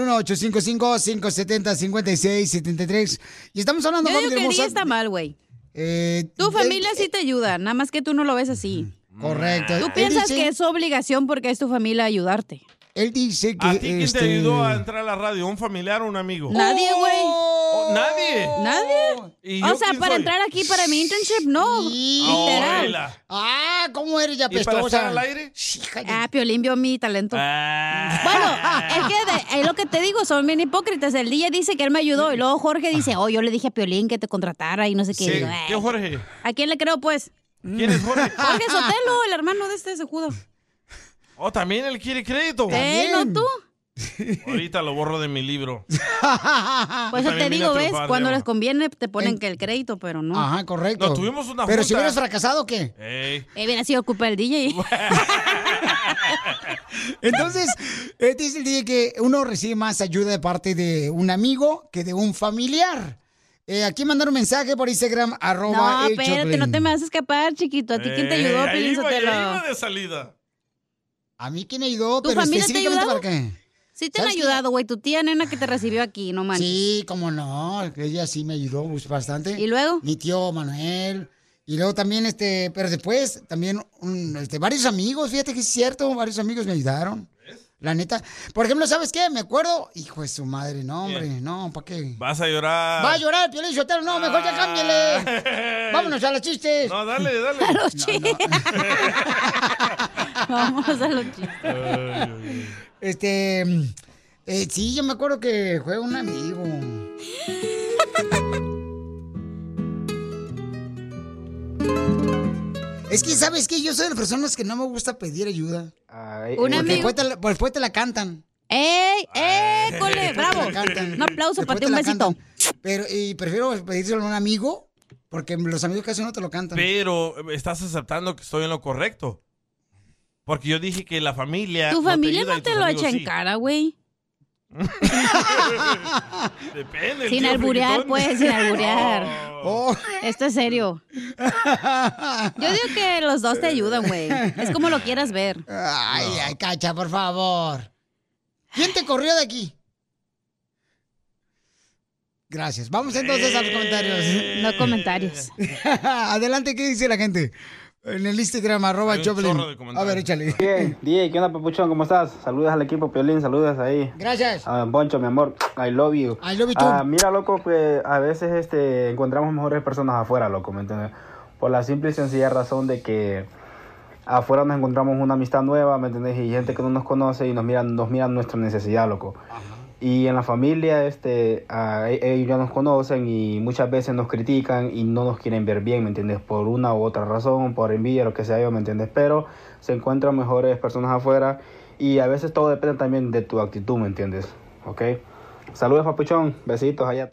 Speaker 1: 1-855-570-5673. Y estamos hablando,
Speaker 4: Yo digo
Speaker 1: familia
Speaker 4: que el día
Speaker 1: hermosa.
Speaker 4: está mal, güey.
Speaker 1: Eh,
Speaker 4: Tu
Speaker 1: eh,
Speaker 4: familia sí te ayuda, nada más que tú no lo ves así.
Speaker 1: Correcto.
Speaker 4: Tú
Speaker 1: Él
Speaker 4: piensas
Speaker 1: dice-
Speaker 4: que es obligación porque es tu familia ayudarte.
Speaker 1: Él dice
Speaker 2: ¿A ti quién te ayudó a entrar a la radio? ¿Un familiar o un amigo?
Speaker 4: Nadie, güey.
Speaker 2: Oh, ¿Nadie? ¿Y
Speaker 4: ¿Nadie?
Speaker 2: yo
Speaker 4: O sea,
Speaker 2: quién
Speaker 4: para
Speaker 2: soy?
Speaker 4: entrar aquí para mi internship, no. Literal.
Speaker 2: Hola.
Speaker 1: Ah, ¿cómo eres ya
Speaker 4: ¿Y para
Speaker 1: pestosa?
Speaker 4: estar al aire? Ah, Piolín vio mi talento.
Speaker 2: Ah.
Speaker 4: Bueno, es que de- es lo que te digo, son bien hipócritas. El DJ dice que él me ayudó y luego Jorge dice, oh, yo le dije a Piolín que te contratara y no sé qué.
Speaker 2: Sí.
Speaker 4: Digo, "Eh,
Speaker 2: ¿Qué, Jorge?
Speaker 4: ¿A quién le creo, pues?
Speaker 2: ¿Quién es Jorge?
Speaker 4: Jorge Sotelo, el hermano de este secudo.
Speaker 2: Oh, también él quiere crédito.
Speaker 4: ¿Eh, no tú?
Speaker 2: Ahorita lo borro de mi libro.
Speaker 4: Por Pues, eso
Speaker 2: También
Speaker 4: te
Speaker 2: vine
Speaker 4: digo,
Speaker 2: a
Speaker 4: ¿ves?
Speaker 2: triunfar,
Speaker 4: Cuando
Speaker 2: Diego.
Speaker 4: les conviene te ponen que el crédito, pero no.
Speaker 1: Ajá, correcto.
Speaker 2: No, tuvimos una
Speaker 1: Pero
Speaker 2: junta.
Speaker 1: si hubieras fracasado, ¿qué?
Speaker 2: Ey.
Speaker 4: Eh, hubiera sido culpa del DJ.
Speaker 1: Entonces, eh, dice el DJ que uno recibe más ayuda de parte de un amigo que de un familiar. Eh, aquí mandaron un mensaje por Instagram, arroba
Speaker 4: No,
Speaker 1: el
Speaker 4: espérate,
Speaker 1: Choplin.
Speaker 4: no te me vas a escapar, chiquito. ¿A ti quién te
Speaker 2: Eh,
Speaker 4: ayudó,
Speaker 2: ahí
Speaker 4: Piolín
Speaker 2: iba, ahí
Speaker 4: Sotelo?
Speaker 2: iba de salida.
Speaker 1: A mí quién me ayudó,
Speaker 4: ¿Tu
Speaker 1: pero
Speaker 4: familia te
Speaker 1: específicamente
Speaker 4: ayudaba?
Speaker 1: para qué.
Speaker 4: Sí te han
Speaker 1: ¿Sabes qué?
Speaker 4: ayudado, güey. Tu tía nena que te recibió aquí, no manches.
Speaker 1: Sí, como no, ella sí me ayudó pues, bastante.
Speaker 4: ¿Y luego?
Speaker 1: Mi tío Manuel. Y luego también, este, pero después también un- este, varios amigos, fíjate que es cierto, varios amigos me ayudaron. La neta. Por ejemplo, ¿sabes qué? Me acuerdo, hijo de su madre, no, hombre, no, ¿para qué?
Speaker 2: Vas a llorar.
Speaker 1: Va a llorar el Piolín Sotelo, no, mejor ya cámbiale. Vámonos a los chistes.
Speaker 2: Ah. No, dale, dale.
Speaker 1: A
Speaker 4: los chistes. Vamos a los chistes.
Speaker 1: Este, eh, sí, yo me acuerdo que fue un amigo. Es que, ¿sabes qué? Yo soy de las personas que no me gusta pedir ayuda.
Speaker 4: Un
Speaker 1: eh, Porque
Speaker 4: amigo-
Speaker 1: después te la- pues, después te la cantan.
Speaker 4: ¡Ey!
Speaker 1: Después
Speaker 4: ¡École!
Speaker 1: te la
Speaker 4: ¡Bravo!
Speaker 1: cantan.
Speaker 4: Un aplauso
Speaker 1: Después
Speaker 4: para ti,
Speaker 1: te
Speaker 4: un
Speaker 1: la
Speaker 4: besito.
Speaker 1: cantan. Pero, y prefiero pedírselo a un amigo, porque los amigos casi no te lo cantan.
Speaker 2: Pero eh, estás aceptando que estoy en lo correcto. Porque yo dije que la familia.
Speaker 4: Tu familia
Speaker 2: ayuda
Speaker 4: no
Speaker 2: y
Speaker 4: te
Speaker 2: tus
Speaker 4: lo
Speaker 2: amigos
Speaker 4: echa en
Speaker 2: sí.
Speaker 4: cara, güey.
Speaker 2: Depende. el Oh.
Speaker 4: Sin
Speaker 2: tío
Speaker 4: alburear,
Speaker 2: Friquitón.
Speaker 4: pues, sin alburear. Esto es serio. Yo digo que los dos te ayudan, güey. Es como lo quieras ver.
Speaker 1: Ay, ay, cacha, por favor. ¿Quién te corrió de aquí? Gracias. Vamos entonces a los comentarios.
Speaker 4: No comentarios.
Speaker 1: Adelante, ¿qué dice la gente? En el Instagram, arroba
Speaker 4: Hay un
Speaker 1: Choplin.
Speaker 4: chorro de
Speaker 1: A ver, échale.
Speaker 16: DJ, ¿qué onda, papuchón? ¿Cómo estás? Saludas al equipo Piolín, saludas ahí.
Speaker 1: Gracias.
Speaker 16: A Boncho, mi amor, I love you.
Speaker 1: I love you too.
Speaker 16: Ah, mira, loco, que a veces este, encontramos mejores personas afuera, loco, ¿me entiendes? Por la simple y sencilla razón de que afuera nos encontramos una amistad nueva, ¿me entiendes? Y gente que no nos conoce y nos miran, nos miran nuestra necesidad, loco. Y en la familia, este, ah, e- ellos ya nos conocen y muchas veces nos critican y no nos quieren ver bien, ¿me entiendes? Por una u otra razón, por envidia, lo que sea yo, ¿me entiendes? Pero se encuentran mejores personas afuera y a veces todo depende también de tu actitud, ¿me entiendes? ¿Ok? Saludos, papuchón. Besitos allá.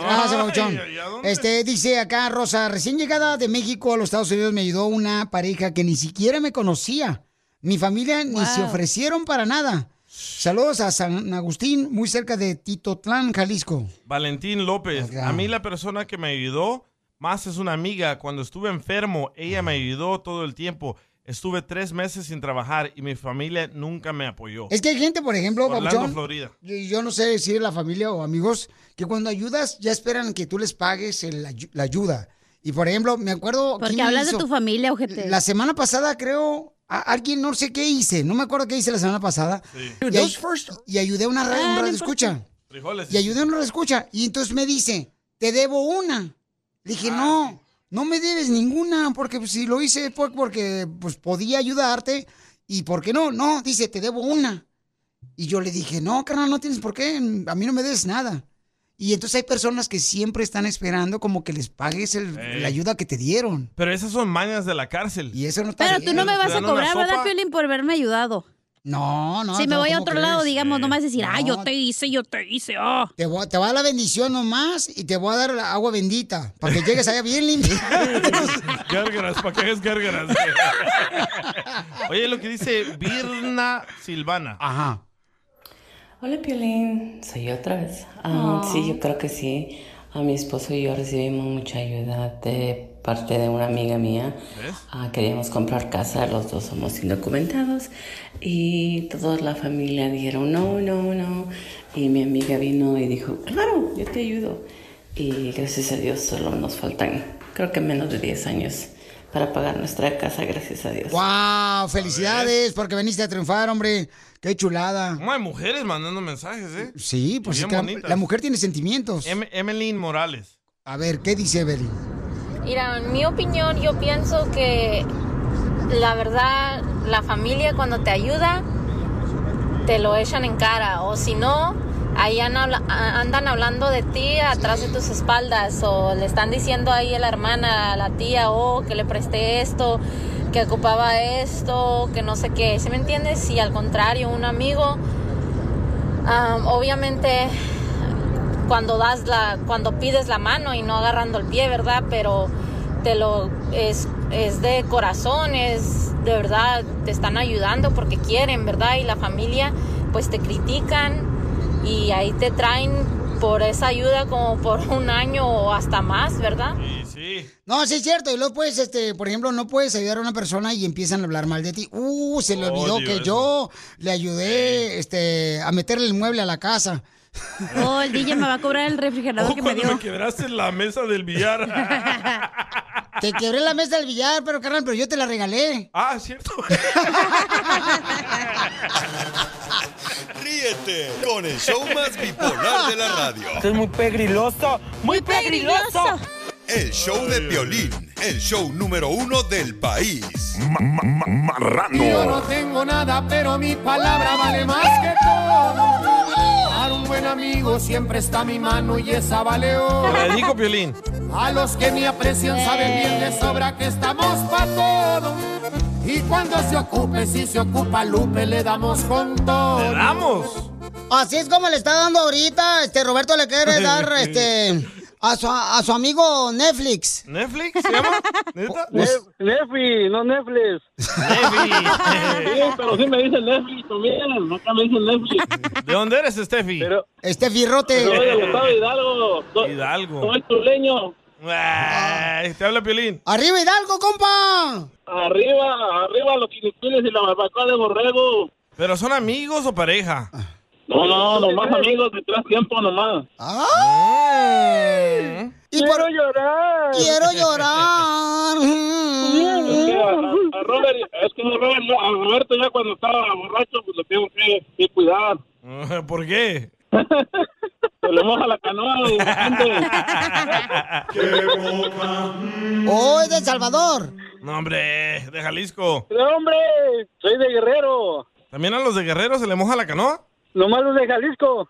Speaker 1: Gracias, Pabuchón. Este, dice acá Rosa, recién llegada de México a los Estados Unidos me ayudó una pareja que ni siquiera me conocía. Mi familia ni se ofrecieron para nada. Saludos a San Agustín, muy cerca de Titotlán, Jalisco.
Speaker 2: Valentín López. A mí la persona que me ayudó más es una amiga. Cuando estuve enfermo, ella me ayudó todo el tiempo. Estuve tres meses sin trabajar y mi familia nunca me apoyó.
Speaker 1: Es que hay gente, por ejemplo,
Speaker 2: Orlando,
Speaker 1: Pabuchón,
Speaker 2: Florida.
Speaker 1: yo, yo no sé si es la familia o amigos, que cuando ayudas ya esperan que tú les pagues el ayu- la ayuda. Y por ejemplo, me acuerdo...
Speaker 4: Porque
Speaker 1: quién me
Speaker 4: hablas de
Speaker 1: hizo-
Speaker 4: tu familia, ojete.
Speaker 1: La semana pasada creo... a- alguien, no sé qué hice, no me acuerdo qué hice la semana pasada. Y, ay- y ayudé a una radio,
Speaker 4: Ah,
Speaker 1: un
Speaker 4: no
Speaker 1: radio
Speaker 4: importa.
Speaker 1: escucha.
Speaker 2: Frijoles.
Speaker 1: Y ayudé a una radio escucha. Y entonces me dice, te debo una. Le dije,
Speaker 4: Ah,
Speaker 1: no, no me debes ninguna, porque pues, si lo hice fue porque pues, podía ayudarte. ¿Y por qué no? No, dice, te debo una. Y yo le dije, no, carnal, no tienes por qué, a mí no me debes nada. Y entonces hay personas que siempre están esperando como que les pagues el-
Speaker 2: Ey.
Speaker 1: la ayuda que te dieron.
Speaker 2: Pero esas son mañas de la cárcel.
Speaker 1: Y eso no
Speaker 4: Pero tú no me vas a cobrar, ¿verdad, Piolín, por haberme ayudado?
Speaker 1: No, no.
Speaker 4: si me
Speaker 1: no,
Speaker 4: voy a
Speaker 1: ¿cómo
Speaker 4: otro lado,
Speaker 1: crees?
Speaker 4: digamos, no me vas a decir, ah, yo
Speaker 1: No.
Speaker 4: te hice, yo te hice, ah.
Speaker 1: Te voy, te voy a dar la bendición nomás y te voy a dar la agua bendita para que llegues allá bien limpio.
Speaker 2: Gárgaras, ¿para qué hagas gárgaras? Oye, lo que dice Birna Silvana.
Speaker 1: Ajá.
Speaker 19: Hola, Piolín. Soy yo otra vez. Ah. Ah, sí, yo creo que sí. A mi esposo y yo recibimos mucha ayuda de parte de una amiga mía. Ah, queríamos comprar casa, los dos somos indocumentados. Y toda la familia dijeron, no, no, no. Y mi amiga vino y dijo, claro, yo te ayudo. Y gracias a Dios solo nos faltan, creo que menos de 10 años para pagar nuestra casa, gracias a Dios.
Speaker 1: ¡Wow! Felicidades porque veniste a triunfar, hombre. ¡Qué chulada!
Speaker 2: ¿Cómo hay mujeres mandando mensajes, eh?
Speaker 1: Sí, pues es
Speaker 2: Bien
Speaker 1: que la,
Speaker 2: bonitas.
Speaker 1: la mujer tiene sentimientos.
Speaker 2: Em- Emeline Morales.
Speaker 1: A ver, ¿qué dice Evelyn?
Speaker 25: Mira, en mi opinión, yo pienso que la verdad, la familia cuando te ayuda, te lo echan en cara. O si no, ahí an- habla- a- andan hablando de ti atrás de tus espaldas. O le están diciendo ahí a la hermana, a la tía, oh, que le presté esto, que ocupaba esto, que no sé qué. ¿Sí me entiendes? Y al contrario, un amigo, ah, obviamente cuando das la cuando pides la mano y no agarrando el pie, ¿verdad? Pero te lo es es de corazón, es de verdad te están ayudando porque quieren, ¿verdad? Y la familia pues te critican y ahí te traen por esa ayuda como por un año o hasta más, ¿verdad?
Speaker 1: No, sí es cierto. Y luego puedes, este, por ejemplo, no puedes ayudar a una persona y empiezan a hablar mal de ti. Uh, se le olvidó
Speaker 4: Odio
Speaker 1: que
Speaker 4: eso.
Speaker 1: yo le ayudé este, a meterle el mueble a la casa.
Speaker 4: Oh, el DJ me va a cobrar el refrigerador que me
Speaker 2: Oh, Cuando
Speaker 4: dio.
Speaker 2: me quebraste la mesa del billar.
Speaker 1: Te quebré la mesa del billar, pero carnal, pero yo te la regalé.
Speaker 2: Ah, cierto.
Speaker 7: Ríete con el show más bipolar de la radio.
Speaker 19: Esto es muy pegriloso, muy pegriloso.
Speaker 7: El show de Piolín, el show número uno del país. Marrano.
Speaker 26: Yo no tengo nada, pero mi palabra vale más que todo. Para un buen amigo siempre está mi mano y esa vale oro.
Speaker 2: Te digo, Piolín.
Speaker 26: A los que me aprecian saben bien de sobra que estamos pa' todo. Y cuando se ocupe, si se ocupa Lupe, le damos con todo.
Speaker 2: ¡Le damos!
Speaker 1: Así es como le está dando ahorita, este, Roberto le quiere dar, este, a su, a su amigo Netflix.
Speaker 2: ¿Netflix se llama? ¿Neta?
Speaker 27: Nefi, no Pues, Netflix. Sí, pero sí me dicen Netflix también. Acá me dicen Netflix.
Speaker 2: ¿De dónde eres, Steffi?
Speaker 1: Steffi Rote.
Speaker 27: Soy del estado de Hidalgo. Soy-
Speaker 2: Hidalgo.
Speaker 27: Soy tuleño.
Speaker 2: Ay, te habla Piolín.
Speaker 1: ¡Arriba Hidalgo, compa!
Speaker 2: Eh.
Speaker 27: Arriba, arriba los quinipiles y la barbacoa de borrego.
Speaker 2: ¿Pero son amigos o pareja?
Speaker 1: Ah.
Speaker 27: No, no, nomás amigos de tres tiempos nomás.
Speaker 2: Ah.
Speaker 1: ¡Ay!
Speaker 27: Quiero llorar.
Speaker 1: Quiero llorar.
Speaker 27: Es que a, a Robert, es que a Robert, no, a Roberto ya cuando estaba borracho, pues lo tengo que, que cuidar.
Speaker 2: ¿Por qué?
Speaker 27: Se le moja la canoa.
Speaker 1: ¡Oh, es de El Salvador!
Speaker 2: No, hombre, de Jalisco.
Speaker 27: hombre! Soy de Guerrero.
Speaker 2: ¿También a los de Guerrero se le moja la canoa?
Speaker 27: Nomás los de Jalisco.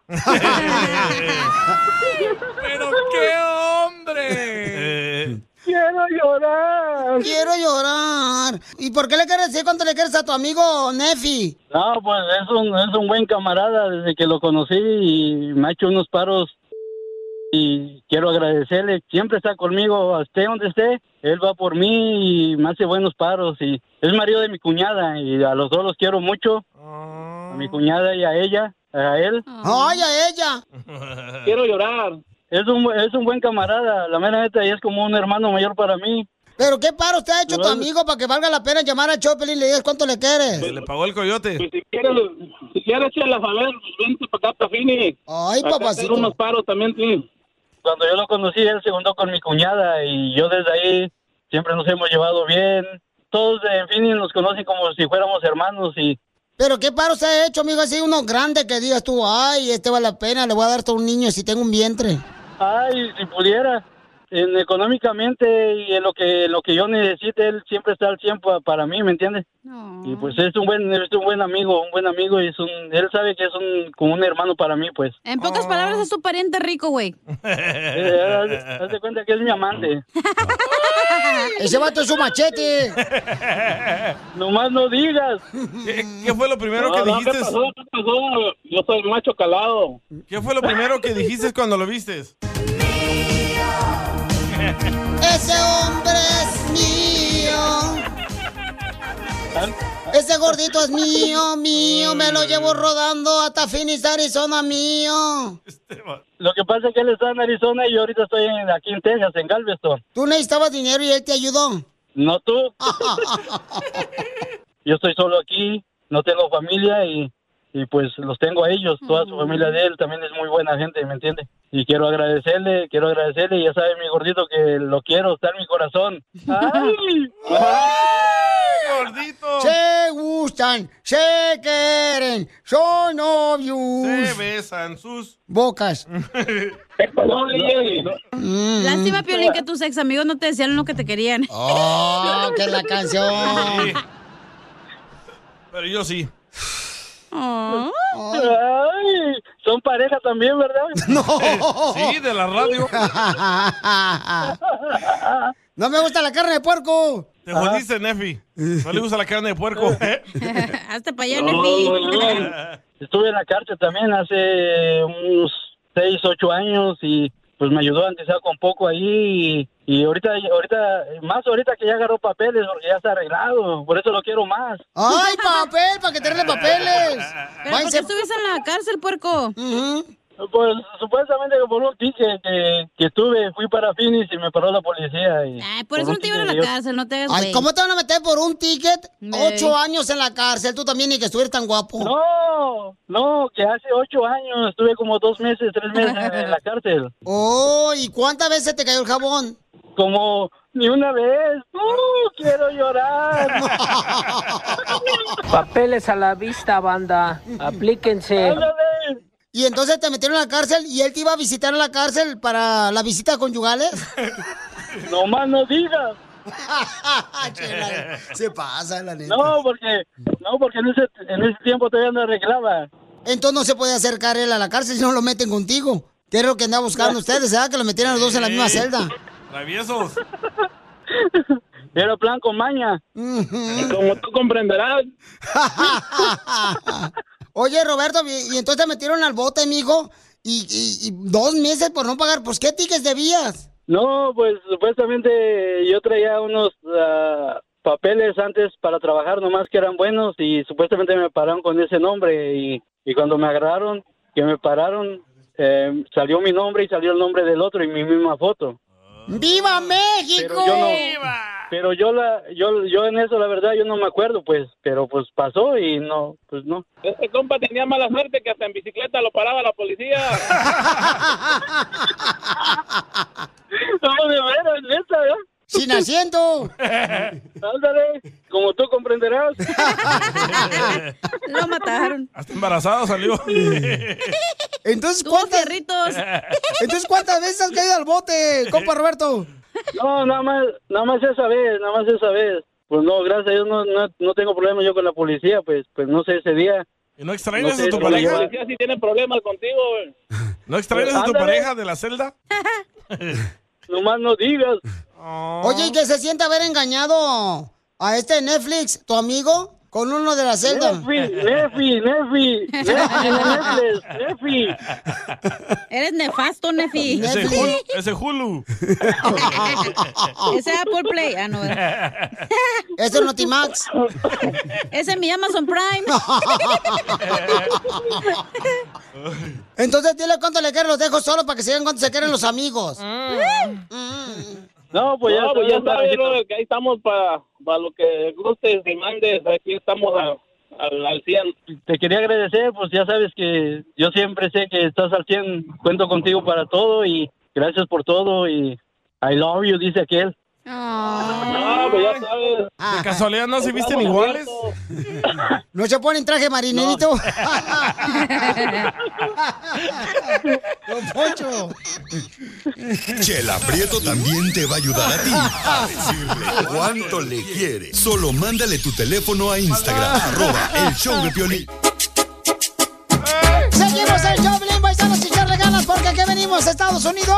Speaker 2: ¡Pero qué hombre!
Speaker 1: ¡Quiero llorar! ¡Quiero llorar! ¿Y por qué le quieres decir cuánto le quieres a tu amigo Nefi?
Speaker 27: No, pues es un, es un buen camarada desde que lo conocí y me ha hecho unos paros y quiero agradecerle. Siempre está conmigo, esté donde esté, él va por mí y me hace buenos paros y es marido de mi cuñada y a los dos los quiero mucho,
Speaker 2: Ah.
Speaker 27: a mi cuñada y a ella, a él.
Speaker 1: ¡Ay, a ella!
Speaker 27: Quiero llorar. Es un, es un buen camarada, la mera neta, y es como un hermano mayor para mí.
Speaker 1: ¿Pero qué paro te ha hecho tu
Speaker 27: Bueno.
Speaker 1: amigo para que valga la pena llamar a Chopelín y le digas cuánto le quieres?
Speaker 2: Se le pagó el coyote.
Speaker 27: Pues, Si quieres, si quieres a ver, pues vente para acá, para Fini.
Speaker 1: Ay,
Speaker 27: Acá
Speaker 1: papacito.
Speaker 27: tengo unos paros también, sí. Cuando yo lo conocí, él se juntó con mi cuñada y yo desde ahí siempre nos hemos llevado bien. Todos de Fini nos conocen como si fuéramos hermanos y
Speaker 1: ¿Pero qué paro se ha hecho, amigo? Así uno grande que digas tú, ay, este vale la pena, le voy a dar a un niño si tengo un vientre.
Speaker 27: Ay, si pudiera. En económicamente y en lo que lo que yo necesite, él siempre está al tiempo para mí, ¿me entiendes? Y pues es un buen es un buen amigo, un buen amigo y es un él sabe que es un como un hermano para mí, pues.
Speaker 4: En pocas palabras, es tu pariente rico, güey.
Speaker 27: Eh, haz- haz de cuenta que es mi amante.
Speaker 1: Ese vato es un machete.
Speaker 27: Nomás no digas.
Speaker 2: ¿Qué, qué fue lo primero
Speaker 27: No,
Speaker 2: que
Speaker 27: no, ¿qué
Speaker 2: dijiste?
Speaker 27: pasó? ¿Qué pasó? Yo soy macho calado.
Speaker 2: ¿Qué fue lo primero que dijiste cuando lo viste?
Speaker 1: Ese hombre es mío. Ese gordito es mío, mío. Me lo llevo rodando hasta Phoenix, Arizona, mío.
Speaker 27: Lo que pasa es que él está en Arizona y yo ahorita estoy en- aquí en Texas, en Galveston.
Speaker 1: Tú necesitabas dinero y él te ayudó.
Speaker 27: No tú. Yo estoy solo aquí, no tengo familia y, y pues los tengo a ellos. Toda su familia de él también es muy buena gente, ¿me entiende? Y quiero agradecerle, quiero agradecerle. y Ya sabe mi gordito que lo quiero, está en mi corazón. Ah. ¡Ay!
Speaker 2: gordito!
Speaker 1: Se gustan, se quieren, son novios.
Speaker 2: Se besan sus...
Speaker 1: Bocas. Mm.
Speaker 4: Lástima, Piolín, que tus ex amigos no te decían lo que te querían.
Speaker 1: Oh, que la canción.
Speaker 2: Sí. Pero yo sí.
Speaker 27: Ay, son pareja también, ¿verdad?
Speaker 1: No.
Speaker 2: Sí, de la radio.
Speaker 1: no me gusta la carne de puerco.
Speaker 2: Te jodiste, Nefi. No le gusta la carne de puerco.
Speaker 4: Hasta para allá,
Speaker 27: No, no,
Speaker 4: Nefi.
Speaker 27: no. Estuve en la cárcel también hace unos 6, 8 años y pues me ayudó antes con poco ahí y, y ahorita, ahorita, más ahorita que ya agarró papeles porque ya está arreglado, por eso lo quiero más.
Speaker 1: ¡Ay, papel! ¡Para que tenerle papeles!
Speaker 4: ¿Pero por qué estuviste en la cárcel, puerco?
Speaker 27: Pues supuestamente que por un ticket que, que tuve, fui para Phoenix y me paró la policía. Y,
Speaker 4: por eso no
Speaker 27: Pues
Speaker 4: te iban a la cárcel, no te hagas
Speaker 1: Ay,
Speaker 4: güey.
Speaker 1: ¿cómo te van a meter por un ticket? Ocho
Speaker 4: Ey.
Speaker 1: años en la cárcel, tú también ni que estuvieras tan guapo.
Speaker 27: No, no, que hace ocho años estuve como dos meses, tres meses en la cárcel.
Speaker 1: Oh, ¿y cuántas veces te cayó el jabón?
Speaker 27: Como ni una vez. ¡Uh, quiero llorar!
Speaker 22: Papeles a la vista, banda. Aplíquense.
Speaker 1: Y entonces te metieron a la cárcel y él te iba a visitar a la cárcel para las visitas conyugales.
Speaker 27: No más no digas.
Speaker 1: Se pasa, la neta.
Speaker 27: No, porque, no, porque en ese, en ese tiempo todavía no arreglaba.
Speaker 1: Entonces no se puede acercar él a la cárcel si no lo meten contigo. ¿Qué es lo que andaba buscando ustedes? ¿Verdad? Que lo metieran los dos en la misma
Speaker 2: Sí.
Speaker 1: celda.
Speaker 2: Traviesos.
Speaker 27: Era plan con maña. Como tú comprenderás.
Speaker 1: Oye, Roberto, y y entonces te metieron al bote, mijo, y, y- y dos meses por no pagar. Pues, ¿qué tickets debías?
Speaker 27: No, pues supuestamente yo traía unos ah, papeles antes para trabajar nomás que eran buenos y supuestamente me pararon con ese nombre y, y cuando me agarraron, que me pararon, eh, salió mi nombre y salió el nombre del otro y mi misma foto.
Speaker 1: ¡Viva México!
Speaker 27: yo no- Pero yo la, yo, yo en eso la verdad yo no me acuerdo pues, pero pues pasó y no, pues no.
Speaker 8: Este compa tenía mala suerte que hasta en bicicleta lo paraba la policía.
Speaker 27: No, de veras, neta, ¿eh?
Speaker 1: ¡Sin asiento!
Speaker 27: Ándale, como tú comprenderás.
Speaker 4: Lo mataron.
Speaker 2: Hasta embarazado salió.
Speaker 1: Entonces, ¿cuántas... Entonces, ¿cuántas veces has caído al bote, compa Roberto?
Speaker 27: No, nada más, nada más esa vez, nada más esa vez. Pues no, gracias a Dios no, no, no tengo problema yo con la policía, pues, pues no sé ese día.
Speaker 2: ¿Y no extrañas
Speaker 27: No sé,
Speaker 2: a tu
Speaker 27: no
Speaker 2: pareja?
Speaker 27: la policía
Speaker 8: si tiene problemas contigo.
Speaker 2: ¿No extrañas a tu
Speaker 27: Ándale.
Speaker 2: pareja de la celda?
Speaker 27: Nomás no digas.
Speaker 2: Oh.
Speaker 1: Oye, ¿y que se siente haber engañado a este Netflix, tu amigo, con uno de la celda?
Speaker 27: Netflix, Netflix, Netflix, Netflix, Netflix.
Speaker 4: Eres nefasto, Nefi.
Speaker 2: Ese Hulu. Ese Hulu.
Speaker 4: Ese Apple Play. Ah, no.
Speaker 1: Ese es Notimax.
Speaker 4: Ese es mi Amazon Prime.
Speaker 1: Entonces, dile cuánto le quieren, los dejo solo para que se vean cuánto se quieren los amigos.
Speaker 27: No, pues ya,
Speaker 8: No, pues ya
Speaker 27: está,
Speaker 8: sabes,
Speaker 27: viejito.
Speaker 8: brother, que ahí estamos para lo que gustes y mandes. Aquí estamos a- al, al 100.
Speaker 27: pues, Te quería agradecer, pues ya sabes que yo siempre sé que estás al 100, cuento contigo para todo y gracias por todo y I love you, dice aquel.
Speaker 1: Ah,
Speaker 8: No, pues ya sabes.
Speaker 2: ¿De casualidad no se visten iguales?
Speaker 1: ¿No se ponen traje marinerito? Don Poncho.
Speaker 7: Chela Prieto también te va a ayudar a ti a decirle cuánto le quiere. Solo mándale tu teléfono a Instagram, arroba el show de Piolín.
Speaker 1: Seguimos el show, Blin, paisanos, y echarle ganas porque aquí venimos venimos a Estados Unidos.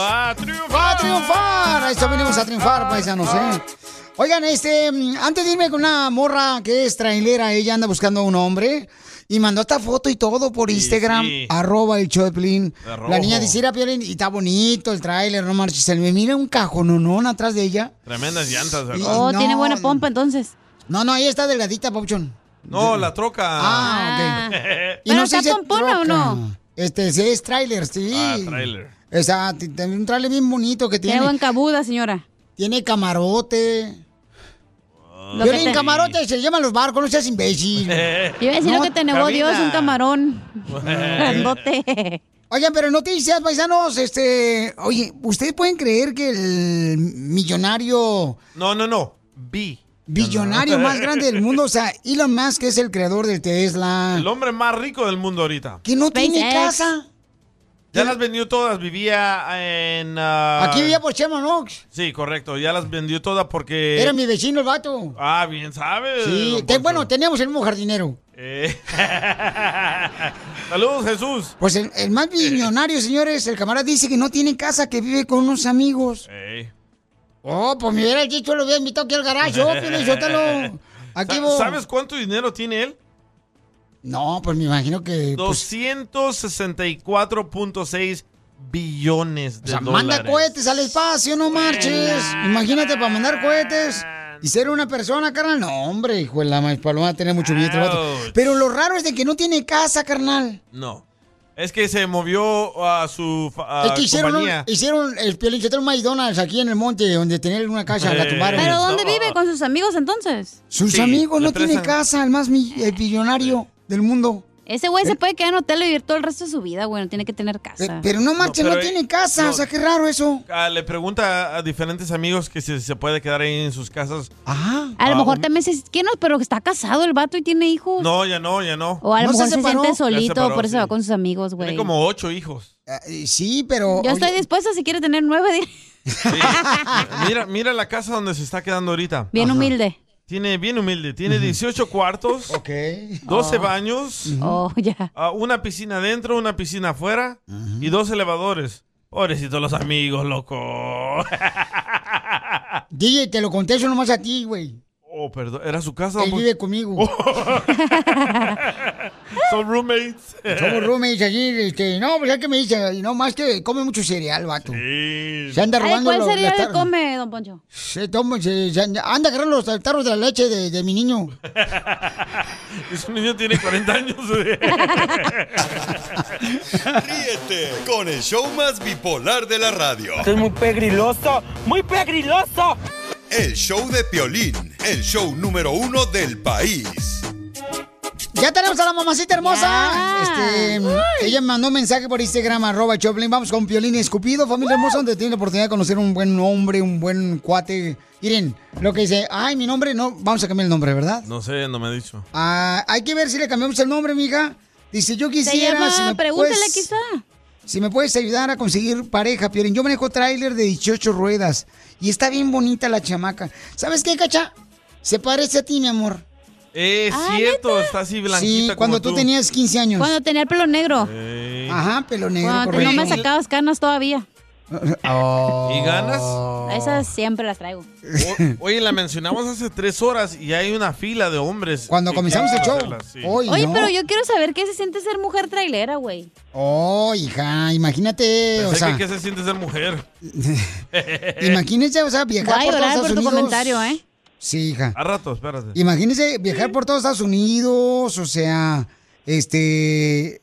Speaker 2: A
Speaker 1: triunfar. A triunfar. A Eso venimos a triunfar, paisanos, ¿eh? Oigan, este, mm, antes de irme con una morra que es trailera, ella anda buscando a un hombre y mandó esta foto y todo por Instagram,
Speaker 5: sí.
Speaker 1: arroba el show de Piolín.
Speaker 5: De rojo.
Speaker 1: La niña dice, "Mira, Piolín", y está bonito el trailer, no marches. Se me mira un cajononón atrás de ella.
Speaker 2: Tremendas llantas, ¿verdad?
Speaker 4: Oh, tiene buena pompa entonces.
Speaker 1: No, no, ella está delgadita, Pauchón.
Speaker 2: No, la troca.
Speaker 1: Ah, ok.
Speaker 2: ok.
Speaker 1: no sé si es troca. Este, sí, es trailer, sí.
Speaker 2: Ah, trailer.
Speaker 1: Esa, t- t- un trailer bien bonito que tiene.
Speaker 4: Tiene buen cabuda, señora.
Speaker 1: Tiene camarote.
Speaker 4: Ah. Lo que
Speaker 1: Violín,
Speaker 4: te-
Speaker 1: camarote se llaman los barcos, no seas imbécil.
Speaker 4: Yo iba a decir lo que te negó Dios, un camarón.
Speaker 1: Oigan, Eh. pero noticias, paisanos, este, oye, ¿ustedes pueden creer que el millonario,
Speaker 2: No, no, no. Vi.
Speaker 1: billonario más grande del mundo, o sea, Elon Musk, que es el creador del Tesla,
Speaker 2: El hombre más rico del mundo ahorita.
Speaker 1: que no tiene
Speaker 2: SpaceX.
Speaker 1: casa?
Speaker 2: Ya las vendió todas. Vivía en. ah,
Speaker 1: Aquí vivía por Chema, ¿no?
Speaker 2: Sí, correcto. Ya las vendió todas porque.
Speaker 1: Era mi vecino el vato.
Speaker 2: Ah, bien sabes.
Speaker 1: Sí,
Speaker 2: don
Speaker 1: te-
Speaker 2: Poncho.
Speaker 1: bueno, teníamos el mismo jardinero.
Speaker 2: Eh. Saludos, Jesús.
Speaker 1: Pues el, el más millonario, señores, el camarada dice que no tiene casa, que vive con unos amigos.
Speaker 2: Ey.
Speaker 1: Oh, pues me hubiera dicho, lo hubiera invitado aquí al garage, Ah, yo, Piolín, suéltalo. Aquí
Speaker 2: Sa-
Speaker 1: voy.
Speaker 2: ¿Sabes cuánto dinero tiene él?
Speaker 1: No, pues me imagino que... pues,
Speaker 2: 264.6 billones
Speaker 1: o
Speaker 2: de
Speaker 1: sea,
Speaker 2: dólares.
Speaker 1: manda cohetes al espacio, no marches. Imagínate para mandar cohetes y ser una persona, carnal. No, hombre, hijo de la maíz paloma, tener mucho billete. el vato.
Speaker 2: Ouch.
Speaker 1: Pero lo raro es de que no tiene casa, carnal.
Speaker 2: No. Es que se movió a su fa- a
Speaker 1: es que hicieron, un-
Speaker 2: Ah, compañía.
Speaker 1: hicieron el Piolín Sotelo McDonald's aquí en el monte, donde tenían una casa, la
Speaker 2: Eh,
Speaker 1: tumbaron.
Speaker 4: ¿Pero dónde vive con sus amigos entonces?
Speaker 1: Sus amigos, no tiene casa, el más mi- el millonario del mundo. Eh.
Speaker 4: Ese güey se puede quedar en hotel y vivir todo el resto de su vida, güey. No tiene que tener casa.
Speaker 1: Pero no marches,
Speaker 2: No,
Speaker 1: no,
Speaker 2: pero eh,
Speaker 1: tiene casa,
Speaker 2: no.
Speaker 1: o sea, qué raro eso.
Speaker 2: Ah, le pregunta a diferentes amigos que si se puede quedar ahí en sus casas. Ah,
Speaker 1: Ajá.
Speaker 4: A lo mejor también se... ¿Qué no? Pero está casado el vato y tiene hijos.
Speaker 2: No, ya no, ya no.
Speaker 4: O a lo
Speaker 2: ¿No
Speaker 4: mejor se,
Speaker 2: separó?
Speaker 4: siente
Speaker 2: Ya
Speaker 4: solito,
Speaker 2: separó,
Speaker 4: por eso
Speaker 2: sí.
Speaker 4: va con sus amigos, güey.
Speaker 2: Tiene como ocho hijos.
Speaker 1: Eh, sí, pero...
Speaker 4: Yo estoy dispuesta si quiere tener nueve. di-
Speaker 2: Mira, mira la casa donde se está quedando ahorita.
Speaker 4: Bien humilde.
Speaker 2: Tiene, bien humilde. Tiene 18 cuartos. 12
Speaker 4: Oh.
Speaker 2: baños.
Speaker 4: Oh, ya.
Speaker 2: ah, una piscina adentro, una piscina afuera. Y dos elevadores. Pobrecito los amigos, loco.
Speaker 1: DJ, te lo conté eso nomás a ti, güey.
Speaker 2: Oh, perdón. ¿Era su casa?
Speaker 1: Él vive conmigo.
Speaker 2: oh, Son roommates.
Speaker 1: Somos roommates allí, este, no, pues ya que me dice, y no más que come mucho cereal, vato. Se anda
Speaker 4: Ay,
Speaker 1: robando
Speaker 4: ¿Cuál
Speaker 1: los-
Speaker 4: sería
Speaker 1: las
Speaker 4: el
Speaker 1: tar-
Speaker 4: come, don Poncho?
Speaker 1: Se toma, se, se anda anda agarrando los tarros de la leche de, de mi niño.
Speaker 2: Ese niño tiene 40 años.
Speaker 7: Ríete con el show más bipolar de la radio.
Speaker 6: Esto es muy pegriloso, muy pegriloso.
Speaker 7: El show de Piolín, el show número uno del país.
Speaker 1: Ya tenemos a la mamacita hermosa. Este, ella me mandó un mensaje por Instagram, arroba Choplin. Vamos con Piolín Escupido, familia hermosa, donde tiene la oportunidad de conocer un buen hombre, un buen cuate. Miren, lo que dice, ay, mi nombre, no, vamos a cambiar el nombre, ¿verdad?
Speaker 2: No sé, no me ha dicho.
Speaker 1: Ah, hay que ver si le cambiamos el nombre, mija. Dice, yo quisiera,
Speaker 4: llama-
Speaker 1: si me
Speaker 4: pregúntale
Speaker 1: puedes-
Speaker 4: quizá.
Speaker 1: Si me puedes ayudar a conseguir pareja, Piolín. Yo manejo tráiler de 18 ruedas y está bien bonita la chamaca. ¿Sabes qué, Cacha? Se parece a ti, mi amor.
Speaker 2: Es
Speaker 4: Ah,
Speaker 2: cierto, está así
Speaker 1: Sí,
Speaker 2: blanquita.
Speaker 1: cuando
Speaker 2: como
Speaker 1: tú, tenías 15 años.
Speaker 4: Cuando tenía el pelo negro.
Speaker 1: Ajá, pelo negro.
Speaker 4: Cuando te- no me sacabas canas todavía.
Speaker 1: Ah.
Speaker 2: ¿Y ganas?
Speaker 4: Esas siempre las traigo.
Speaker 2: O- oye, la mencionamos hace tres horas y hay una fila de hombres.
Speaker 1: Cuando
Speaker 2: que
Speaker 1: comenzamos el
Speaker 2: quieren
Speaker 1: show.
Speaker 2: hacerla, sí.
Speaker 4: Oye, pero yo quiero saber qué se siente ser mujer trailera, güey.
Speaker 1: Oh, hija, imagínate,
Speaker 2: Pensé
Speaker 1: o sea,
Speaker 2: que, eh, ¿qué se siente ser mujer?
Speaker 1: imagínense, o sea,
Speaker 4: Voy
Speaker 1: viajar
Speaker 4: a
Speaker 1: por todos
Speaker 4: llorar por
Speaker 1: Estados
Speaker 4: tu
Speaker 1: Unidos.
Speaker 4: comentario, ¿eh?
Speaker 1: Sí, hija.
Speaker 2: A rato, espérate.
Speaker 1: Imagínense viajar por todos Estados Unidos, o sea, este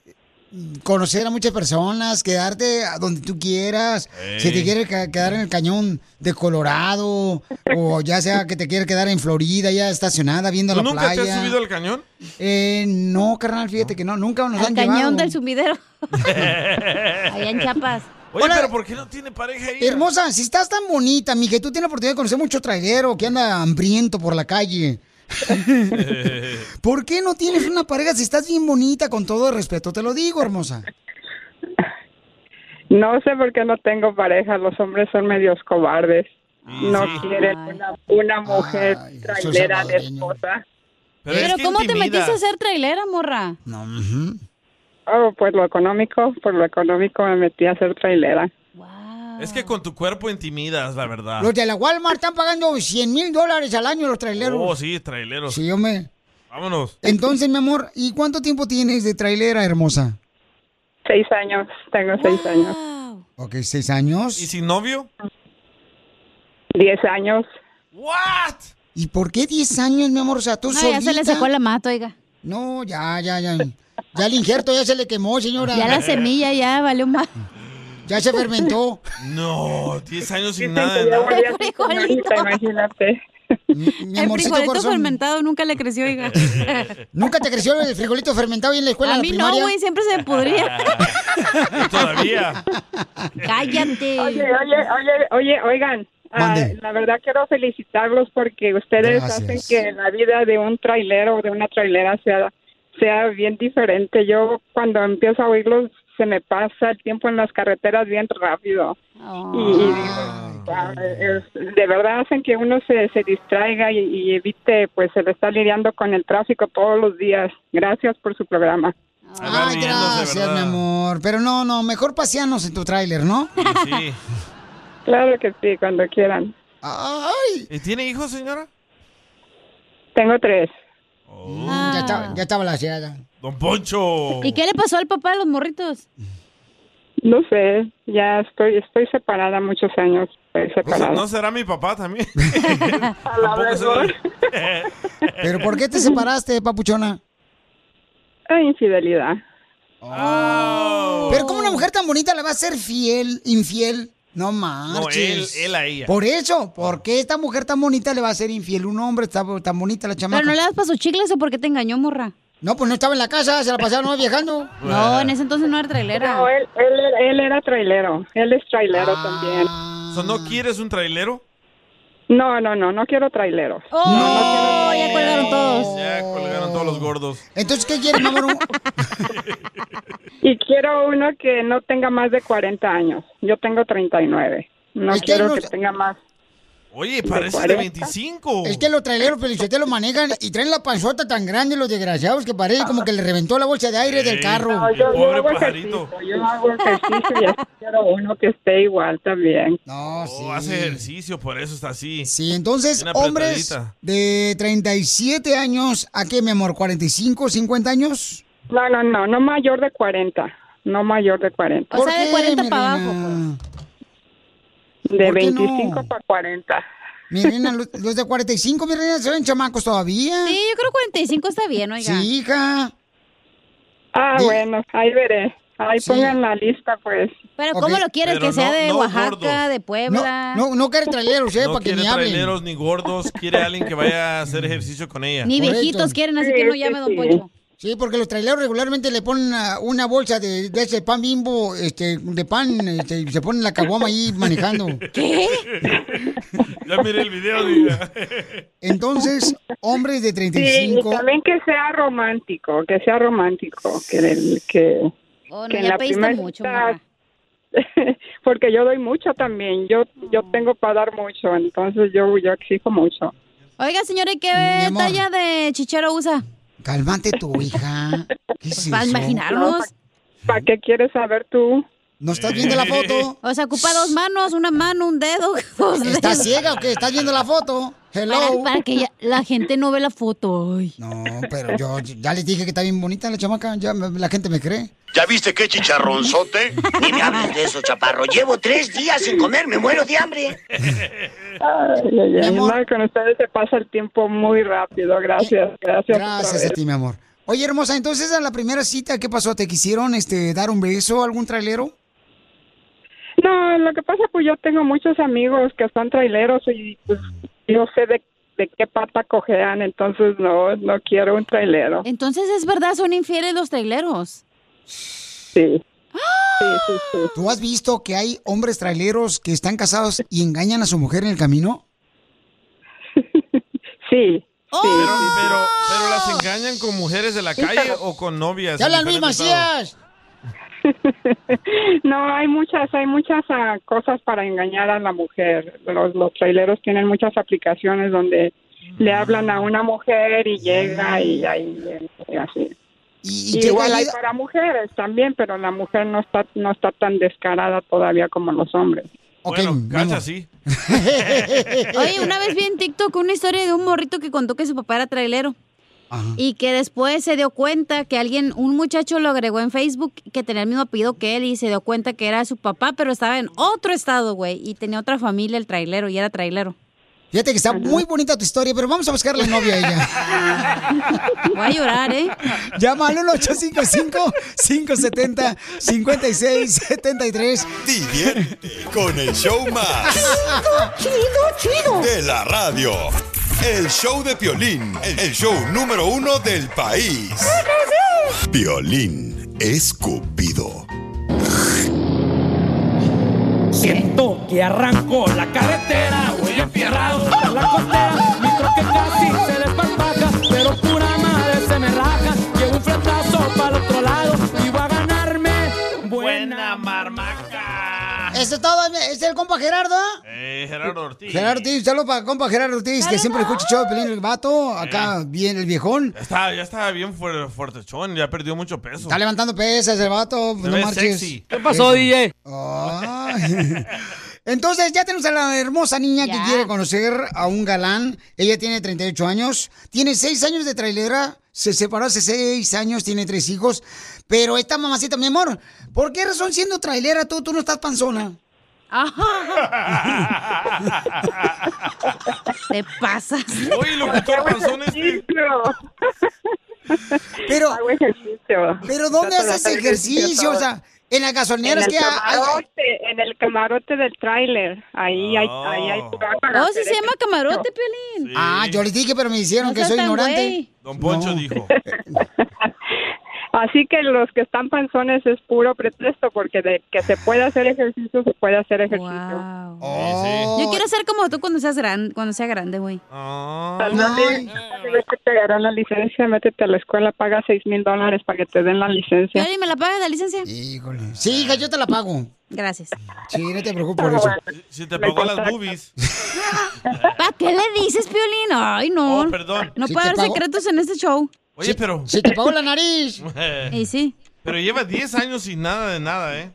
Speaker 1: conocer a muchas personas, quedarte a donde tú quieras,
Speaker 6: Ey.
Speaker 1: si te quieres ca- quedar en el cañón de Colorado, o ya sea que te quieres quedar en Florida, ya estacionada, viendo
Speaker 2: ¿Tú
Speaker 1: la
Speaker 2: nunca
Speaker 1: playa.
Speaker 2: te has subido al cañón?
Speaker 1: Eh, no, carnal, fíjate que no, nunca nos
Speaker 4: Al
Speaker 1: han
Speaker 4: cañón
Speaker 1: llevado.
Speaker 4: del sumidero. Allá en Chiapas.
Speaker 2: Oye,
Speaker 1: Hola.
Speaker 2: pero ¿por qué no tiene pareja ahí?
Speaker 1: Hermosa, si estás tan bonita, mi que tú tienes la oportunidad de conocer mucho trailero que anda hambriento por la calle. ¿Por qué no tienes una pareja si estás bien bonita? Con todo el respeto, te lo digo, hermosa.
Speaker 3: No sé por qué no tengo pareja. Los hombres son medios cobardes. No
Speaker 6: sí.
Speaker 3: quieren una, una mujer trailera de esposa.
Speaker 4: Pero, ¿cómo te metiste a ser trailera, morra?
Speaker 1: No, ujú.
Speaker 3: Oh, por lo económico, por lo económico me metí a ser trailera.
Speaker 2: Es que con tu cuerpo intimidas, la verdad.
Speaker 1: Los de la Walmart están pagando 100 mil dólares al año los traileros.
Speaker 2: Oh, sí, traileros.
Speaker 1: Sí, hombre.
Speaker 2: Vámonos.
Speaker 1: Entonces, mi amor, ¿y cuánto tiempo tienes de trailera, hermosa?
Speaker 3: Seis años, tengo seis años.
Speaker 1: Ok, seis años.
Speaker 2: ¿Y sin novio?
Speaker 3: Diez años.
Speaker 2: ¿What?
Speaker 1: ¿Y por qué diez años, mi amor? O sea, tú
Speaker 4: No, ya se le
Speaker 1: solita-
Speaker 4: sacó la mata, oiga.
Speaker 1: No, ya, ya, ya. Ya el injerto ya se le quemó, señora.
Speaker 4: Ya la semilla ya valió más.
Speaker 1: Ya se fermentó.
Speaker 2: No, 10 años sin
Speaker 4: Dicen
Speaker 2: nada.
Speaker 4: que
Speaker 2: de
Speaker 4: ya
Speaker 2: nada.
Speaker 4: volví a ser
Speaker 3: Ahorita, imagínate.
Speaker 1: Mi
Speaker 4: El
Speaker 1: amorcito
Speaker 4: frijolito
Speaker 1: corazón.
Speaker 4: fermentado nunca le creció, oiga.
Speaker 1: ¿Nunca te creció el frijolito fermentado y en la escuela
Speaker 4: A
Speaker 1: en la
Speaker 4: mí no,
Speaker 1: primaria?
Speaker 4: güey, siempre se pudría.
Speaker 2: Ah, Todavía.
Speaker 4: Cállate.
Speaker 3: Oye, oye, oye, oye, oigan. ah, la verdad quiero felicitarlos porque ustedes
Speaker 5: Gracias.
Speaker 3: hacen que la vida de un trailero o de una trailera sea, sea bien diferente. Yo cuando empiezo a oírlos se me pasa el tiempo en las carreteras bien rápido. Y, y digo, "Wow, es- de verdad hacen que uno se, se distraiga y, y evite pues el estar lidiando con el tráfico todos los días. Gracias por su programa.
Speaker 1: Ay, gracias, mi amor. Pero no, no, mejor paseanos en tu tráiler, ¿no?
Speaker 2: Sí.
Speaker 3: Claro que sí, cuando quieran.
Speaker 2: ¿Y ¿Tiene hijos, señora?
Speaker 3: Tengo tres.
Speaker 1: Ya estaba, ya estaba la seada.
Speaker 2: Don Poncho.
Speaker 4: Ah. ¿Y qué le pasó al papá de los morritos?
Speaker 3: No sé, ya estoy estoy separada muchos años, estoy
Speaker 2: ¿No, se-
Speaker 3: separada.
Speaker 2: Pues, no será mi papá también? Tampoco soy-
Speaker 1: ¿Pero por qué te separaste, papuchona?
Speaker 3: Ah, infidelidad.
Speaker 1: Oh. Pero como una mujer tan bonita la va a ser fiel, infiel, no marches.
Speaker 2: él- él a ella.
Speaker 1: Por eso, ¿por qué esta mujer tan bonita le va a ser infiel? Un hombre está tan bonita la chamaca.
Speaker 4: ¿Pero no le das para sus chicles o por qué te engañó, morra?
Speaker 1: No, pues no estaba en la casa, se la pasaba nomás viajando.
Speaker 4: No, en ese entonces no era trailera.
Speaker 3: No, él, él, él era trailero, él es trailero
Speaker 1: Ah.
Speaker 3: también.
Speaker 2: So, ¿No quieres un trailero?
Speaker 3: No, no, no, no quiero traileros.
Speaker 4: ¡Oh! Ya colgaron todos.
Speaker 2: Ya colgaron todos los gordos.
Speaker 1: Entonces, ¿qué quieres, mi amor?
Speaker 3: Y quiero uno que no tenga más de 40 años. Yo tengo 39. No
Speaker 1: Es que
Speaker 3: quiero
Speaker 1: no-
Speaker 3: que tenga más.
Speaker 2: Oye,
Speaker 3: ¿De
Speaker 2: parece de
Speaker 3: 40?
Speaker 2: 25.
Speaker 1: Es que los traileros pues, Pelichotelo los manejan y traen la panzota tan grande los desgraciados que parece como que le reventó la bolsa de aire del carro.
Speaker 3: No, yo, pues yo hago ejercicio, yo hago ejercicio y así quiero uno que esté igual también.
Speaker 1: No, sí.
Speaker 2: Oh, hace ejercicio, por eso está así.
Speaker 1: Sí, Entonces, hombres de 37 años, ¿a qué, mi amor? ¿45, 50 años?
Speaker 3: No, no, no, no mayor de 40. No mayor de 40.
Speaker 4: O sea, de 40 para abajo.
Speaker 3: De
Speaker 1: ¿Por qué
Speaker 3: 25 para 40.
Speaker 1: Mi reina, los, los de 45, mi reina, se ven chamacos todavía.
Speaker 4: Sí, yo creo 45 está bien, oiga.
Speaker 1: Sí, hija.
Speaker 3: Ah,
Speaker 1: Di-
Speaker 3: bueno, ahí veré. Ahí
Speaker 1: Sí.
Speaker 3: pongan la lista, pues.
Speaker 4: Pero
Speaker 1: Ok.
Speaker 4: ¿cómo lo quieres?
Speaker 2: Pero
Speaker 4: que sea
Speaker 2: no-
Speaker 4: de
Speaker 2: no
Speaker 4: Oaxaca,
Speaker 2: gordos.
Speaker 4: de Puebla.
Speaker 1: No, no quiere traileros, ¿eh?
Speaker 2: No
Speaker 1: para que
Speaker 2: quiere
Speaker 1: ni hablen.
Speaker 2: traileros ni gordos, quiere alguien que vaya a hacer ejercicio con ella.
Speaker 4: Ni viejitos quieren, así que no llame Don Poncho.
Speaker 1: Sí, porque los traileros regularmente le ponen a- una bolsa de, de ese pan bimbo, este, de pan, este, y se ponen la caguama ahí manejando.
Speaker 2: Ya miré el video, diga.
Speaker 1: Entonces, hombres de
Speaker 3: Sí,
Speaker 1: 35.
Speaker 3: y también que sea romántico, que sea romántico, que, que,
Speaker 4: Oh, no,
Speaker 3: que en
Speaker 4: ya
Speaker 3: la
Speaker 4: pediste
Speaker 3: primera
Speaker 4: mucho,
Speaker 3: cita-
Speaker 4: morra.
Speaker 3: porque yo doy mucho también, yo yo tengo para dar mucho, entonces yo yo exijo mucho.
Speaker 4: Oiga, señora, ¿y ¿qué talla de chichero usa?
Speaker 1: Cálmate tu hija. ¿Qué es
Speaker 4: Para
Speaker 1: eso?
Speaker 4: imaginarnos.
Speaker 3: ¿Para qué quieres saber tú?
Speaker 1: ¿No estás viendo la foto?
Speaker 4: O sea, ocupa dos manos, una mano, un dedo. Dos
Speaker 1: ¿Estás
Speaker 4: dedos.
Speaker 1: ciega o qué? ¿Estás viendo la foto? Hello.
Speaker 4: Para, para que ya- la gente no ve la foto. Ay.
Speaker 1: No, pero yo ya les dije que está bien bonita la chamaca, ya me- la gente me cree.
Speaker 20: ¿Ya viste qué chicharronzote? Ni me hables de eso, chaparro. Llevo tres días sin comer, me muero de hambre.
Speaker 3: Ay, ay, ay, no, con ustedes se pasa el tiempo muy rápido, gracias, gracias.
Speaker 1: Gracias a ti, mi amor. Oye, hermosa, entonces a la primera cita, ¿qué pasó? ¿Te quisieron este, dar un beso a algún trailero?
Speaker 3: No, lo que pasa pues yo tengo muchos amigos que son traileros y pues yo sé de, de qué pata cojean, entonces no, no quiero un trailero.
Speaker 4: Entonces, es verdad, son infieles los traileros.
Speaker 3: Sí.
Speaker 1: ¿Tú has visto que hay hombres traileros que están casados y engañan a su mujer en el camino?
Speaker 3: sí.
Speaker 2: Pero, pero, pero las engañan con mujeres de la calle o con novias.
Speaker 1: ¡Ya
Speaker 2: en
Speaker 1: la Luis
Speaker 2: diferentes estados?
Speaker 1: Macías!
Speaker 3: No, hay muchas, hay muchas ah, cosas para engañar a la mujer. Los, los traileros tienen muchas aplicaciones donde le hablan a una mujer y llega y ahí eh, así.
Speaker 1: Y, y
Speaker 3: Y
Speaker 1: que
Speaker 3: igual hay
Speaker 1: ayuda-
Speaker 3: para mujeres también, pero la mujer no está no está tan descarada todavía como los hombres.
Speaker 2: bueno, cacha, sí.
Speaker 4: Oye, una vez vi en TikTok una historia de un morrito que contó que su papá era trailero. Y que después se dio cuenta que alguien, un muchacho lo agregó en Facebook que tenía el mismo apellido que él y se dio cuenta que era su papá, pero estaba en otro estado, güey, y tenía otra familia el trailero y era trailero.
Speaker 1: Fíjate que está muy bonita tu historia, pero vamos a buscarle novio a ella.
Speaker 4: Voy a llorar, ¿eh?
Speaker 1: Llama al 1-855-570-5673.
Speaker 7: Diviértete con el show más
Speaker 1: Chido, chido, chido.
Speaker 7: de la radio. El show de Piolín, el show número uno del país. Piolín escupido.
Speaker 5: Siento que arranco la carretera, voy enfierrado por la costera. Mi troque casi se le parpaja, pero pura madre se me raja. Llevo un fletazo para el otro lado y va a ganarme buena marmaca.
Speaker 1: Eso es todo, es el compa Gerardo. ¿ah?
Speaker 2: Eh, Gerardo Ortiz.
Speaker 1: Gerardo Ortiz, saludos para compa Gerardo Ortiz, que siempre escucha el show de Pelín el Vato. Acá viene el viejón.
Speaker 2: Está, ya estaba bien fuerte, fuertechón, ya perdió mucho peso.
Speaker 1: Está levantando pesas el vato. pues,
Speaker 2: Se
Speaker 1: no
Speaker 2: ve
Speaker 1: marches.
Speaker 2: sexy. ¿Qué pasó, DJ?
Speaker 1: Ay. Entonces ya tenemos a la hermosa niña que quiere conocer a un galán. Ella tiene 38 años, tiene 6 años de trailera, se separó hace 6 años, tiene 3 hijos. Pero esta mamacita, mi amor, ¿por qué razón siendo trailera tú, tú no estás panzona?
Speaker 6: Ah.
Speaker 1: ¿ah?
Speaker 4: Te pasas.
Speaker 2: Oye, locutor panzón este.
Speaker 1: Pero,
Speaker 3: pero
Speaker 1: ¿dónde haces ejercicio? O sea, en las gasolineras
Speaker 3: en el
Speaker 1: que hay- hay-
Speaker 3: camarote, en el camarote del tráiler. Ahí hay, ahí hay lugar para
Speaker 4: Oh, sí
Speaker 3: hacer
Speaker 4: se llama
Speaker 3: ejercicio.
Speaker 4: camarote, Piolín.
Speaker 1: Ah, yo les dije, pero me hicieron
Speaker 4: No
Speaker 1: que
Speaker 4: seas
Speaker 1: soy
Speaker 4: tan
Speaker 1: ignorante.
Speaker 4: güey.
Speaker 2: Don Poncho dijo.
Speaker 3: Así que los que están panzones es puro pretexto porque de que se puede hacer ejercicio, se puede hacer ejercicio.
Speaker 4: Yo quiero ser como tú cuando seas gran, cuando sea grande, güey.
Speaker 3: que te darán la licencia, métete a la escuela, paga seis mil dólares para que te den la licencia.
Speaker 4: Piolín, ¿me la pagas la licencia?
Speaker 1: Híjole. Sí, hija, yo te la pago.
Speaker 4: Gracias.
Speaker 1: Sí, no te preocupes por eso.
Speaker 2: Si te pagó las boobies.
Speaker 4: ¿Para qué le dices, Piolín? Ay, no.
Speaker 2: Oh, perdón.
Speaker 4: No
Speaker 2: Sí
Speaker 4: puede
Speaker 2: te
Speaker 4: haber
Speaker 2: pago-
Speaker 4: secretos en este show.
Speaker 2: Oye, pero. Eh,
Speaker 1: Si te pagó la nariz.
Speaker 4: Y sí.
Speaker 2: Pero lleva 10 años sin nada de nada, ¿eh?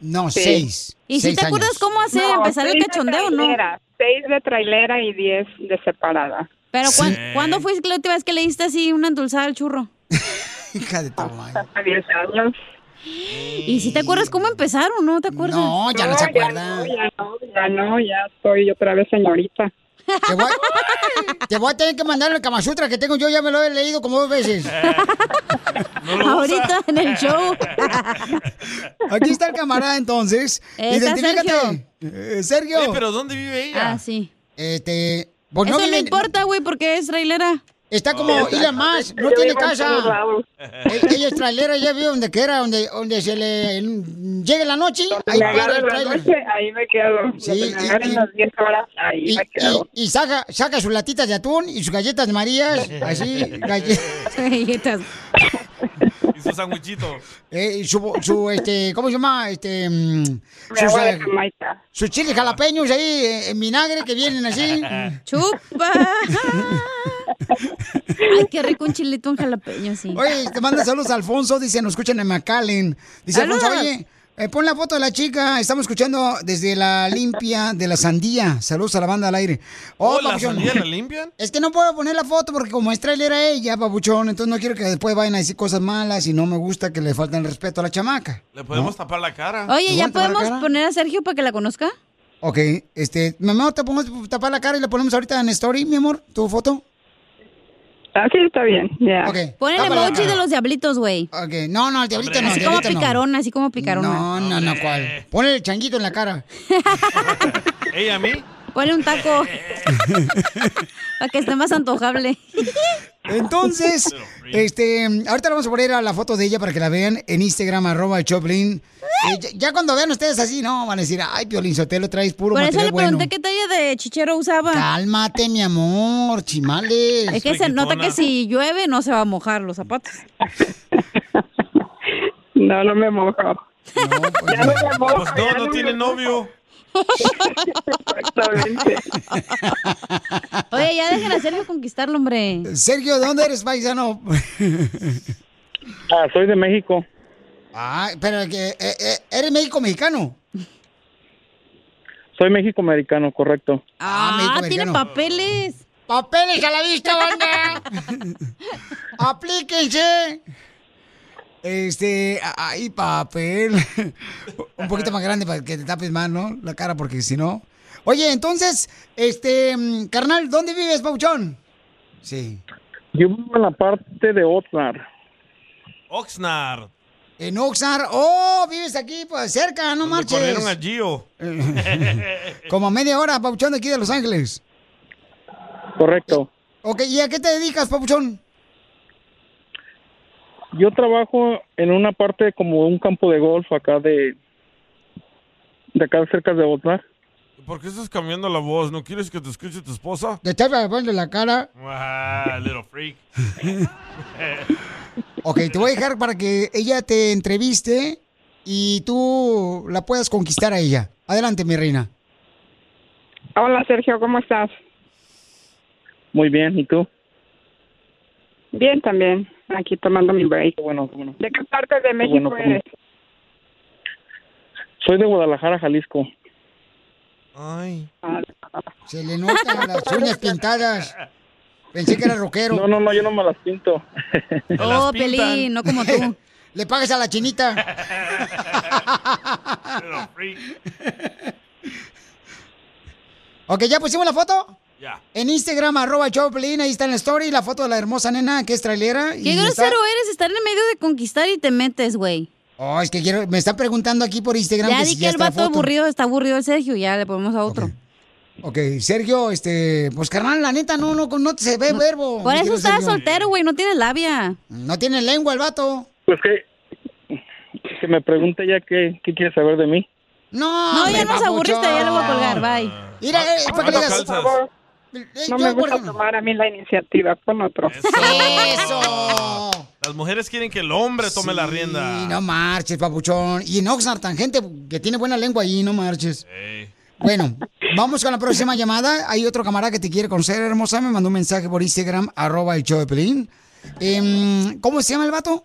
Speaker 1: No,
Speaker 2: Sí. seis.
Speaker 4: ¿Y si
Speaker 2: Seis
Speaker 4: te acuerdas
Speaker 2: años.
Speaker 4: cómo hacer
Speaker 3: No,
Speaker 4: empezar el
Speaker 3: seis de
Speaker 4: cachondeo, no?
Speaker 3: trailera, Seis de trailera y diez de separada.
Speaker 4: Pero
Speaker 3: Sí.
Speaker 4: ¿cuán- ¿cuándo fue la última vez que le diste así una endulzada al churro?
Speaker 1: Hija de tu madre.
Speaker 3: Diez años.
Speaker 4: ¿Y si te acuerdas cómo empezaron, no te acuerdas?
Speaker 1: No, ya no se acuerda.
Speaker 3: no, ya no, ya no, ya estoy otra vez señorita.
Speaker 1: Te voy, te voy a tener que mandar el Kama Sutra que tengo yo, ya me lo he leído como dos veces.
Speaker 4: Ahorita en el show.
Speaker 1: Aquí está el camarada entonces.
Speaker 4: Eh, está
Speaker 1: Identifícate. Eh, Sergio.
Speaker 4: Eh, pero
Speaker 2: ¿dónde vive
Speaker 4: ella? Ah, sí.
Speaker 1: Este. pues
Speaker 4: Eso no
Speaker 1: vive-
Speaker 4: importa, güey, porque es trailera.
Speaker 1: Está como
Speaker 4: y
Speaker 1: Elon Musk, no tiene casa. Eh, Ella es trailera, ella vive donde quiera, donde, donde se le llegue la noche, ahí
Speaker 3: me
Speaker 1: para
Speaker 3: agarran
Speaker 1: el
Speaker 3: la
Speaker 1: trailer.
Speaker 3: noche, ahí me quedo. Sí,
Speaker 1: Sí,
Speaker 3: me
Speaker 1: y-
Speaker 3: agarran
Speaker 1: y-
Speaker 3: las 10 horas, ahí
Speaker 1: Y,
Speaker 3: me quedo.
Speaker 1: y- y saca, saca sus latitas de atún y sus galletas de Marías, así, galletas.
Speaker 4: galletas.
Speaker 2: Y su sandwichito.
Speaker 1: Eh, y su, su, este, ¿cómo se llama? Este, mm,
Speaker 2: Mi agua de
Speaker 1: eh,
Speaker 3: Jamaica.
Speaker 1: sus chiles jalapeños ahí eh, en vinagre que vienen así.
Speaker 4: ¡Chupa! Ay, qué rico un chilito en jalapeño, sí.
Speaker 1: Oye, te manda saludos Alfonso, dice, nos escuchan en McAllen. Dice Alfonso,
Speaker 4: ¡Saludos!
Speaker 1: oye, eh, pon la foto de la chica, estamos escuchando desde la limpia de la sandía. Saludos a la banda al aire.
Speaker 2: Oh, ¿la
Speaker 1: papuchón.
Speaker 2: sandía la limpian?
Speaker 1: Es que no puedo poner la foto porque como es trailera ella, papuchón, entonces no quiero que después vayan a decir cosas malas y no me gusta que le falten el respeto a la chamaca.
Speaker 2: Le podemos tapar la cara.
Speaker 4: Oye, ¿ya
Speaker 1: Aguanta la
Speaker 4: podemos
Speaker 1: cara.
Speaker 4: poner a Sergio para que la conozca?
Speaker 1: Ok, este, mi amor, te podemos tapar la cara y la ponemos ahorita en story, mi amor, tu foto.
Speaker 3: Ah, sí, está bien, ya.
Speaker 1: Ok.
Speaker 4: Pon el
Speaker 1: Tápala.
Speaker 4: emoji de los diablitos, güey.
Speaker 1: Ah, Ok, no, no, el diablito no,
Speaker 4: Así
Speaker 1: el
Speaker 4: como
Speaker 1: diablito no.
Speaker 4: picarón, así como picarón.
Speaker 1: No, no, no, ¿cuál? Ponle el changuito en la cara.
Speaker 2: ¿Ella a mí?
Speaker 4: Ponle un taco para que esté más antojable.
Speaker 1: Entonces, este, ahorita le vamos a poner a la foto de ella para que la vean en Instagram, arroba el Choplin. Eh, ya, ya cuando vean ustedes así, no, van a decir, ay, Piolín Sotelo, traes puro
Speaker 4: Por eso
Speaker 1: material
Speaker 4: le pregunté
Speaker 1: bueno.
Speaker 4: qué talla de chichero usaba.
Speaker 1: Cálmate, mi amor, chimales.
Speaker 4: Es que se nota que si llueve no se va a mojar los zapatos.
Speaker 3: No, no me mojo.
Speaker 2: Pues no, no tiene novio.
Speaker 4: Oye, ya dejen a Sergio conquistarlo, hombre.
Speaker 1: Sergio, ¿de dónde eres, paisano?
Speaker 11: Ah, soy de México.
Speaker 1: Ah, pero que, eh, eh, ¿eres médico mexicano?
Speaker 11: Soy México-americano, correcto.
Speaker 4: Ah, tiene papeles.
Speaker 1: Papeles a la vista, banda. Aplíquense. Este, ahí papel. Un poquito más grande para que te tapes más, ¿no? La cara, porque si no. Oye, entonces, este, mm, carnal, ¿dónde vives, Pauchón? Sí.
Speaker 11: Yo vivo en la parte de Otlar.
Speaker 2: Oxnard.
Speaker 1: En Oxnard. Oh, vives aquí, pues cerca, no
Speaker 2: Me
Speaker 1: marches.
Speaker 2: corrieron a Gio.
Speaker 1: Como a media hora, Pauchón, de aquí de Los Ángeles.
Speaker 11: Correcto.
Speaker 1: Ok, ¿y a qué te dedicas, Pauchón?
Speaker 11: Yo trabajo en una parte como un campo de golf acá de... De acá cerca de Otlar.
Speaker 2: ¿Por qué estás cambiando la voz? ¿No quieres que te escuche tu esposa?
Speaker 1: Te tapas el pelo de la cara.
Speaker 2: Ah, little freak.
Speaker 1: Ok, te voy a dejar para que ella te entreviste y tú la puedas conquistar a ella. Adelante, mi reina.
Speaker 3: Hola, Sergio, ¿cómo estás?
Speaker 11: Muy bien, ¿y tú?
Speaker 3: Bien también, aquí tomando mi break.
Speaker 11: Bueno, bueno.
Speaker 3: ¿De qué parte de México
Speaker 11: bueno, qué bueno.
Speaker 3: eres?
Speaker 11: Soy de Guadalajara, Jalisco.
Speaker 2: Ay.
Speaker 3: Ah,
Speaker 1: Se le notan las uñas pintadas. Pensé que era rockero.
Speaker 11: No, no, no, yo no me las pinto.
Speaker 4: Oh, Pelín, no como tú.
Speaker 1: Le pagas a la chinita. ok, ¿ya pusimos la foto?
Speaker 2: Ya.
Speaker 1: En Instagram, arroba el show de Pelín, ahí está en la story la foto de la hermosa nena que es trailera.
Speaker 4: Qué grosero eres estar en el medio de conquistar y te metes, güey.
Speaker 1: Oh, es que quiero, me están preguntando aquí por Instagram
Speaker 4: Ya
Speaker 1: que
Speaker 4: di
Speaker 1: si
Speaker 4: que
Speaker 1: ya
Speaker 4: el
Speaker 1: está la
Speaker 4: vato
Speaker 1: foto.
Speaker 4: aburrido está aburrido el Sergio, ya le ponemos a otro.
Speaker 1: Ok, Sergio, este, pues carnal, la neta, no, no, no se ve verbo.
Speaker 4: Por
Speaker 1: mi
Speaker 4: eso
Speaker 1: querido
Speaker 4: estás
Speaker 1: Sergio.
Speaker 4: soltero, güey, no tienes labia.
Speaker 1: No tiene lengua el vato.
Speaker 11: Pues que... Que me pregunte ya qué, qué quiere saber de mí.
Speaker 1: No,
Speaker 4: No,
Speaker 1: hombre,
Speaker 4: ya nos
Speaker 1: papuchón.
Speaker 4: aburriste, ya lo voy a colgar, bye.
Speaker 1: Mira, eh, para que le Eh, digas.
Speaker 3: Por favor, no me gusta tomar a mí la iniciativa con otro.
Speaker 1: ¡Eso!
Speaker 2: Las mujeres quieren que el hombre tome la rienda.
Speaker 1: Y no marches, papuchón. Y en Oxnard, tan gente que tiene buena lengua ahí, no marches. Bueno, vamos con la próxima llamada. Hay otro camarada que te quiere conocer, hermosa. Me mandó un mensaje por Instagram, arroba el show de Pelín. Em, ¿Cómo se llama el vato?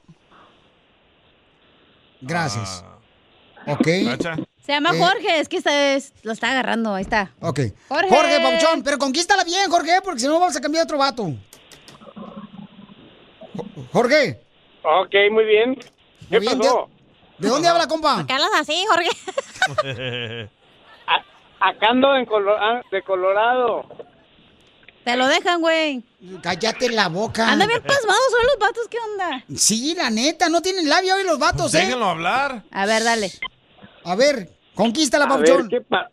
Speaker 1: Gracias. Ok.
Speaker 4: Se llama
Speaker 1: Eh,
Speaker 4: Jorge, es que esta es, lo está agarrando, ahí está.
Speaker 1: Ok.
Speaker 4: Jorge.
Speaker 1: Jorge, papuchón, pero conquístala bien, Jorge, porque si no vamos a cambiar a otro vato. Jo- Jorge.
Speaker 9: Ok, muy bien. ¿Qué
Speaker 1: Muy bien,
Speaker 9: pasó?
Speaker 1: ¿De dónde habla, compa?
Speaker 4: ¿Qué hablas así, Jorge?
Speaker 9: Acá ando en Colo- ah, de Colorado.
Speaker 4: Te lo dejan, güey.
Speaker 1: Cállate la boca.
Speaker 4: Anda bien pasmado, son los vatos, ¿qué onda?
Speaker 1: Sí, la neta, no tienen labio hoy los vatos, ¿eh?
Speaker 2: Pues Déjenlo hablar.
Speaker 4: A ver, dale.
Speaker 1: A ver, conquista la
Speaker 9: A ver,
Speaker 1: papuchón.
Speaker 9: ¿qué pa-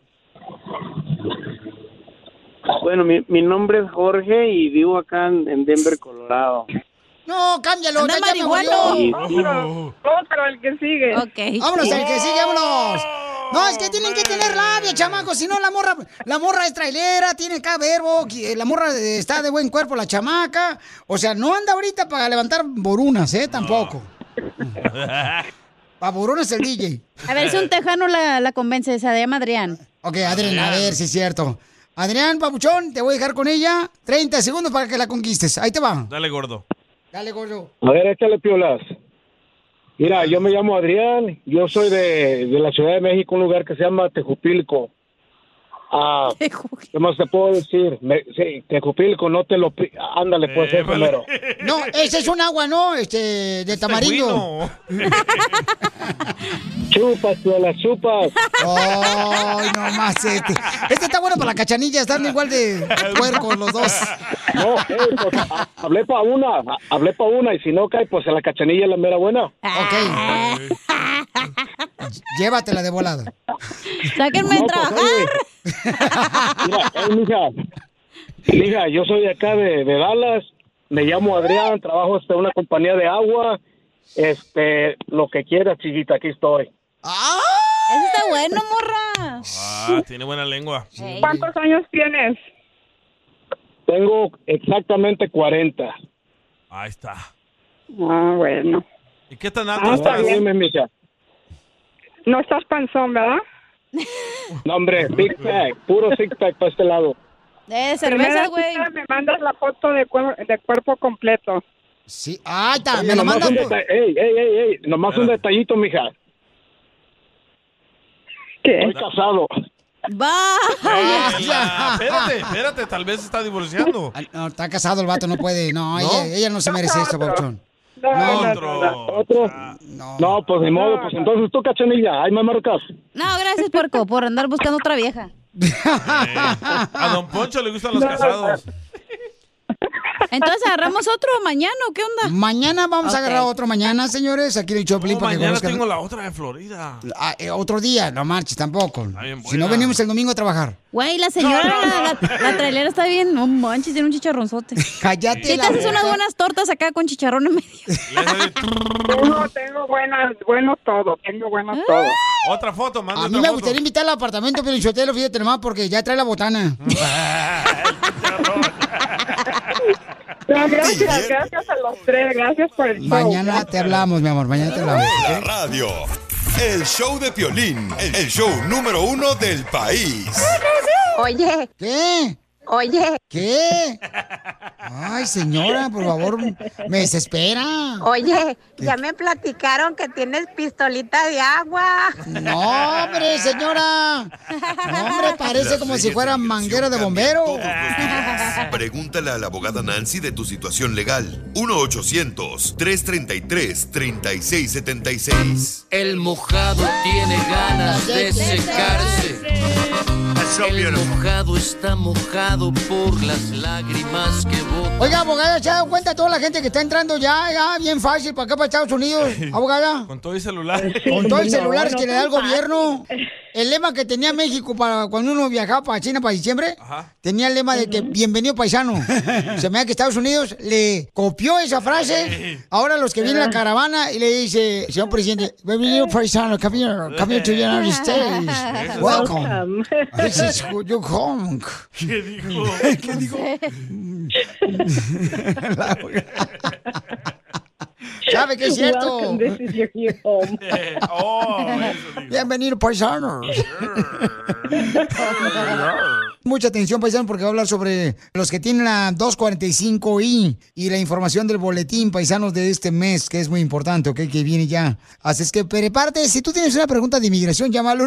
Speaker 9: Bueno, mi, mi nombre es Jorge y vivo acá en, en Denver, Colorado.
Speaker 1: No, cámbialo,
Speaker 9: Anda
Speaker 1: ya, ya me
Speaker 9: marihuano.
Speaker 1: volvió.
Speaker 9: Vámonos,
Speaker 1: Otro, el que sigue.
Speaker 4: Ok.
Speaker 1: Vámonos, el que sigue, vámonos. No, es que tienen que tener labia, chamacos, si no la morra, la morra es trailera, tiene cada verbo, que la morra eh, está de buen cuerpo, la chamaca. O sea, no anda ahorita para levantar borunas, ¿eh? Tampoco. Pa' borunas el DJ.
Speaker 4: A ver si un tejano la, la convence, se llama Adrián.
Speaker 1: Ok, Adrián, a ver si es cierto. Adrián, papuchón, te voy a dejar con ella 30 segundos para que la conquistes. Ahí te va.
Speaker 2: Dale, gordo.
Speaker 1: Dale, gordo.
Speaker 9: A ver, échale piolas. Mira, yo me llamo Adrián, yo soy de, de la Ciudad de México, un lugar que se llama Tejupilco. Ah, ¿Qué más te puedo decir? Me- sí, Tejupilco, no te lo... pi- Ándale, pues,
Speaker 2: Eh,
Speaker 9: ser primero.
Speaker 1: No, ese es un agua, ¿no? Este, de tamarindo.
Speaker 9: Chupas, piolas, chupas.
Speaker 1: Ay, no más este. Este está bueno para la cachanilla, están igual de puercos los dos.
Speaker 9: No, eh, pues, ha- hablé para una, ha- hablé para una, y si no cae, pues en la cachanilla es la mera buena.
Speaker 1: Ok. Llévatela de volada.
Speaker 4: Sáquenme a trabajar.
Speaker 9: Mira, eh, mija, mija, yo soy de acá de, de Dallas, me llamo Adrián, trabajo hasta una compañía de agua, este, lo que quieras, chiquita, aquí estoy.
Speaker 4: Eso está bueno, morra.
Speaker 2: Ah, tiene buena lengua.
Speaker 3: ¿Cuántos años tienes?
Speaker 9: Tengo exactamente 40.
Speaker 2: Ahí está.
Speaker 3: Ah, bueno.
Speaker 2: ¿Y qué tan alto
Speaker 3: Ah, está
Speaker 2: estás?
Speaker 3: bien.
Speaker 9: mija.
Speaker 3: No estás panzón, ¿verdad?
Speaker 9: No, hombre, six pack, puro six pack para este lado.
Speaker 4: Eh,
Speaker 9: cerveza,
Speaker 3: Primera cita Me mandas la foto de, cuer- de cuerpo completo.
Speaker 1: Sí, ahí está,
Speaker 12: Oye,
Speaker 1: me lo
Speaker 12: nomás
Speaker 1: mandan
Speaker 12: un
Speaker 1: por...
Speaker 12: deta- Ey, ey, ey, ey, nomás un detallito, mija. ¿Qué? Estoy casado.
Speaker 2: Ah, espérate, espérate, tal vez se está divorciando.
Speaker 1: No, está casado el vato, no puede. No, Ella, ella no se merece este esto, Pauchón.
Speaker 12: No, no, no, no. Otro.
Speaker 1: Ah,
Speaker 12: No. pues ni modo, pues entonces tú, cachanilla, hay más marcas.
Speaker 4: No, gracias, puerco, por andar buscando otra vieja.
Speaker 2: A don Poncho le gustan los casados.
Speaker 4: Entonces, ¿agarramos otro mañana o qué onda?
Speaker 1: Mañana vamos a
Speaker 4: Ok.
Speaker 1: agarrar otro mañana, señores. Aquí en el Choplin para que
Speaker 2: Mañana
Speaker 1: conozcan-
Speaker 2: tengo la otra de Florida.
Speaker 1: Ah, eh, otro día, no marches tampoco.
Speaker 2: bien
Speaker 1: Si no
Speaker 2: buena.
Speaker 1: venimos el domingo a trabajar.
Speaker 4: Güey, la señora, la, la- la trailera está bien, no manches, tiene un chicharronzote.
Speaker 1: Cállate.
Speaker 4: Si te
Speaker 1: la
Speaker 4: haces
Speaker 1: boca.
Speaker 4: unas buenas tortas acá con chicharrón en medio.
Speaker 3: Tengo, tengo buenas, bueno todo, tengo buenos
Speaker 4: Ah.
Speaker 3: todo.
Speaker 2: Otra foto, manda
Speaker 1: A mí
Speaker 2: otra
Speaker 1: me
Speaker 2: foto.
Speaker 1: gustaría invitar al apartamento Pelichotelo, fíjate nomás, porque ya trae la botana.
Speaker 3: No, gracias, gracias a los tres, gracias por el show.
Speaker 1: Mañana te hablamos, mi amor, mañana te hablamos.
Speaker 7: La radio. El show de Piolín, el show número uno del país.
Speaker 1: Oye. ¿Qué? Oye. ¿Qué? Ay, señora, por favor, me desespera.
Speaker 9: Oye, ya me platicaron que tienes pistolita de agua.
Speaker 1: No, hombre, señora. No, hombre, parece como si fuera manguera de bombero.
Speaker 6: pues.
Speaker 7: Pregúntale a la abogada Nancy de tu situación legal. 1-800-333-3676.
Speaker 21: El mojado tiene ganas de secarse. El mojado está mojado por las lágrimas que botan.
Speaker 1: Oiga, abogada, ¿se ha dado cuenta toda la gente que está entrando ya, ya, bien fácil, para acá, para Estados Unidos, abogada?
Speaker 2: Con todo y celular.
Speaker 1: Con todo el celular que le da el gobierno. El lema que tenía México para cuando uno viajaba para China para diciembre,
Speaker 2: Ajá.
Speaker 1: tenía el lema de que bienvenido paisano. Se me da que Estados Unidos le copió esa frase. Ahora los que vienen a la caravana y le dice, señor presidente, bienvenido paisano, come here, come here to the United States. Welcome. This is who you home.
Speaker 2: ¿Qué dijo?
Speaker 1: ¿Qué dijo? ¿Sabe que es cierto?
Speaker 23: Welcome, this is your new home.
Speaker 1: Bienvenido, paisanos. Mucha atención, paisanos, porque voy a hablar sobre los que tienen la 245i y la información del boletín, paisanos, de este mes, que es muy importante, ¿ok? Que viene ya. Así es que prepárate. Si tú tienes una pregunta de inmigración, llama al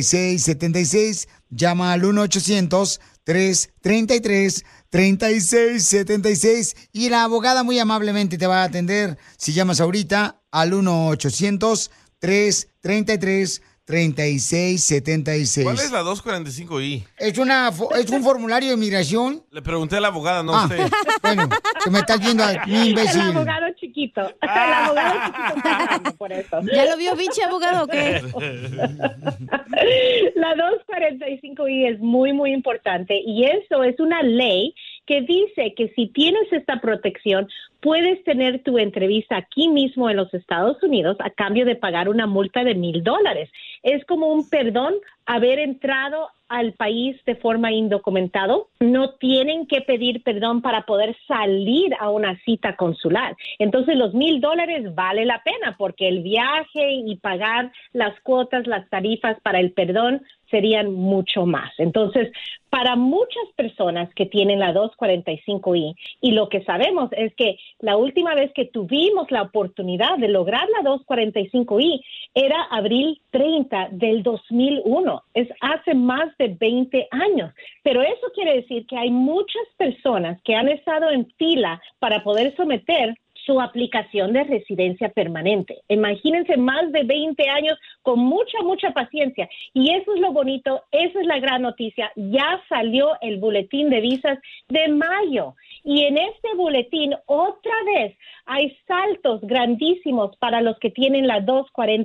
Speaker 1: 1-800-333-3676. Llama al 1-800-333-3676. 3676 y la abogada muy amablemente te va a atender si llamas ahorita al 1 800 333 3676
Speaker 2: ¿Cuál es la 245i?
Speaker 1: Es, una, fo- es un formulario de inmigración.
Speaker 2: Le pregunté a la abogada, no a
Speaker 1: Ah,
Speaker 2: usted.
Speaker 1: bueno, que me estás viendo a mi
Speaker 23: El
Speaker 1: imbécil.
Speaker 23: abogado chiquito. El abogado chiquito está hablando por eso.
Speaker 4: ¿Ya lo vio biche, abogado, o qué?
Speaker 23: La 245i es muy, muy importante y eso es una ley que dice que si tienes esta protección, puedes tener tu entrevista aquí mismo en los Estados Unidos a cambio de pagar una multa de mil dólares. Es como un perdón haber entrado al país de forma indocumentado. No tienen que pedir perdón para poder salir a una cita consular. Entonces los mil dólares vale la pena porque el viaje y pagar las cuotas, las tarifas para el perdón serían mucho más. Entonces, para muchas personas que tienen la 245i, y lo que sabemos es que la última vez que tuvimos la oportunidad de lograr la 245i era abril 30 del 2001, es hace más de 20 años. Pero eso quiere decir que hay muchas personas que han estado en fila para poder someter su aplicación de residencia permanente. Imagínense más de 20 años con mucha, mucha paciencia. Y eso es lo bonito, esa es la gran noticia. Ya salió el boletín de visas de mayo. Y en este boletín, otra vez, hay saltos grandísimos para los que tienen la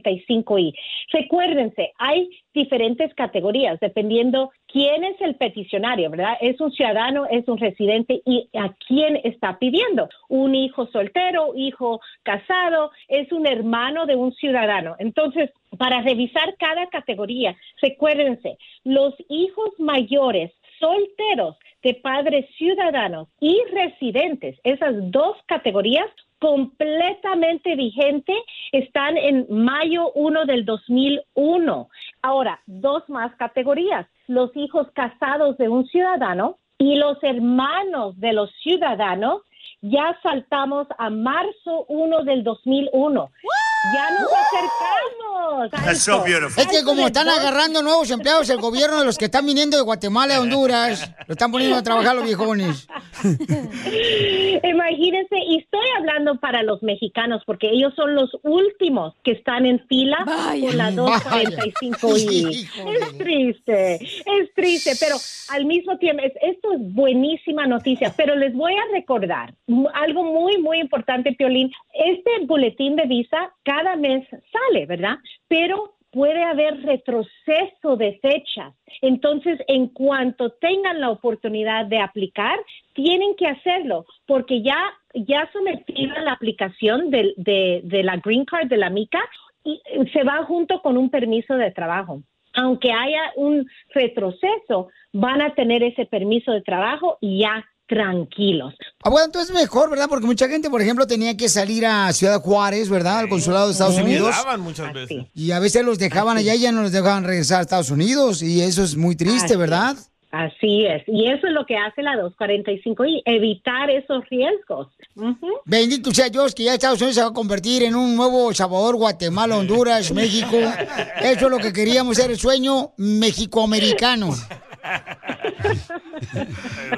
Speaker 23: 245i. Recuérdense, hay diferentes categorías dependiendo quién es el peticionario, ¿verdad? Es un ciudadano, es un residente y a quién está pidiendo. Un hijo soltero, hijo casado, es un hermano de un ciudadano. Entonces, para revisar cada categoría, recuérdense, los hijos mayores solteros de padres ciudadanos y residentes, esas dos categorías completamente vigente están en mayo 1 del 2001. Ahora, dos más categorías, los hijos casados de un ciudadano y los hermanos de los ciudadanos ya saltamos a marzo 1 del 2001. Ya nos acercamos. a
Speaker 1: Eso.
Speaker 23: eso.
Speaker 1: Es que como están
Speaker 23: Entonces,
Speaker 1: agarrando nuevos empleados, el gobierno de los que están viniendo de Guatemala a Honduras, lo están poniendo a trabajar los viejones.
Speaker 23: Imagínense, y estoy hablando para los mexicanos porque ellos son los últimos que están en fila por la 245 y es triste, es triste, pero al mismo tiempo es- esto es buenísima noticia, pero les voy a recordar m- algo muy muy importante, Piolín, este boletín de visa cada mes sale, ¿verdad? Pero puede haber retroceso de fechas. Entonces, en cuanto tengan la oportunidad de aplicar, tienen que hacerlo, porque ya, ya sometieron la aplicación del- de, de la Green Card de la MICA y eh, se va junto con un permiso de trabajo. Aunque haya un retroceso, van a tener ese permiso de trabajo y ya tranquilos.
Speaker 1: Ah, bueno, entonces mejor, ¿verdad? Porque mucha gente, por ejemplo, tenía que salir a Ciudad Juárez, ¿verdad? Al consulado de Estados
Speaker 2: Se
Speaker 1: Unidos.
Speaker 2: quedaban muchas veces.
Speaker 1: Y a veces los dejaban allá y ya no los dejaban regresar a Estados Unidos. Y eso es muy triste,
Speaker 23: Así
Speaker 1: ¿verdad?
Speaker 23: Así es, y eso es lo que hace la 245 y evitar esos riesgos. Ujú.
Speaker 1: Bendito sea Dios que ya Estados Unidos se va a convertir en un nuevo El Salvador, Guatemala, Honduras, México. Eso es lo que queríamos, era el sueño mexicoamericano.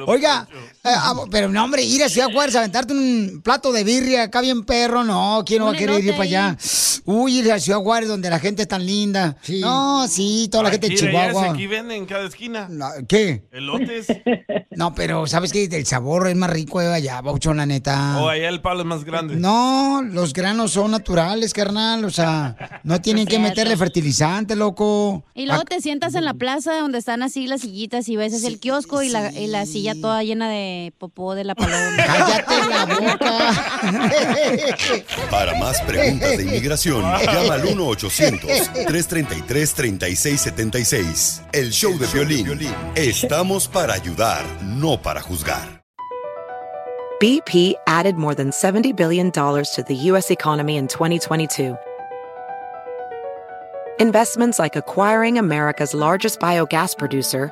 Speaker 1: Oiga, eh, ah, pero no, hombre, ir a Ciudad Juárez, aventarte un plato de birria acá bien perro, no, ¿quién no va a
Speaker 24: Un
Speaker 1: querer ir
Speaker 24: elote
Speaker 1: para allá? Uy, ir a Ciudad Juárez donde la gente es tan linda. No, sí, toda la gente de
Speaker 2: Mira, ya ese
Speaker 1: Chihuahua.
Speaker 2: aquí venden en cada esquina.
Speaker 1: ¿Qué?
Speaker 2: Elotes.
Speaker 1: No, pero ¿sabes qué? El sabor es más rico de allá, bauchón, la neta.
Speaker 2: O allá el palo es más
Speaker 1: Ah.
Speaker 2: grande.
Speaker 1: No, los granos son naturales, carnal. O sea, no tienen que
Speaker 4: Cierto.
Speaker 1: meterle fertilizante, loco.
Speaker 4: Y luego te sientas en la plaza donde están así las sillitas y ves es el kiosco y, la, y la silla toda llena de popó de la paloma.
Speaker 1: ¡Cállate la boca!
Speaker 7: Para más preguntas de inmigración, llama al 1-800-333-3676. El show de violín. Estamos para ayudar, no para juzgar.
Speaker 18: BP added more than $70 billion to the U.S. economy in 2022. Investments like acquiring America's largest biogas producer,